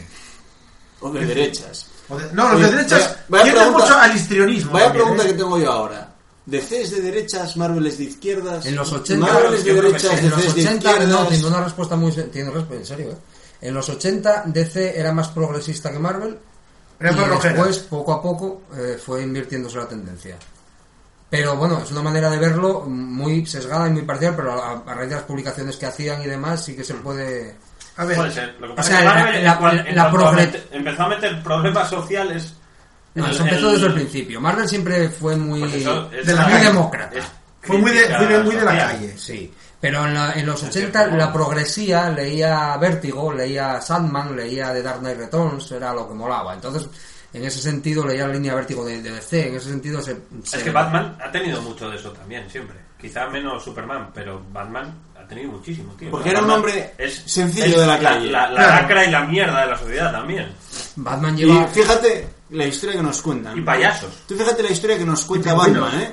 Speaker 5: O de derechas.
Speaker 8: O de- No, los
Speaker 5: Oye,
Speaker 8: de derechas
Speaker 5: vaya- vaya
Speaker 8: tienden
Speaker 5: pregunta-
Speaker 8: mucho al histrionismo.
Speaker 5: Vaya
Speaker 8: también,
Speaker 5: pregunta
Speaker 8: ¿eh?
Speaker 5: que tengo yo ahora. DC es de derechas, Marvel es de izquierdas.
Speaker 9: En los 80,
Speaker 5: Marvel es de
Speaker 6: yo creo que
Speaker 5: derechas,
Speaker 6: sí,
Speaker 9: En los
Speaker 5: DC es de
Speaker 9: 80,
Speaker 5: izquierdas.
Speaker 9: no, tiene una respuesta muy. se- Tiene resp- en serio, ¿eh? En los 80, DC era más progresista que Marvel.
Speaker 8: Era
Speaker 9: y
Speaker 8: más rojera.
Speaker 9: después, poco a poco, eh, fue invirtiéndose la tendencia. Pero bueno, es una manera de verlo muy sesgada y muy parcial, pero a, a raíz de las publicaciones que hacían y demás, sí que se puede.
Speaker 8: A
Speaker 6: Puede
Speaker 8: ver,
Speaker 6: ser. Lo que
Speaker 9: O
Speaker 6: pasa
Speaker 9: sea,
Speaker 6: es
Speaker 9: la-
Speaker 6: que Marvel,
Speaker 9: la-
Speaker 6: en cuan- en
Speaker 9: la
Speaker 6: cuanto
Speaker 9: progre-
Speaker 6: mete- empezó a meter problemas sociales.
Speaker 9: No,
Speaker 6: en-
Speaker 9: eso empezó desde el
Speaker 6: en-
Speaker 9: principio. Marvel siempre fue muy,
Speaker 6: pues eso, es
Speaker 8: de la
Speaker 6: una-
Speaker 9: muy
Speaker 8: calle.
Speaker 9: demócrata.
Speaker 6: es
Speaker 8: fue muy de,
Speaker 6: crítica
Speaker 8: fue de- muy de la
Speaker 6: social.
Speaker 8: calle.
Speaker 9: Sí, pero en, la- en los
Speaker 6: En
Speaker 9: 80
Speaker 6: cierto modo.
Speaker 9: la progresía, leía Vértigo, leía Sandman, leía The Dark Knight Returns, era lo que molaba. Entonces, en ese sentido, leía la línea Vértigo de, de DC, en ese sentido se...
Speaker 6: Es
Speaker 9: se-
Speaker 6: que Batman ha tenido mucho de eso también, siempre. Quizá menos Superman, pero Batman ha tenido muchísimo, tío.
Speaker 5: Porque era un
Speaker 6: Batman
Speaker 5: hombre sencillo de la calle.
Speaker 6: La, la
Speaker 8: Claro.
Speaker 6: lacra y la mierda de la sociedad también.
Speaker 9: Batman
Speaker 5: Y
Speaker 9: lleva...
Speaker 5: fíjate la historia que nos cuentan.
Speaker 6: Y payasos.
Speaker 5: Tú fíjate la historia que nos cuenta
Speaker 8: Y pingüinos.
Speaker 5: Batman, ¿eh?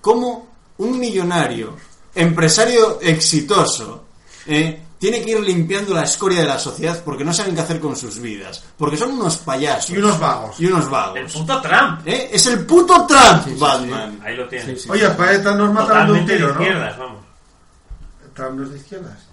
Speaker 5: Cómo un millonario, empresario exitoso, ¿eh? tiene que ir limpiando la escoria de la sociedad porque no saben qué hacer con sus vidas. Porque son unos payasos.
Speaker 8: Y unos vagos.
Speaker 5: Y unos
Speaker 6: El
Speaker 5: vagos.
Speaker 6: puto Trump.
Speaker 5: ¿Eh? Es el puto Trump, Batman.
Speaker 6: Ahí lo tienes.
Speaker 9: sí.
Speaker 8: Oye, para esta nos mataron de un
Speaker 6: Totalmente de
Speaker 8: tiro, ¿no?
Speaker 6: izquierdas, vamos.
Speaker 8: Trump no es de izquierdas.
Speaker 6: [laughs]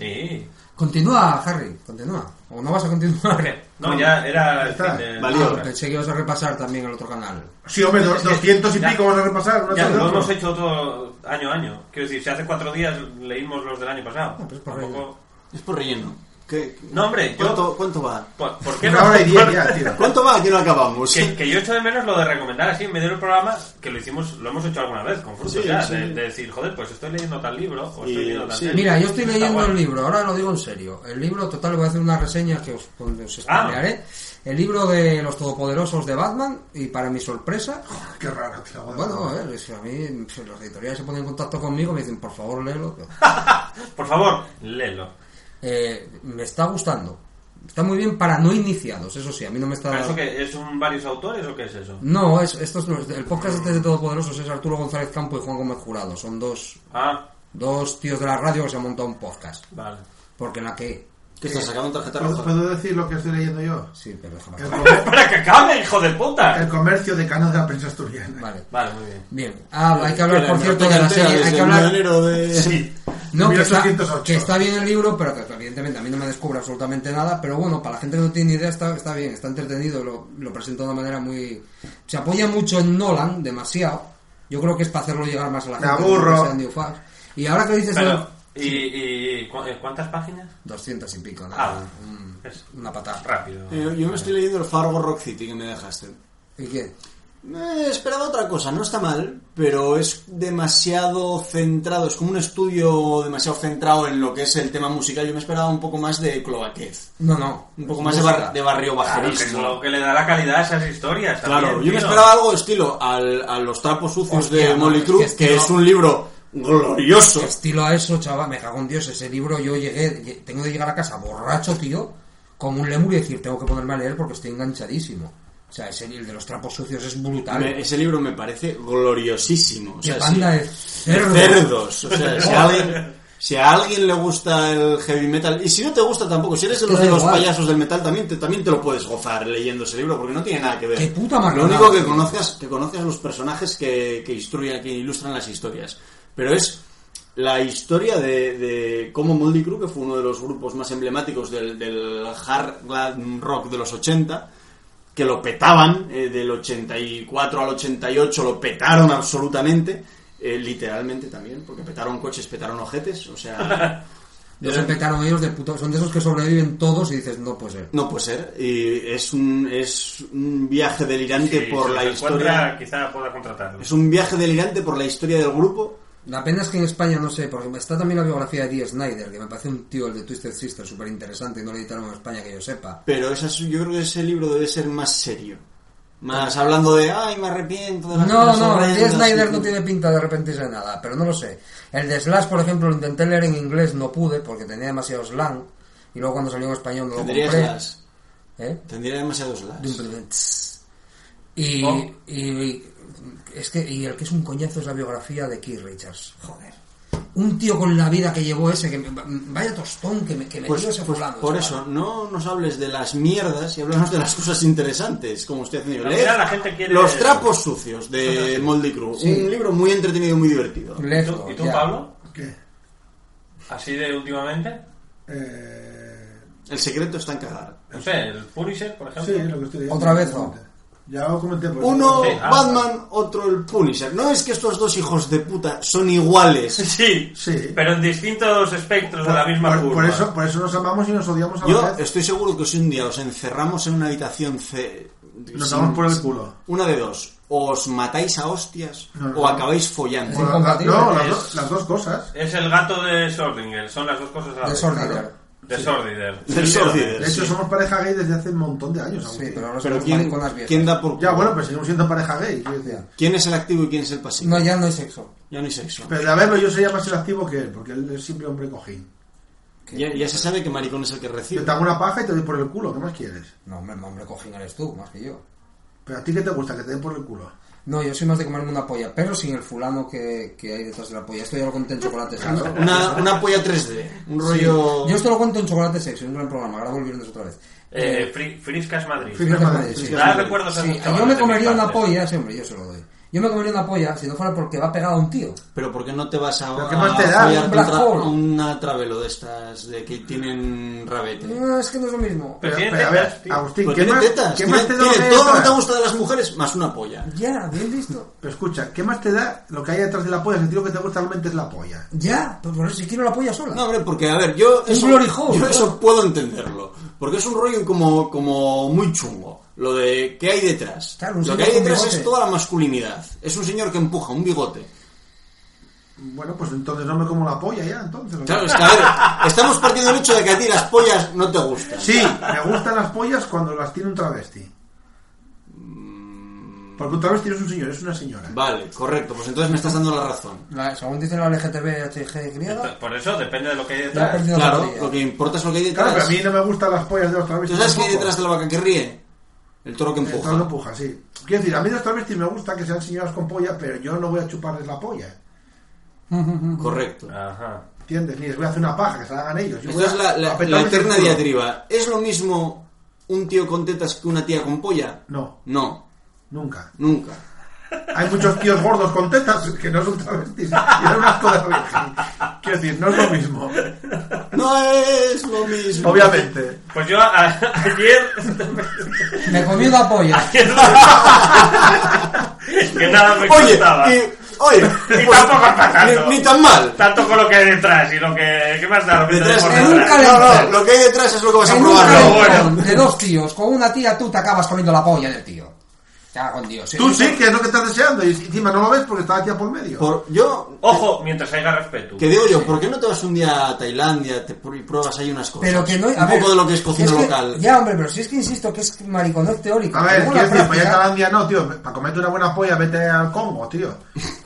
Speaker 6: Sí.
Speaker 7: Continúa, Harry, [laughs] continúa. O no vas a continuar. [laughs]
Speaker 6: No, ya era el
Speaker 8: Está.
Speaker 6: fin de...
Speaker 5: Valió.
Speaker 6: Ah,
Speaker 7: Pensé que ibas a repasar también el otro canal.
Speaker 8: Sí, hombre, dos-
Speaker 6: Es que-
Speaker 8: 200 y
Speaker 6: ya.
Speaker 8: pico vamos a repasar. ¿no?
Speaker 6: Ya,
Speaker 8: Todo
Speaker 6: lo
Speaker 8: otro.
Speaker 6: hemos hecho todo año a año. Quiero decir, si hace cuatro días leímos los del año pasado.
Speaker 7: Ah, pues por
Speaker 6: Tampoco-
Speaker 5: Es por relleno. ¿Qué?
Speaker 6: No, hombre, yo-
Speaker 5: ¿Cuánto, cuánto va?
Speaker 6: ¿Por, por qué
Speaker 8: Una hora y
Speaker 6: [laughs]
Speaker 8: diez ya,
Speaker 6: Por-
Speaker 8: tío.
Speaker 5: ¿Cuánto va? Aquí no acabamos.
Speaker 6: Que, que yo echo de menos lo de recomendar así en medio del programa, que lo hicimos, lo hemos hecho alguna vez con frutos
Speaker 5: Sí,
Speaker 6: ya,
Speaker 5: sí.
Speaker 6: De, de decir, joder, pues estoy leyendo tal libro, o
Speaker 5: Y-
Speaker 6: estoy leyendo tal
Speaker 5: sí.
Speaker 6: serie.
Speaker 7: Mira, yo estoy
Speaker 6: Está
Speaker 7: leyendo
Speaker 6: guay.
Speaker 7: el libro, ahora lo digo en serio. El libro, total, voy a hacer una reseña que os, os
Speaker 6: Ah.
Speaker 7: spoilearé. El libro de Los Todopoderosos de Batman, y para mi sorpresa,
Speaker 8: Qué raro, tío. bueno.
Speaker 7: bueno, a ver, es que a mí pues, las editoriales se ponen en contacto conmigo y me dicen, por favor, léelo.
Speaker 6: Por favor, léelo.
Speaker 7: Eh, me está gustando. Está muy bien para no iniciados, eso sí, a mí no me está...
Speaker 6: ¿Pero eso que es un varios autores o qué es eso?
Speaker 7: No, es, estos no- el podcast este de Todopoderosos es Arturo González Campo y Juan Gómez Jurado. Son dos,
Speaker 6: Ah,
Speaker 7: dos tíos de la radio que se han montado un podcast.
Speaker 6: vale.
Speaker 7: Porque en la que...
Speaker 5: Que estás sacando tarjeta
Speaker 8: ¿Puedo,
Speaker 5: roja.
Speaker 8: puedo decir lo que estoy leyendo yo?
Speaker 7: Sí, pero déjame
Speaker 8: El,
Speaker 7: acabar.
Speaker 6: [laughs]
Speaker 8: comer-
Speaker 6: ¡Para que acabe, hijo de
Speaker 8: el
Speaker 6: puta!
Speaker 8: comercio de canos de la prensa asturiana.
Speaker 7: Vale.
Speaker 6: Vale, muy bien.
Speaker 7: Bien. Ah, hay que hablar,
Speaker 5: Espera,
Speaker 7: por
Speaker 5: me
Speaker 7: cierto,
Speaker 5: tengo
Speaker 7: de la
Speaker 5: entera
Speaker 7: serie. Hay
Speaker 5: desde
Speaker 7: que
Speaker 5: el
Speaker 7: hablar...
Speaker 5: medianero
Speaker 8: Eh,
Speaker 5: de-
Speaker 6: Sí.
Speaker 7: No, que está,
Speaker 8: 1808.
Speaker 7: que está bien el libro, pero que evidentemente a mí no me descubre absolutamente nada. Pero bueno, para la gente que no tiene ni idea, está, está bien, está entretenido, lo, lo presenta de una manera muy. Se apoya mucho en Nolan, demasiado. Yo creo que es para hacerlo llegar más a la
Speaker 8: Me
Speaker 7: gente.
Speaker 8: aburro.
Speaker 7: no que sea Andrew Fag. Y ahora que dices.
Speaker 6: Pero,
Speaker 7: el-
Speaker 6: ¿y, y cu- eh, cuántas páginas?
Speaker 7: 200 y pico, nada.
Speaker 6: Ah,
Speaker 7: un-
Speaker 6: es
Speaker 7: una patada.
Speaker 6: rápido.
Speaker 5: [laughs] Eh, yo me estoy leyendo el Fargo Rock City que me dejaste.
Speaker 7: ¿Y qué?
Speaker 5: Eh, esperaba otra cosa, no está mal, pero es demasiado centrado, es como un estudio demasiado centrado en lo que es el tema musical. Yo me esperaba un poco más de cloaquez,
Speaker 7: No, no.
Speaker 5: un poco más de, bar- de barrio
Speaker 6: Claro, que es
Speaker 5: bajerismo.
Speaker 6: Ah, lo que le da la calidad a esas historias.
Speaker 5: Claro,
Speaker 6: también,
Speaker 5: yo me
Speaker 6: tío.
Speaker 5: esperaba algo estilo al- a los trapos sucios
Speaker 7: Hostia,
Speaker 5: de
Speaker 7: no,
Speaker 5: Molly
Speaker 7: es
Speaker 5: Crew,
Speaker 7: que
Speaker 5: que,
Speaker 7: estilo-
Speaker 5: es un libro glorioso.
Speaker 7: Estilo a eso, chaval, me cago en Dios. Ese libro yo llegué, lle- tengo que llegar a casa borracho, tío, como un lemur y decir, tengo que ponerme a leer porque estoy enganchadísimo. O sea, ese, el de los trapos sucios es brutal.
Speaker 5: Me- ese libro me parece gloriosísimo. O
Speaker 7: Qué
Speaker 5: sea,
Speaker 7: banda
Speaker 5: sí.
Speaker 7: de cerdos.
Speaker 5: cerdos. O sea, si a, alguien, si a alguien le gusta el heavy metal, y si no te gusta tampoco, si eres de
Speaker 7: que
Speaker 5: los,
Speaker 7: da
Speaker 5: de los
Speaker 7: igual.
Speaker 5: payasos del metal, también te, también te lo puedes gozar leyendo ese libro, porque no tiene nada que ver.
Speaker 7: Qué puta macarrada,
Speaker 5: Lo único que
Speaker 7: tío.
Speaker 5: conozcas, que conozcas los personajes que, que instruyen, que ilustran las historias. Pero es la historia de, de cómo Motley Crue, que fue uno de los grupos más emblemáticos del, del hard rock de los 80, que lo petaban, eh, del 84 al 88 lo petaron absolutamente, eh, literalmente también, porque petaron coches, petaron ojetes, o
Speaker 6: [laughs]
Speaker 5: sea,
Speaker 7: Los empetaron ellos de puto. Son de esos que sobreviven todos y dices, no puede ser.
Speaker 5: no puede ser. Y es un, es un viaje delirante
Speaker 6: Sí,
Speaker 5: por
Speaker 6: si
Speaker 5: la
Speaker 6: se encuentra,
Speaker 5: historia.
Speaker 6: Quizá pueda contratarlo.
Speaker 5: Es un viaje delirante por la historia del grupo.
Speaker 7: La pena es que en España no sé, porque está también la biografía de Dee Snyder, que me parece un tío, el de Twisted Sister, súper interesante y no le editaron en España que yo sepa.
Speaker 5: Pero esa es- yo creo que ese libro debe ser más serio. Más hablando de, ay, me arrepiento de las
Speaker 7: No,
Speaker 5: cosas
Speaker 7: no, el de
Speaker 5: horrendas",
Speaker 7: Snyder
Speaker 5: y-
Speaker 7: no tiene pinta de arrepentirse de nada, pero no lo sé. El de Slash, por ejemplo, lo intenté leer en inglés, no pude porque tenía demasiado slang. Y luego cuando salió en español no lo
Speaker 5: Tendría
Speaker 7: compré.
Speaker 5: slash.
Speaker 7: ¿Eh?
Speaker 5: Tendría demasiados las.
Speaker 7: De un primer tss. Y,
Speaker 6: Oh.
Speaker 7: y, y- es que y el que es un coñazo es la biografía de Keith Richards. Joder. Un tío con la vida que llevó ese, que me- vaya tostón que me, que me
Speaker 5: Pues,
Speaker 7: dio ese
Speaker 5: pues,
Speaker 7: fulano,
Speaker 5: por
Speaker 7: chaval.
Speaker 5: eso, no nos hables de las mierdas y hablamos de las cosas interesantes, como estoy haciendo yo.
Speaker 6: Al
Speaker 5: Leed
Speaker 6: final la gente quiere-
Speaker 5: Los trapos sucios de Moldy Crew. Un libro muy entretenido y muy divertido.
Speaker 6: ¿Y
Speaker 7: Lezo,
Speaker 6: tú, y tú,
Speaker 7: ya.
Speaker 6: Pablo?
Speaker 8: ¿Qué?
Speaker 6: ¿Así de últimamente?
Speaker 8: Eh,
Speaker 5: El secreto está en cagar.
Speaker 6: No sé, el Punisher, por ejemplo.
Speaker 8: sí,
Speaker 6: [laughs]
Speaker 8: lo que estoy leyendo.
Speaker 7: Otra vez, ¿no?
Speaker 8: Ya lo comenté. por
Speaker 5: Uno
Speaker 6: Sí, ah,
Speaker 5: Batman, otro el Punisher. No es que estos dos hijos de puta son iguales.
Speaker 6: Sí,
Speaker 8: Sí.
Speaker 6: pero en distintos espectros de la misma
Speaker 8: por,
Speaker 6: curva.
Speaker 8: por eso, por eso nos amamos y nos odiamos a
Speaker 5: Yo
Speaker 8: la vez.
Speaker 5: estoy seguro que si un día os encerramos en una habitación C...
Speaker 8: Nos
Speaker 5: sin-
Speaker 8: damos por el culo.
Speaker 5: Una de dos. O os matáis a hostias
Speaker 8: No, no,
Speaker 5: o
Speaker 8: no.
Speaker 5: acabáis follando.
Speaker 7: Sí.
Speaker 8: Bueno,
Speaker 7: incompatible.
Speaker 8: No, las,
Speaker 6: Es-
Speaker 8: dos- las dos cosas.
Speaker 6: Es el gato de Schrödinger, son las dos cosas a la
Speaker 7: De
Speaker 6: vez.
Speaker 7: Sordider.
Speaker 6: De Schrödinger.
Speaker 5: Del Sordider.
Speaker 8: De hecho,
Speaker 5: Sí.
Speaker 8: somos pareja gay desde hace un montón de años. Agustín.
Speaker 7: Sí, pero ahora
Speaker 5: Pero
Speaker 7: somos
Speaker 5: ¿quién,
Speaker 7: mariconas viejas.
Speaker 5: quién da por
Speaker 8: Ya,
Speaker 5: culo?
Speaker 8: bueno, pues seguimos siendo pareja gay. quiero decir.
Speaker 5: ¿Quién es el activo y quién es el pasivo?
Speaker 7: No, ya no hay sexo.
Speaker 5: Ya no hay sexo.
Speaker 8: Pero de haberlo, yo sería más el activo que él, porque él es siempre hombre cojín.
Speaker 5: Ya, ya se sabe que maricón es el que
Speaker 8: Yo
Speaker 5: recibe.
Speaker 8: te hago una paja y te doy por el culo, ¿qué más quieres?
Speaker 7: No, hombre, hombre, cojín eres tú, más que yo.
Speaker 8: Pero a ti que te gusta, que te den por el culo.
Speaker 7: No, yo soy más de comerme una polla, pero sin el fulano que, que hay detrás de la polla. Esto ya lo conté en Chocolate Sexo.
Speaker 5: Una, una polla 3D. Un rollo...
Speaker 7: Yo esto lo cuento en Chocolate Sexo, un gran programa. Grabo el viernes otra vez.
Speaker 6: Eh, Fri- Friscas Madrid.
Speaker 8: Friscas
Speaker 7: Friscas Madrid,
Speaker 8: Madrid,
Speaker 7: sí.
Speaker 6: Da recuerdos a
Speaker 7: Sí,
Speaker 6: esos chavales
Speaker 7: yo me
Speaker 6: de
Speaker 7: comería
Speaker 6: mi
Speaker 7: una
Speaker 6: parte.
Speaker 7: polla, sí, hombre, yo se lo doy. Yo me comería una polla si no fuera porque va pegado a un tío.
Speaker 5: Pero ¿por qué no te vas a,
Speaker 8: ¿Pero
Speaker 5: a
Speaker 8: qué más te da?
Speaker 5: follarte
Speaker 7: Un black
Speaker 5: un tra-
Speaker 7: hole.
Speaker 5: una travelo de estas de que tienen rabete?
Speaker 7: No, es que no es lo mismo.
Speaker 6: Pero
Speaker 8: Pero,
Speaker 6: tiene
Speaker 8: pero, a
Speaker 6: tetas,
Speaker 8: ver,
Speaker 6: tío.
Speaker 8: Agustín,
Speaker 5: Pues
Speaker 8: ¿qué
Speaker 5: tienen
Speaker 8: más,
Speaker 5: tetas,
Speaker 8: ¿qué
Speaker 5: tienen-
Speaker 8: más te da lo
Speaker 5: tienen
Speaker 8: que hay
Speaker 5: todo lo que te
Speaker 8: detrás?
Speaker 5: gusta de las mujeres más una polla.
Speaker 7: Ya, bien visto.
Speaker 8: Pero escucha, ¿qué más te da lo que hay detrás de la polla? Si a ti lo que te gusta realmente es la polla.
Speaker 7: Ya, pero por eso si quiero la polla sola.
Speaker 5: No, hombre, porque a ver, yo
Speaker 7: Un
Speaker 5: eso,
Speaker 7: glory hole,
Speaker 5: yo
Speaker 7: ¿no?
Speaker 5: eso puedo entenderlo. Porque es un rollo como, como muy chungo. Lo de qué hay detrás.
Speaker 7: Claro, un
Speaker 5: lo
Speaker 7: señor
Speaker 5: que hay
Speaker 7: con
Speaker 5: detrás
Speaker 7: bigote.
Speaker 5: es toda la masculinidad. Es un señor que empuja un bigote.
Speaker 8: Bueno, pues entonces no me como la polla ya, entonces. ¿no?
Speaker 5: Claro, es que a ver, estamos partiendo del hecho de que a ti las pollas no te gustan.
Speaker 8: Sí, me gustan las pollas cuando las tiene un travesti. Porque un travesti no es un señor, es una señora.
Speaker 5: Vale, correcto, pues entonces me estás dando la razón.
Speaker 7: La- según dicen la LGTB, HG griega,
Speaker 6: Por eso depende de lo que hay
Speaker 7: ya ha
Speaker 6: detrás.
Speaker 7: perdido la
Speaker 5: Claro,
Speaker 7: batalla.
Speaker 5: lo que importa es lo que hay
Speaker 8: Claro, pero a
Speaker 5: detrás.
Speaker 8: mí no me gustan las pollas de los travestis.
Speaker 5: ¿Tú sabes qué hay
Speaker 8: tampoco.
Speaker 5: detrás de la vaca que ríe? El toro que
Speaker 8: Eh, todo lo
Speaker 5: empuja.
Speaker 8: empuja, sí. Quiero decir, a mí los travestis me gusta que sean señoras con polla, pero yo no voy a chuparles la polla.
Speaker 5: Correcto.
Speaker 7: Ah,
Speaker 6: Ajá.
Speaker 8: ¿Entiendes? Ni les voy a hacer una paja, que se la hagan ellos. Yo voy
Speaker 5: Esta es
Speaker 8: a
Speaker 5: la, la-
Speaker 8: apretarles
Speaker 5: la
Speaker 8: el
Speaker 5: eterna
Speaker 8: culo.
Speaker 5: diatriba. ¿Es lo mismo un tío con tetas que una tía con polla?
Speaker 8: No,
Speaker 5: No,
Speaker 8: nunca.
Speaker 5: nunca.
Speaker 8: Hay muchos tíos gordos con tetas que no son travestis. Y es un asco de la virgen. Quiero decir, no es lo mismo.
Speaker 5: No es lo mismo.
Speaker 8: Obviamente.
Speaker 6: Pues yo a- ayer. [laughs]
Speaker 7: Me comí una polla.
Speaker 6: que nada me
Speaker 5: Oye,
Speaker 6: gustaba.
Speaker 5: y, oye, pues,
Speaker 6: Y tampoco es para tanto.
Speaker 5: ni, ni tan mal.
Speaker 6: Tanto con lo que hay detrás y lo que. ¿Qué más da? Lo que
Speaker 5: Detrás,
Speaker 6: tenemos
Speaker 7: en un
Speaker 6: detrás?
Speaker 5: no,
Speaker 7: calentón.
Speaker 5: no, lo que hay detrás es lo que vas a
Speaker 7: En un
Speaker 5: probar. luego.
Speaker 7: calentón Ah, de dos tíos con una tía, tú te acabas comiendo la polla del tío. Ya, con Dios.
Speaker 8: Tú
Speaker 7: Eso-
Speaker 8: sí, que es lo que estás deseando. Y encima no lo ves porque está la tía por medio.
Speaker 5: Por- yo,
Speaker 6: Ojo, mientras haya respeto.
Speaker 5: que digo yo, ¿por qué no te vas un día a Tailandia te pr- y pruebas ahí unas cosas?
Speaker 7: Pero que no...
Speaker 5: Un
Speaker 7: a
Speaker 5: poco
Speaker 7: ver,
Speaker 5: de lo que es cocina
Speaker 7: que-
Speaker 5: local.
Speaker 7: ya, hombre, pero si es que insisto que es mariconez teórico.
Speaker 8: A ver,
Speaker 7: Luego
Speaker 8: quiero
Speaker 7: la
Speaker 5: pues
Speaker 8: decir, pues para ir a
Speaker 7: práctica-
Speaker 8: Tailandia no, tío. Para comerte una buena polla, vete al Congo, tío.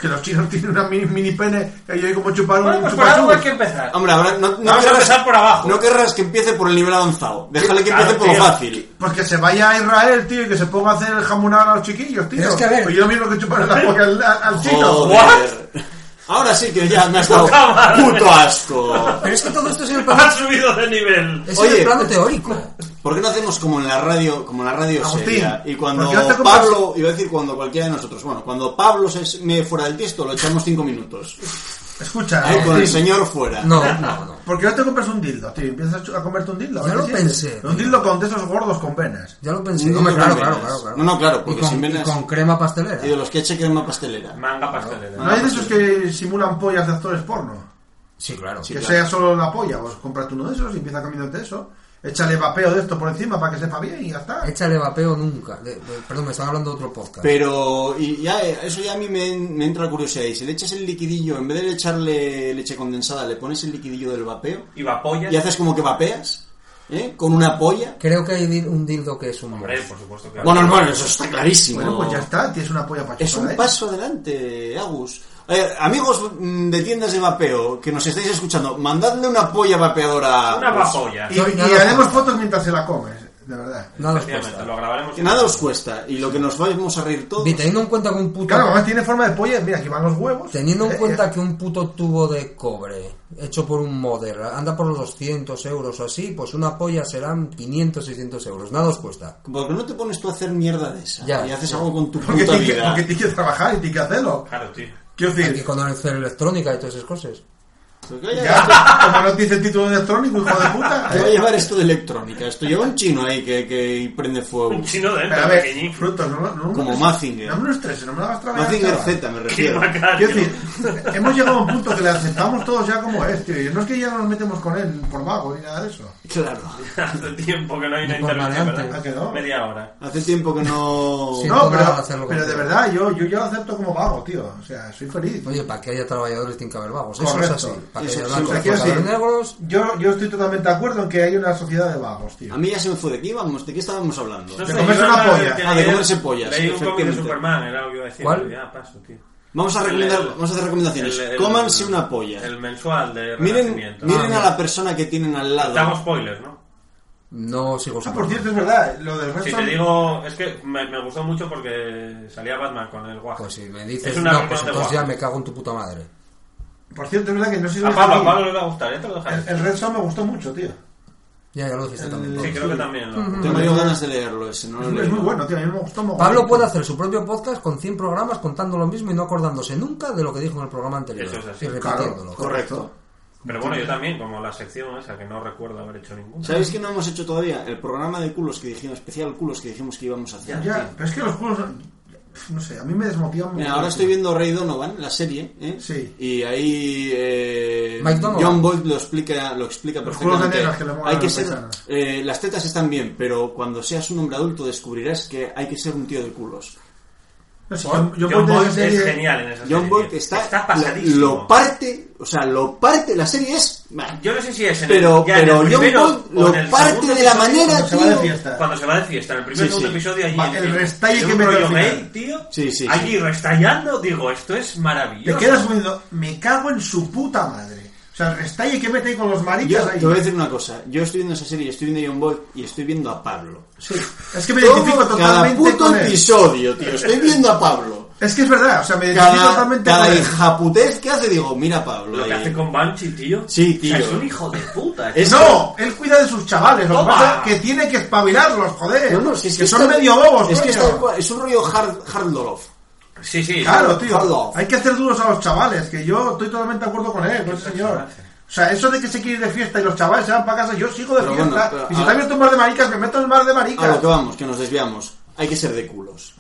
Speaker 8: Que los chinos tienen una mini, mini pene que yo hay como chupar un
Speaker 6: Bueno, pues por
Speaker 8: chupachus.
Speaker 6: algo hay que empezar. [laughs]
Speaker 5: Hombre, ahora no, no
Speaker 6: Vamos a empezar por abajo.
Speaker 5: No querrás que empiece por el nivel avanzado. Déjale que
Speaker 6: Claro,
Speaker 5: empiece por lo
Speaker 6: tío.
Speaker 5: fácil.
Speaker 8: Pues que se vaya a Israel, tío, y que se ponga a hacer el jamonado a los chiquillos, tío.
Speaker 7: Pero es que, a ver-
Speaker 8: Pues yo lo mismo que chupar la polla al, al- al chino.
Speaker 5: Joder. Ahora sí que ya me
Speaker 6: [laughs]
Speaker 5: has dado
Speaker 6: Puta madre.
Speaker 5: puto asco.
Speaker 7: Pero es que todo esto es en el plano,
Speaker 6: Has subido de nivel.
Speaker 7: es en el
Speaker 5: Oye.
Speaker 7: plano teórico.
Speaker 5: ¿Por qué no hacemos como en la radio, como en la radio
Speaker 8: Agustín,
Speaker 5: seria? Y cuando
Speaker 8: ¿por qué no te compras-
Speaker 5: Pablo, iba a decir cuando cualquiera de nosotros, bueno, cuando Pablo se me fuera del texto, lo echamos cinco minutos.
Speaker 8: Escucha, eh.
Speaker 5: Ahí con el
Speaker 8: Agustín,
Speaker 5: señor fuera.
Speaker 7: No, no, no.
Speaker 8: ¿por qué no te compras un dildo, tío? y Empiezas a chu- a comerte un dildo. a
Speaker 7: Yo
Speaker 8: ver
Speaker 7: lo
Speaker 8: qué sientes.
Speaker 7: pensé,
Speaker 8: Un
Speaker 7: tío.
Speaker 8: dildo con de esos gordos con venas.
Speaker 7: Ya lo pensé.
Speaker 5: Un
Speaker 7: Hombre,
Speaker 5: dildo
Speaker 7: claro,
Speaker 5: con
Speaker 7: claro,
Speaker 5: venas.
Speaker 7: claro, claro.
Speaker 5: No, no, claro, porque
Speaker 7: y con,
Speaker 5: sin venas-
Speaker 7: y con crema pastelera.
Speaker 5: Y de los que eche crema pastelera.
Speaker 6: Manga pastelera.
Speaker 8: ¿No hay de esos que simulan pollas de actores porno?
Speaker 7: Sí, claro.
Speaker 5: Sí.
Speaker 8: que
Speaker 5: claro.
Speaker 8: sea solo la polla, pues cómprate uno de esos y empieza caminando de eso. Échale vapeo de esto por encima para que sepa bien y ya está.
Speaker 7: Échale vapeo nunca. De- de- perdón, me están hablando de otro podcast.
Speaker 5: Pero y ya, eh, eso ya a mí me, me entra la curiosidad. Y si le echas el liquidillo, en vez de echarle leche condensada, le pones el liquidillo del vapeo
Speaker 6: Y va pollas.
Speaker 5: y haces como que vapeas, ¿eh? Con una polla.
Speaker 7: Creo que hay dil- un dildo que es un
Speaker 6: Hombre, eh, por supuesto que.
Speaker 5: Bueno, hermano, eso está clarísimo.
Speaker 8: Bueno, pues ya está, tienes una polla para
Speaker 5: Es
Speaker 8: chupar ¿eh?
Speaker 5: un
Speaker 8: ahí.
Speaker 5: paso adelante, Agus. Eh, amigos mm, de tiendas de vapeo que nos estáis escuchando, mandadle una polla vapeadora. a
Speaker 6: Una
Speaker 5: Agus.
Speaker 6: vapolla.
Speaker 8: Y,
Speaker 7: No,
Speaker 8: y
Speaker 7: nada os
Speaker 8: haremos
Speaker 7: cuesta.
Speaker 8: fotos mientras se la comes, de verdad.
Speaker 7: Nada pues, os
Speaker 6: Efectivamente,
Speaker 7: cuesta.
Speaker 6: lo grabaremos.
Speaker 5: Que nada os cuesta y lo que nos vamos a reír todos.
Speaker 7: Y teniendo en cuenta que un puto...
Speaker 8: Claro, además tiene forma de polla, mira, aquí van los huevos.
Speaker 7: Teniendo en
Speaker 8: Eh,
Speaker 7: cuenta
Speaker 8: eh,
Speaker 7: que un puto tubo de cobre hecho por un modder anda por los 200 euros o así, pues una polla serán 500, 600 euros. Nada os cuesta.
Speaker 5: ¿Por qué no te pones tú a hacer mierda de esa?
Speaker 7: Ya.
Speaker 5: y haces algo con tu
Speaker 8: eh, Porque
Speaker 5: puta
Speaker 8: tiene que,
Speaker 5: vida.
Speaker 8: porque tiene que trabajar y tiene que hacerlo.
Speaker 6: Claro, tío.
Speaker 8: Quiero
Speaker 7: Hay que
Speaker 8: decir,
Speaker 7: conocer electrónica y todas esas cosas.
Speaker 5: Pero ¿qué va a llevar-
Speaker 8: ya, como no dice el título de electrónico, hijo de puta.
Speaker 5: qué va a
Speaker 8: eh.
Speaker 5: llevar esto de electrónica? Esto lleva un chino ahí que, que prende fuego.
Speaker 6: Un chino
Speaker 8: Pero a
Speaker 6: dentro, [laughs]
Speaker 8: ver,
Speaker 6: pequeñín.
Speaker 8: frutos, no, no, no
Speaker 5: Como
Speaker 8: no-
Speaker 5: Mazinger.
Speaker 8: No me lo estreses, no me lo hagas trabajar.
Speaker 5: Mazinger
Speaker 8: chaval.
Speaker 5: Z, me refiero.
Speaker 6: Macario.
Speaker 8: Quiero decir, hemos llegado a un punto que le aceptamos todos ya como es, tío. Y no es que ya no nos metemos con él por vago ni nada de eso.
Speaker 5: Claro.
Speaker 6: Hace tiempo que no hay una
Speaker 7: Ni por
Speaker 6: intervención,
Speaker 7: maleante.
Speaker 6: ¿verdad?
Speaker 8: Ah, que no.
Speaker 6: Media hora.
Speaker 5: Hace tiempo que no.
Speaker 7: Sí.
Speaker 8: No,
Speaker 7: Entonces,
Speaker 8: pero,
Speaker 7: hacerlo
Speaker 8: pero de
Speaker 7: contigo.
Speaker 8: verdad, yo, yo ya lo acepto como vago, tío. O sea, soy feliz.
Speaker 7: Oye, para que haya trabajadores tiene que haber vagos. Eso
Speaker 8: Correcto.
Speaker 7: es así. Para que
Speaker 5: Eso
Speaker 7: haya
Speaker 5: sí,
Speaker 7: blancos,
Speaker 5: pero
Speaker 8: quiero
Speaker 7: para que haya
Speaker 8: decir-
Speaker 7: negros...
Speaker 8: Yo, yo estoy totalmente de acuerdo en que hay una sociedad de vagos, tío.
Speaker 5: A mí ya se me fue de qué íbamos, de qué estábamos hablando.
Speaker 6: No
Speaker 8: Te
Speaker 6: sé,
Speaker 8: comes
Speaker 6: yo
Speaker 8: una
Speaker 6: ahora
Speaker 8: polla.
Speaker 6: que
Speaker 5: Ah, de
Speaker 6: ayer
Speaker 5: comerse pollas,
Speaker 6: Leí un cómic de
Speaker 5: efectivamente.
Speaker 6: Superman, era lo que iba a decir.
Speaker 7: ¿Cuál?
Speaker 6: pero Ya, paso, tío.
Speaker 5: Vamos a, recomendar,
Speaker 6: El-
Speaker 5: vamos a hacer recomendaciones.
Speaker 6: el- el-
Speaker 5: Cómanse una polla.
Speaker 6: El mensual de
Speaker 5: Miren,
Speaker 6: Renacimiento. Ah,
Speaker 5: miren
Speaker 7: Ah,
Speaker 5: a
Speaker 7: mira.
Speaker 5: la persona que tienen al lado.
Speaker 6: Damos spoilers, ¿no?
Speaker 7: No sigo
Speaker 8: Ah,
Speaker 7: su
Speaker 8: por cierto, es verdad, lo del
Speaker 6: Si
Speaker 8: resto.
Speaker 6: te digo, es que me, me gustó mucho porque salía Batman con el guaje.
Speaker 7: Pues si me dices...
Speaker 6: Es una
Speaker 7: No,
Speaker 6: reunión
Speaker 7: pues
Speaker 6: de
Speaker 7: entonces
Speaker 6: guapos.
Speaker 7: ya me cago en tu puta madre.
Speaker 8: Por cierto, es verdad que no sé si lo
Speaker 6: A Pablo, a
Speaker 8: dijiste
Speaker 6: Pablo
Speaker 8: aquí.
Speaker 6: le va a gustar, ya te lo dejaré.
Speaker 8: El, el Red Son me gustó mucho, tío.
Speaker 7: Ya, ya lo dijiste también.
Speaker 6: Sí,
Speaker 7: Pablo.
Speaker 6: creo que también lo.
Speaker 5: Tengo yo ganas de leerlo ese, no lo he
Speaker 8: Es
Speaker 5: leído.
Speaker 8: muy bueno, tío. A mí me gustó mogollón.
Speaker 7: Pablo puede hacer su propio podcast con 100 programas contando lo mismo y no acordándose nunca de lo que dijo en el programa anterior.
Speaker 6: Eso es así.
Speaker 7: Y
Speaker 8: Claro,
Speaker 7: repitiéndolo.
Speaker 5: Correcto.
Speaker 6: Pero bueno, yo también, como la sección esa que no recuerdo haber hecho ninguna.
Speaker 5: ¿Sabéis que no hemos hecho todavía? El programa de culos que dijimos, especial culos que dijimos que íbamos a hacer.
Speaker 8: Ya, pero es que los juegos. No sé, a mí me desmotivan.
Speaker 5: Mira, ahora estoy viendo Ray Donovan, la serie, ¿eh?
Speaker 8: Sí.
Speaker 5: Y ahí eh,
Speaker 7: Mike Donovan.
Speaker 5: John Boyd lo explica, lo explica
Speaker 8: Los
Speaker 5: perfectamente.
Speaker 8: juegos de negras que le molan
Speaker 5: hay
Speaker 8: a
Speaker 5: que
Speaker 8: los
Speaker 5: ser,
Speaker 8: paisanos.
Speaker 5: eh, las tetas están bien, pero cuando seas un hombre adulto descubrirás que hay que ser un tío de culos.
Speaker 8: No sé,
Speaker 6: John,
Speaker 8: yo, yo
Speaker 6: John
Speaker 8: voy de
Speaker 6: Boyd
Speaker 8: serie-
Speaker 6: es genial en esa
Speaker 5: John
Speaker 6: serie,
Speaker 5: Boyd
Speaker 6: tío.
Speaker 5: está,
Speaker 6: pasadísimo.
Speaker 5: Lo parte, o sea, lo parte, la serie es... bah,
Speaker 6: Yo no sé si es en
Speaker 5: pero
Speaker 6: el, ya en
Speaker 5: pero
Speaker 6: el
Speaker 5: John
Speaker 6: primero
Speaker 5: Boyd
Speaker 6: o en
Speaker 5: lo
Speaker 6: el
Speaker 5: parte
Speaker 6: segundo
Speaker 5: de la
Speaker 6: episodio,
Speaker 5: manera,
Speaker 8: cuando se va de
Speaker 5: tío.
Speaker 8: fiesta.
Speaker 6: Cuando se va de fiesta, en el primer
Speaker 5: Sí,
Speaker 6: segundo
Speaker 5: sí.
Speaker 6: episodio allí.
Speaker 8: Va,
Speaker 6: en-
Speaker 8: el restalle
Speaker 6: en
Speaker 8: que
Speaker 6: un
Speaker 8: mete al
Speaker 6: rollo
Speaker 8: final.
Speaker 6: gay, tío.
Speaker 5: Sí, sí,
Speaker 6: Allí restallando, digo, esto es
Speaker 8: Te
Speaker 6: maravilloso.
Speaker 8: quedas unido. Me cago en su puta madre. O sea, el restalle que mete ahí con los
Speaker 5: Yo
Speaker 8: maritas ahí.
Speaker 5: te voy a decir una cosa, yo estoy viendo esa serie, estoy viendo a John Boyd y estoy viendo a Pablo.
Speaker 8: Sí, es que me identifico
Speaker 5: Todo- cada
Speaker 8: totalmente
Speaker 5: puto
Speaker 8: con él.
Speaker 5: episodio, tío. Estoy viendo a Pablo.
Speaker 8: Es que es verdad, o sea, me identifico
Speaker 5: Cada,
Speaker 8: totalmente
Speaker 5: cada
Speaker 8: con él.
Speaker 5: hijaputez que hace, digo, mira a Pablo.
Speaker 6: Lo que
Speaker 5: ahí.
Speaker 6: hace con Banshee, tío.
Speaker 5: Sí,
Speaker 6: O sea,
Speaker 5: tío.
Speaker 6: es un hijo de puta.
Speaker 5: Es-
Speaker 8: No, él cuida de sus chavales, lo que
Speaker 6: Toma.
Speaker 8: pasa es que tiene que espabilarlos, joder.
Speaker 5: No, no, si es
Speaker 8: que, son
Speaker 5: está-
Speaker 8: medio bobos,
Speaker 5: Es que
Speaker 8: coño.
Speaker 5: está- es un rollo hard, hard love.
Speaker 6: Sí, sí.
Speaker 8: Claro,
Speaker 5: Pablo.
Speaker 8: tío. Hay que hacer duros a los chavales, que yo estoy totalmente de acuerdo con él, no señor. O sea, eso de que se quiere ir de fiesta y los chavales se van para casa, yo sigo de
Speaker 5: Pero
Speaker 8: fiesta.
Speaker 5: bueno, pero Ah,
Speaker 8: y si
Speaker 5: ahora-
Speaker 8: está abierto un mar de maricas, me meto en el mar de
Speaker 5: A lo
Speaker 8: maricas.
Speaker 5: que vamos, que nos desviamos. Hay que ser de culos.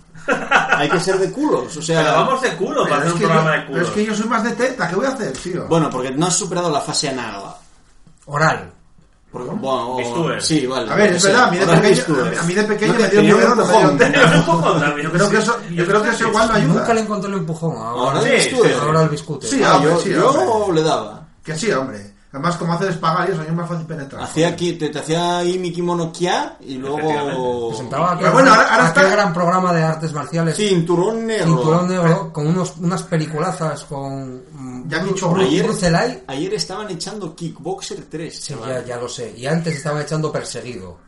Speaker 5: Hay que ser de culos. O sea,
Speaker 6: Pero vamos de culo
Speaker 8: Pero
Speaker 6: para hacer
Speaker 8: es
Speaker 6: un
Speaker 8: que yo-
Speaker 6: programa de
Speaker 8: pero
Speaker 6: culo.
Speaker 8: es que yo soy más de teta, ¿qué voy a hacer, tío?
Speaker 5: bueno, porque no has superado la fase análoga.
Speaker 7: Oral.
Speaker 5: Porque, bueno,
Speaker 6: Bistúber.
Speaker 5: sí, vale.
Speaker 8: A ver,
Speaker 5: lo
Speaker 8: es
Speaker 5: que sea.
Speaker 8: verdad, a mí de
Speaker 5: Ahora
Speaker 8: pequeño-
Speaker 5: Bistúber.
Speaker 8: a mí de pequeño
Speaker 5: No te-
Speaker 8: me dio
Speaker 5: te dio
Speaker 8: miedo,
Speaker 5: un
Speaker 8: no me
Speaker 5: empujón.
Speaker 8: dio-
Speaker 6: Un
Speaker 8: [laughs]
Speaker 6: poco también.
Speaker 8: Yo creo que eso, yo creo que eso igual no ayuda.
Speaker 7: Nunca le encontré el empujón. ¿eh? Ahora,
Speaker 5: [laughs] Ahora Bistúber.
Speaker 7: ahora el biscute.
Speaker 8: Sí,
Speaker 5: Ah,
Speaker 8: hombre,
Speaker 5: yo,
Speaker 8: sí,
Speaker 5: yo
Speaker 8: hombre.
Speaker 5: le daba.
Speaker 8: Que sí, hombre. Además, como haces pagar y eso, yo es más fácil penetrar.
Speaker 5: Hacía aquí, te, te hacía ahí mi kimono Kia y luego.
Speaker 7: Presentaba aquel,
Speaker 8: Pero bueno, ahora- ahora
Speaker 7: aquel
Speaker 8: está-
Speaker 7: gran programa de artes marciales.
Speaker 5: Cinturón negro.
Speaker 7: Cinturón negro, con unos, unas peliculazas con mm,
Speaker 8: Jackie
Speaker 7: Bruce-
Speaker 8: Chan.
Speaker 7: Bruce
Speaker 5: Ayer,
Speaker 7: Lai.
Speaker 5: ayer estaban echando Kickboxer 3,
Speaker 7: Sí,
Speaker 5: chaval.
Speaker 7: ya, ya lo sé. Y antes estaban echando Perseguido.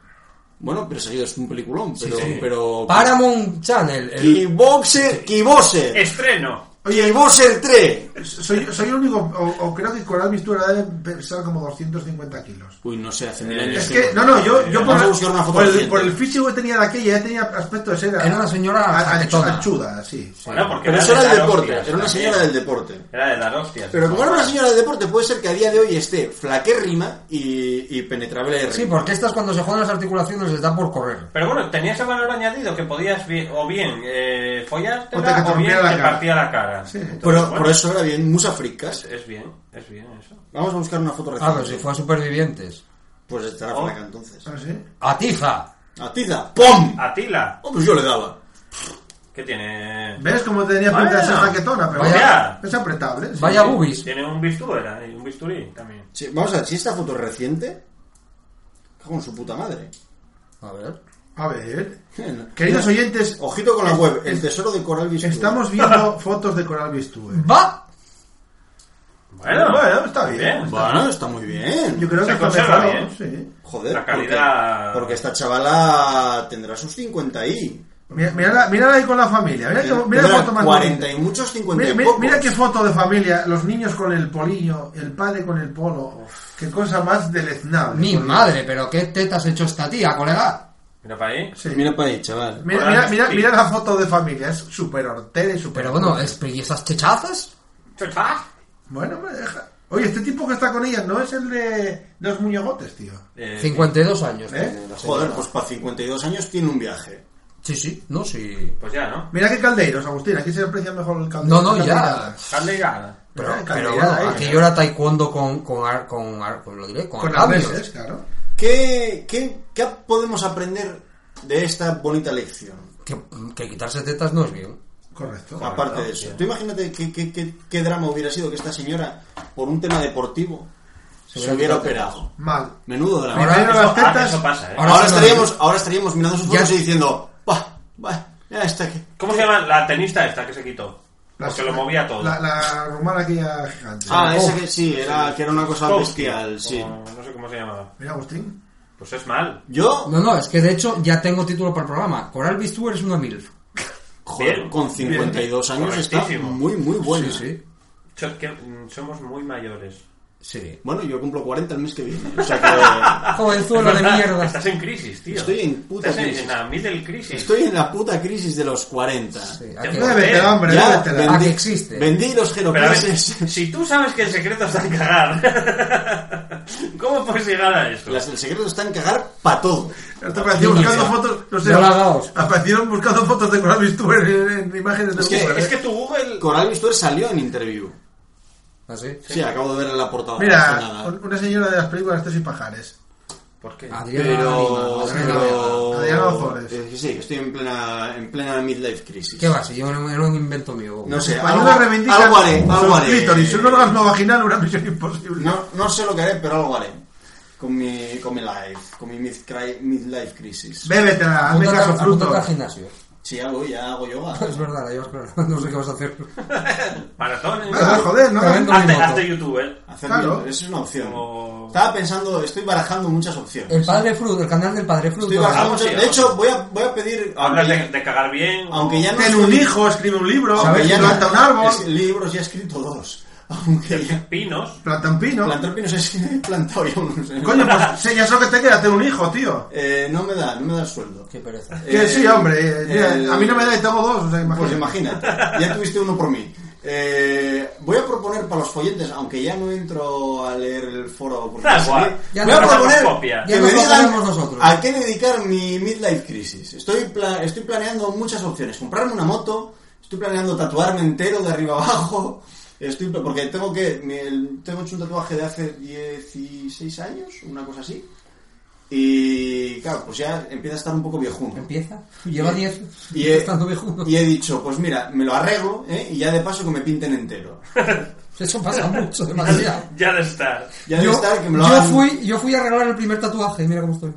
Speaker 5: Bueno, pero seguido es un peliculón, pero...
Speaker 6: sí.
Speaker 5: pero
Speaker 7: Paramount Channel. el-
Speaker 5: Kickboxer, Kickboxer,
Speaker 6: Estreno.
Speaker 5: Kickboxer 3.
Speaker 8: Soy, soy el único, o, o creo que Coral Mistura debe pesar como 250 kilos.
Speaker 5: Uy, no sé, hace mil años.
Speaker 8: Es que, no, no, yo, yo por,
Speaker 5: eh, Vamos a buscar una foto
Speaker 8: por el,
Speaker 5: reciente.
Speaker 8: por el físico que tenía de aquella, ya tenía aspecto de ser.
Speaker 7: Era una señora
Speaker 8: a- a-
Speaker 7: chaquetona.
Speaker 8: anchuda, sí.
Speaker 6: Bueno, porque
Speaker 5: Pero eso era
Speaker 6: de
Speaker 5: el
Speaker 6: dar
Speaker 5: deporte,
Speaker 6: hostias,
Speaker 5: era una
Speaker 6: también.
Speaker 5: señora del deporte.
Speaker 6: Era de dar hostias.
Speaker 5: Pero como era una señora del deporte, puede ser que a día de hoy esté flaquérrima y, y penetrable. de
Speaker 7: Sí,
Speaker 5: rima.
Speaker 7: porque estas cuando se joden las articulaciones les da por correr.
Speaker 6: Pero bueno, tenía ese valor añadido que podías bi- o bien eh, follarte o,
Speaker 8: O te- que te
Speaker 6: bien
Speaker 8: rompiera la
Speaker 6: te
Speaker 8: cara.
Speaker 6: partía la cara.
Speaker 8: Sí.
Speaker 6: Entonces,
Speaker 5: Pero
Speaker 6: bueno,
Speaker 5: por eso era bien, musa fricas.
Speaker 6: Es bien, es bien eso.
Speaker 5: Vamos a buscar una foto
Speaker 7: Ah,
Speaker 5: reciente.
Speaker 8: pues
Speaker 7: pero si fue a Supervivientes.
Speaker 5: Pues estará
Speaker 6: Oh.
Speaker 5: flaca entonces.
Speaker 8: ¿Ah, sí?
Speaker 7: ¡Atiza!
Speaker 5: Atiza, ¡pum!
Speaker 6: Atila,
Speaker 5: Oh, pues yo le daba.
Speaker 6: que tiene...
Speaker 8: ¿Ves cómo tenía pinta de ser
Speaker 6: Bueno.
Speaker 8: chaquetona? Pero
Speaker 6: Vaya.
Speaker 8: es apretable. sí.
Speaker 7: Vaya boobies.
Speaker 6: Tiene un bisturí, ahí, un bisturí también.
Speaker 5: Sí, vamos a ver, si esta foto es reciente, cago en su puta madre. [laughs]
Speaker 7: A ver.
Speaker 8: A ver. Queridos oyentes,
Speaker 5: Ojito con la web, el tesoro de Coral Vistula. [laughs]
Speaker 8: estamos viendo fotos de Coral Bistue.
Speaker 7: ¡Va!
Speaker 6: Bueno,
Speaker 8: Bueno, está bien.
Speaker 5: Bueno, está muy bien.
Speaker 8: Yo creo
Speaker 6: Se
Speaker 8: que está
Speaker 6: conserva
Speaker 8: mejor,
Speaker 6: bien.
Speaker 8: sí.
Speaker 5: Joder,
Speaker 6: La calidad-
Speaker 5: Porque, porque esta chavala tendrá sus 50 y.
Speaker 8: Mira, mírala- mírala ahí con la familia. Mira, que, mira qué
Speaker 5: Tendrá
Speaker 8: foto más
Speaker 5: 40
Speaker 8: bonita.
Speaker 5: y muchos 50
Speaker 8: Mira,
Speaker 5: y
Speaker 8: mira-
Speaker 5: pocos.
Speaker 8: mira qué foto de familia. Los niños con el polillo, el padre con el polo. Qué cosa más deleznable.
Speaker 7: Mi
Speaker 8: Por Dios.
Speaker 7: madre, pero qué tetas hecho esta tía, colega.
Speaker 6: Mira para ahí.
Speaker 8: Sí. Mira,
Speaker 5: Mira para ahí, chaval.
Speaker 8: mira, mira, mira, la foto de familia. Es súper hortera y súper...
Speaker 7: Pero bueno, es- ¿y esas techazas?
Speaker 8: Bueno, me deja... Oye, este tipo que está con ella no es el de, de los muñegotes, tío.
Speaker 6: Eh,
Speaker 7: 52 años.
Speaker 8: ¿Eh?
Speaker 7: tiene la
Speaker 5: Joder,
Speaker 7: señora.
Speaker 5: pues para 52 años tiene un viaje.
Speaker 7: Sí, sí, no, sí.
Speaker 6: Pues ya, ¿no?
Speaker 8: Mira qué caldeiros, Agustín. Aquí se aprecia mejor el
Speaker 7: No,
Speaker 8: caldero.
Speaker 7: no, ya.
Speaker 6: Caldeirada.
Speaker 7: Pero,
Speaker 8: Mira,
Speaker 7: pero
Speaker 8: calidad,
Speaker 7: bueno,
Speaker 8: eh.
Speaker 7: aquello era taekwondo con, con, ar- con, ar- con, lo diré, con,
Speaker 8: Con las
Speaker 7: agravios.
Speaker 8: veces, claro.
Speaker 5: ¿Qué, qué, qué podemos aprender de esta bonita lección?
Speaker 7: Que, que quitarse tetas no es bien.
Speaker 8: Correcto.
Speaker 5: Aparte de eso, tú imagínate qué, qué- qué- qué drama hubiera sido que esta señora, por un tema deportivo, se, hubiera operado.
Speaker 8: Mal.
Speaker 5: Menudo drama.
Speaker 7: Ahora-
Speaker 8: Primero las
Speaker 6: Eso, ah,
Speaker 8: tetas...
Speaker 6: eso pasa, ¿eh?
Speaker 7: Ahora
Speaker 5: Ahora,
Speaker 7: se lo
Speaker 5: estaríamos, ahora estaríamos mirando sus
Speaker 7: Ya.
Speaker 5: fotos y diciendo, ¡Bah! bah, ya está que
Speaker 6: ¿Cómo se llama la tenista esta que se quitó?
Speaker 8: la-
Speaker 6: Porque lo movía todo.
Speaker 8: La, la rumana aquella gigante.
Speaker 5: Ah,
Speaker 7: Oh.
Speaker 5: esa que sí, era, que era una cosa
Speaker 6: Stovsky,
Speaker 5: bestial, sí.
Speaker 6: como- No sé cómo se llamaba.
Speaker 8: Mira, Agustín.
Speaker 6: Pues es mal.
Speaker 5: Yo,
Speaker 7: No, no, es que de hecho ya tengo título para el programa. Coral Bistuer es una MILF.
Speaker 5: joder,
Speaker 6: Bien,
Speaker 5: con 52 años está
Speaker 6: correctísimo.
Speaker 5: muy, muy buena.
Speaker 7: Sí, sí.
Speaker 6: Cho- que, mm, Somos muy mayores.
Speaker 7: Sí.
Speaker 5: Bueno, yo cumplo 40 el mes que viene. O sea
Speaker 7: [laughs] Jovenzuelo de mierda.
Speaker 6: Estás en crisis, tío.
Speaker 5: Estoy en puta
Speaker 6: Estás en-
Speaker 5: crisis.
Speaker 6: en la middle crisis.
Speaker 5: que estoy en la puta crisis de los 40.
Speaker 7: Sí,
Speaker 6: Te
Speaker 7: ¿a qué?
Speaker 6: mueves.
Speaker 8: Bébetela, hombre,
Speaker 5: Ya,
Speaker 8: bébetela.
Speaker 7: Ah,
Speaker 5: vendí-
Speaker 7: que existe.
Speaker 5: Vendí los
Speaker 6: Pero a ver,
Speaker 5: gelopeses.
Speaker 6: si tú sabes que el secreto está en cagar, [laughs] ¿cómo puedes llegar a
Speaker 5: [laughs]
Speaker 6: eso?
Speaker 5: Las- El secreto está en cagar para todo.
Speaker 8: Esto apareció buscando fotos, no sé.
Speaker 7: No la hagamos.
Speaker 8: Aparecieron buscando fotos de Coral Bistuer en, en imágenes de
Speaker 5: Es que-
Speaker 8: Google,
Speaker 6: Es
Speaker 8: ¿eh?
Speaker 6: que tu Google...
Speaker 5: Coral Vistor salió en interview.
Speaker 7: ¿Ah, sí?
Speaker 5: Sí, acabo de ver en la portada. no hace
Speaker 8: Mira,
Speaker 5: nada.
Speaker 8: un- una señora de las películas Tres y Pajares. Ah,
Speaker 6: ¿Por qué?
Speaker 7: Adriana
Speaker 5: Pero.
Speaker 7: Lima, Adriana Lima.
Speaker 5: pero-
Speaker 8: Adriana Ozores.
Speaker 5: Eh, sí, estoy en plena, en plena midlife crisis.
Speaker 7: ¿Qué va? Si yo no, era un invento mío.
Speaker 5: No sé, algo,
Speaker 8: Española pues reivindica
Speaker 5: algo haré. Algo
Speaker 8: su
Speaker 5: haré.
Speaker 8: clítoris, un orgasmo vaginal, una misión imposible.
Speaker 5: No, no sé lo que haré, pero algo haré. Con mi, con mi life, con mi mid- cri- midlife crisis.
Speaker 8: Bébetela, hazme
Speaker 7: Apúntate-
Speaker 8: caso, fruto.
Speaker 7: apúntate al gimnasio. [laughs]
Speaker 5: Sí, algo, ya hago yoga.
Speaker 8: Pues,
Speaker 7: Es verdad, la llevas clara. [laughs] No sé qué vas a hacer.
Speaker 6: Maratón. ¿eh?
Speaker 8: Ah, joder, no
Speaker 7: Te vendo mi
Speaker 6: Hazte,
Speaker 7: moto.
Speaker 6: hazte youtuber.
Speaker 5: Hacer
Speaker 8: Claro.
Speaker 5: yoga, eso es una opción.
Speaker 6: Como-
Speaker 5: Estaba pensando, estoy barajando muchas opciones.
Speaker 7: El padre Fruto, el canal del padre Fruto. [laughs]
Speaker 5: Estoy barajando
Speaker 6: Vamos,
Speaker 5: muchas-
Speaker 6: sí,
Speaker 5: De
Speaker 6: vamos.
Speaker 5: hecho, voy a, voy a pedir.
Speaker 6: Hablas
Speaker 5: aunque
Speaker 6: de,
Speaker 5: ya-
Speaker 6: de cagar bien.
Speaker 5: Aunque ya no
Speaker 8: Ten Ah, un
Speaker 5: estoy-
Speaker 8: hijo, escribe un libro,
Speaker 5: Aunque ya no-
Speaker 8: planta un árbol,
Speaker 5: es- libros ya he escrito dos. [laughs] Aunque ya.
Speaker 6: Pinos.
Speaker 8: planta un pino.
Speaker 5: Plantar pinos he plantado ya unos. eh.
Speaker 8: Coño, pues sé, ya es lo que te queda, tener un hijo, tío.
Speaker 5: Eh, no me da, no me da el sueldo.
Speaker 7: Qué pereza.
Speaker 5: Eh,
Speaker 8: que sí, hombre. eh, mira,
Speaker 5: el-
Speaker 8: a mí no me da y tengo dos, o sea, imagínate.
Speaker 5: Pues imagínate, ya tuviste uno por mí. Eh, voy a proponer para los folletes, aunque ya no entro a leer el foro porque
Speaker 6: Da
Speaker 5: no sé
Speaker 6: igual,
Speaker 5: qué,
Speaker 7: ya
Speaker 5: voy
Speaker 7: nos
Speaker 5: a
Speaker 7: hacemos
Speaker 5: proponer
Speaker 6: copia.
Speaker 5: que
Speaker 7: Ya
Speaker 5: me
Speaker 7: nos lo
Speaker 5: digan
Speaker 7: ponemos nosotros.
Speaker 5: a qué dedicar mi midlife crisis. Estoy, pla- estoy planeando muchas opciones. Comprarme una moto, estoy planeando tatuarme entero de arriba abajo. Estoy, pla- porque tengo que me- el- tengo hecho un tatuaje de hace 16 años, una cosa así. Y claro, pues ya empieza a estar un poco viejuno.
Speaker 7: Empieza. Lleva 10.
Speaker 5: Y he,
Speaker 7: Estando viejuno.
Speaker 5: y he dicho, pues mira, me lo arreglo ¿eh? y ya de paso que me pinten entero.
Speaker 7: Eso pasa mucho, demasiado.
Speaker 6: [laughs] Ya de estar.
Speaker 5: Ya de estar que me lo
Speaker 7: yo
Speaker 5: hagan-
Speaker 7: fui, yo fui a arreglar el primer tatuaje y mira cómo estoy.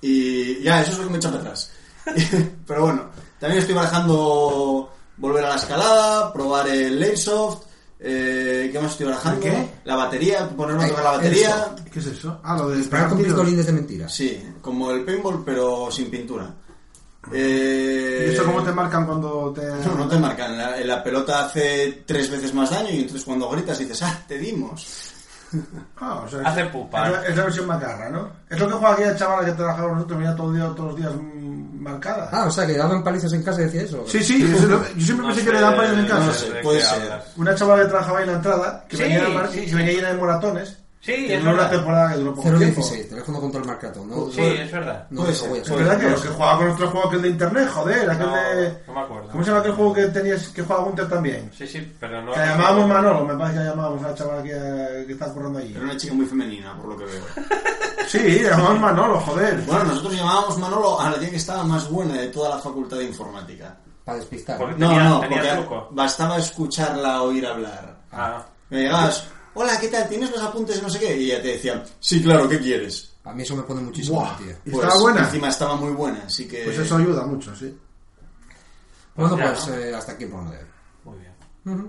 Speaker 5: Y ya, eso es lo que me echa para atrás. [laughs] Pero bueno, también estoy barajando volver a la escalada, probar el Airsoft. Eh, ¿Qué más estoy barajando?
Speaker 8: ¿Qué?
Speaker 5: La batería, ponerme a
Speaker 7: Ay,
Speaker 5: tocar la batería.
Speaker 7: Airsoft.
Speaker 8: ¿Qué es eso? Ah, lo de
Speaker 7: Pagar con
Speaker 8: partidos.
Speaker 7: pistolines de mentiras.
Speaker 5: Sí, como el paintball, pero sin pintura. Eh,
Speaker 8: ¿Y eso cómo te marcan cuando te.?
Speaker 5: No, no te marcan. La, la pelota hace tres veces más daño y entonces cuando gritas dices, ah, te dimos.
Speaker 8: Ah, o sea,
Speaker 6: Hace
Speaker 8: es-
Speaker 6: pupa.
Speaker 8: Es la, es la versión macarra, ¿no? Es lo que juega aquella chavala que trabajaba con nosotros, venía todo el día, todos los días mm, marcada.
Speaker 7: Ah, o sea, que daban palizas en casa y decía eso.
Speaker 8: Sí, sí, eso es lo- [laughs] yo siempre
Speaker 6: No
Speaker 8: pensé
Speaker 6: sé-
Speaker 8: que le daban paños en casa.
Speaker 5: no
Speaker 6: sé de
Speaker 5: puede
Speaker 6: qué
Speaker 5: ser.
Speaker 6: hablas.
Speaker 8: Una chavala que trabajaba ahí en la entrada, que
Speaker 6: Sí,
Speaker 8: venía, a mar-
Speaker 6: sí,
Speaker 8: que
Speaker 6: sí.
Speaker 8: venía llena de moratones.
Speaker 6: Sí,
Speaker 8: que
Speaker 6: es
Speaker 8: duró una
Speaker 6: verdad.
Speaker 8: temporada que duró poco tiempo.
Speaker 7: 016, teléfono contra el marcatón, ¿no?
Speaker 6: Sí, es verdad.
Speaker 7: No,
Speaker 5: Puede
Speaker 7: eso
Speaker 5: ser,
Speaker 7: voy a
Speaker 8: Es
Speaker 7: hacer.
Speaker 8: verdad que, que jugaba con otro juego que el de internet, joder, aquel
Speaker 6: No,
Speaker 8: de.
Speaker 6: no me acuerdo.
Speaker 8: ¿Cómo se llama aquel juego que tenías que jugaba Gunter también?
Speaker 6: Sí, sí, pero no.
Speaker 8: Que la llamábamos Manolo, me parece que la llamábamos a la chavala que, que está currando allí.
Speaker 5: Era una chica muy femenina, por lo que veo.
Speaker 8: Sí, la llamábamos Manolo, joder.
Speaker 5: Bueno, nosotros llamábamos Manolo a la tía que estaba más buena de toda la facultad de informática.
Speaker 7: Para despistar.
Speaker 6: Porque
Speaker 5: No,
Speaker 6: tenía,
Speaker 5: no,
Speaker 6: tenía
Speaker 5: porque
Speaker 6: truco.
Speaker 5: bastaba escucharla oír hablar.
Speaker 6: Ah.
Speaker 5: Me llegabas, hola, ¿qué tal? ¿Tienes los apuntes? No sé qué. Y ella te decía, sí, claro, ¿qué quieres?
Speaker 7: A mí eso me pone muchísimo,
Speaker 8: Buah.
Speaker 7: tío.
Speaker 8: ¿Y estaba buena?
Speaker 5: pues, Encima estaba muy buena, así que...
Speaker 8: Pues eso ayuda mucho, sí.
Speaker 7: Bueno,
Speaker 6: ya,
Speaker 7: pues
Speaker 6: ¿no?
Speaker 7: eh, hasta aquí el programa de hoy.
Speaker 6: Muy bien.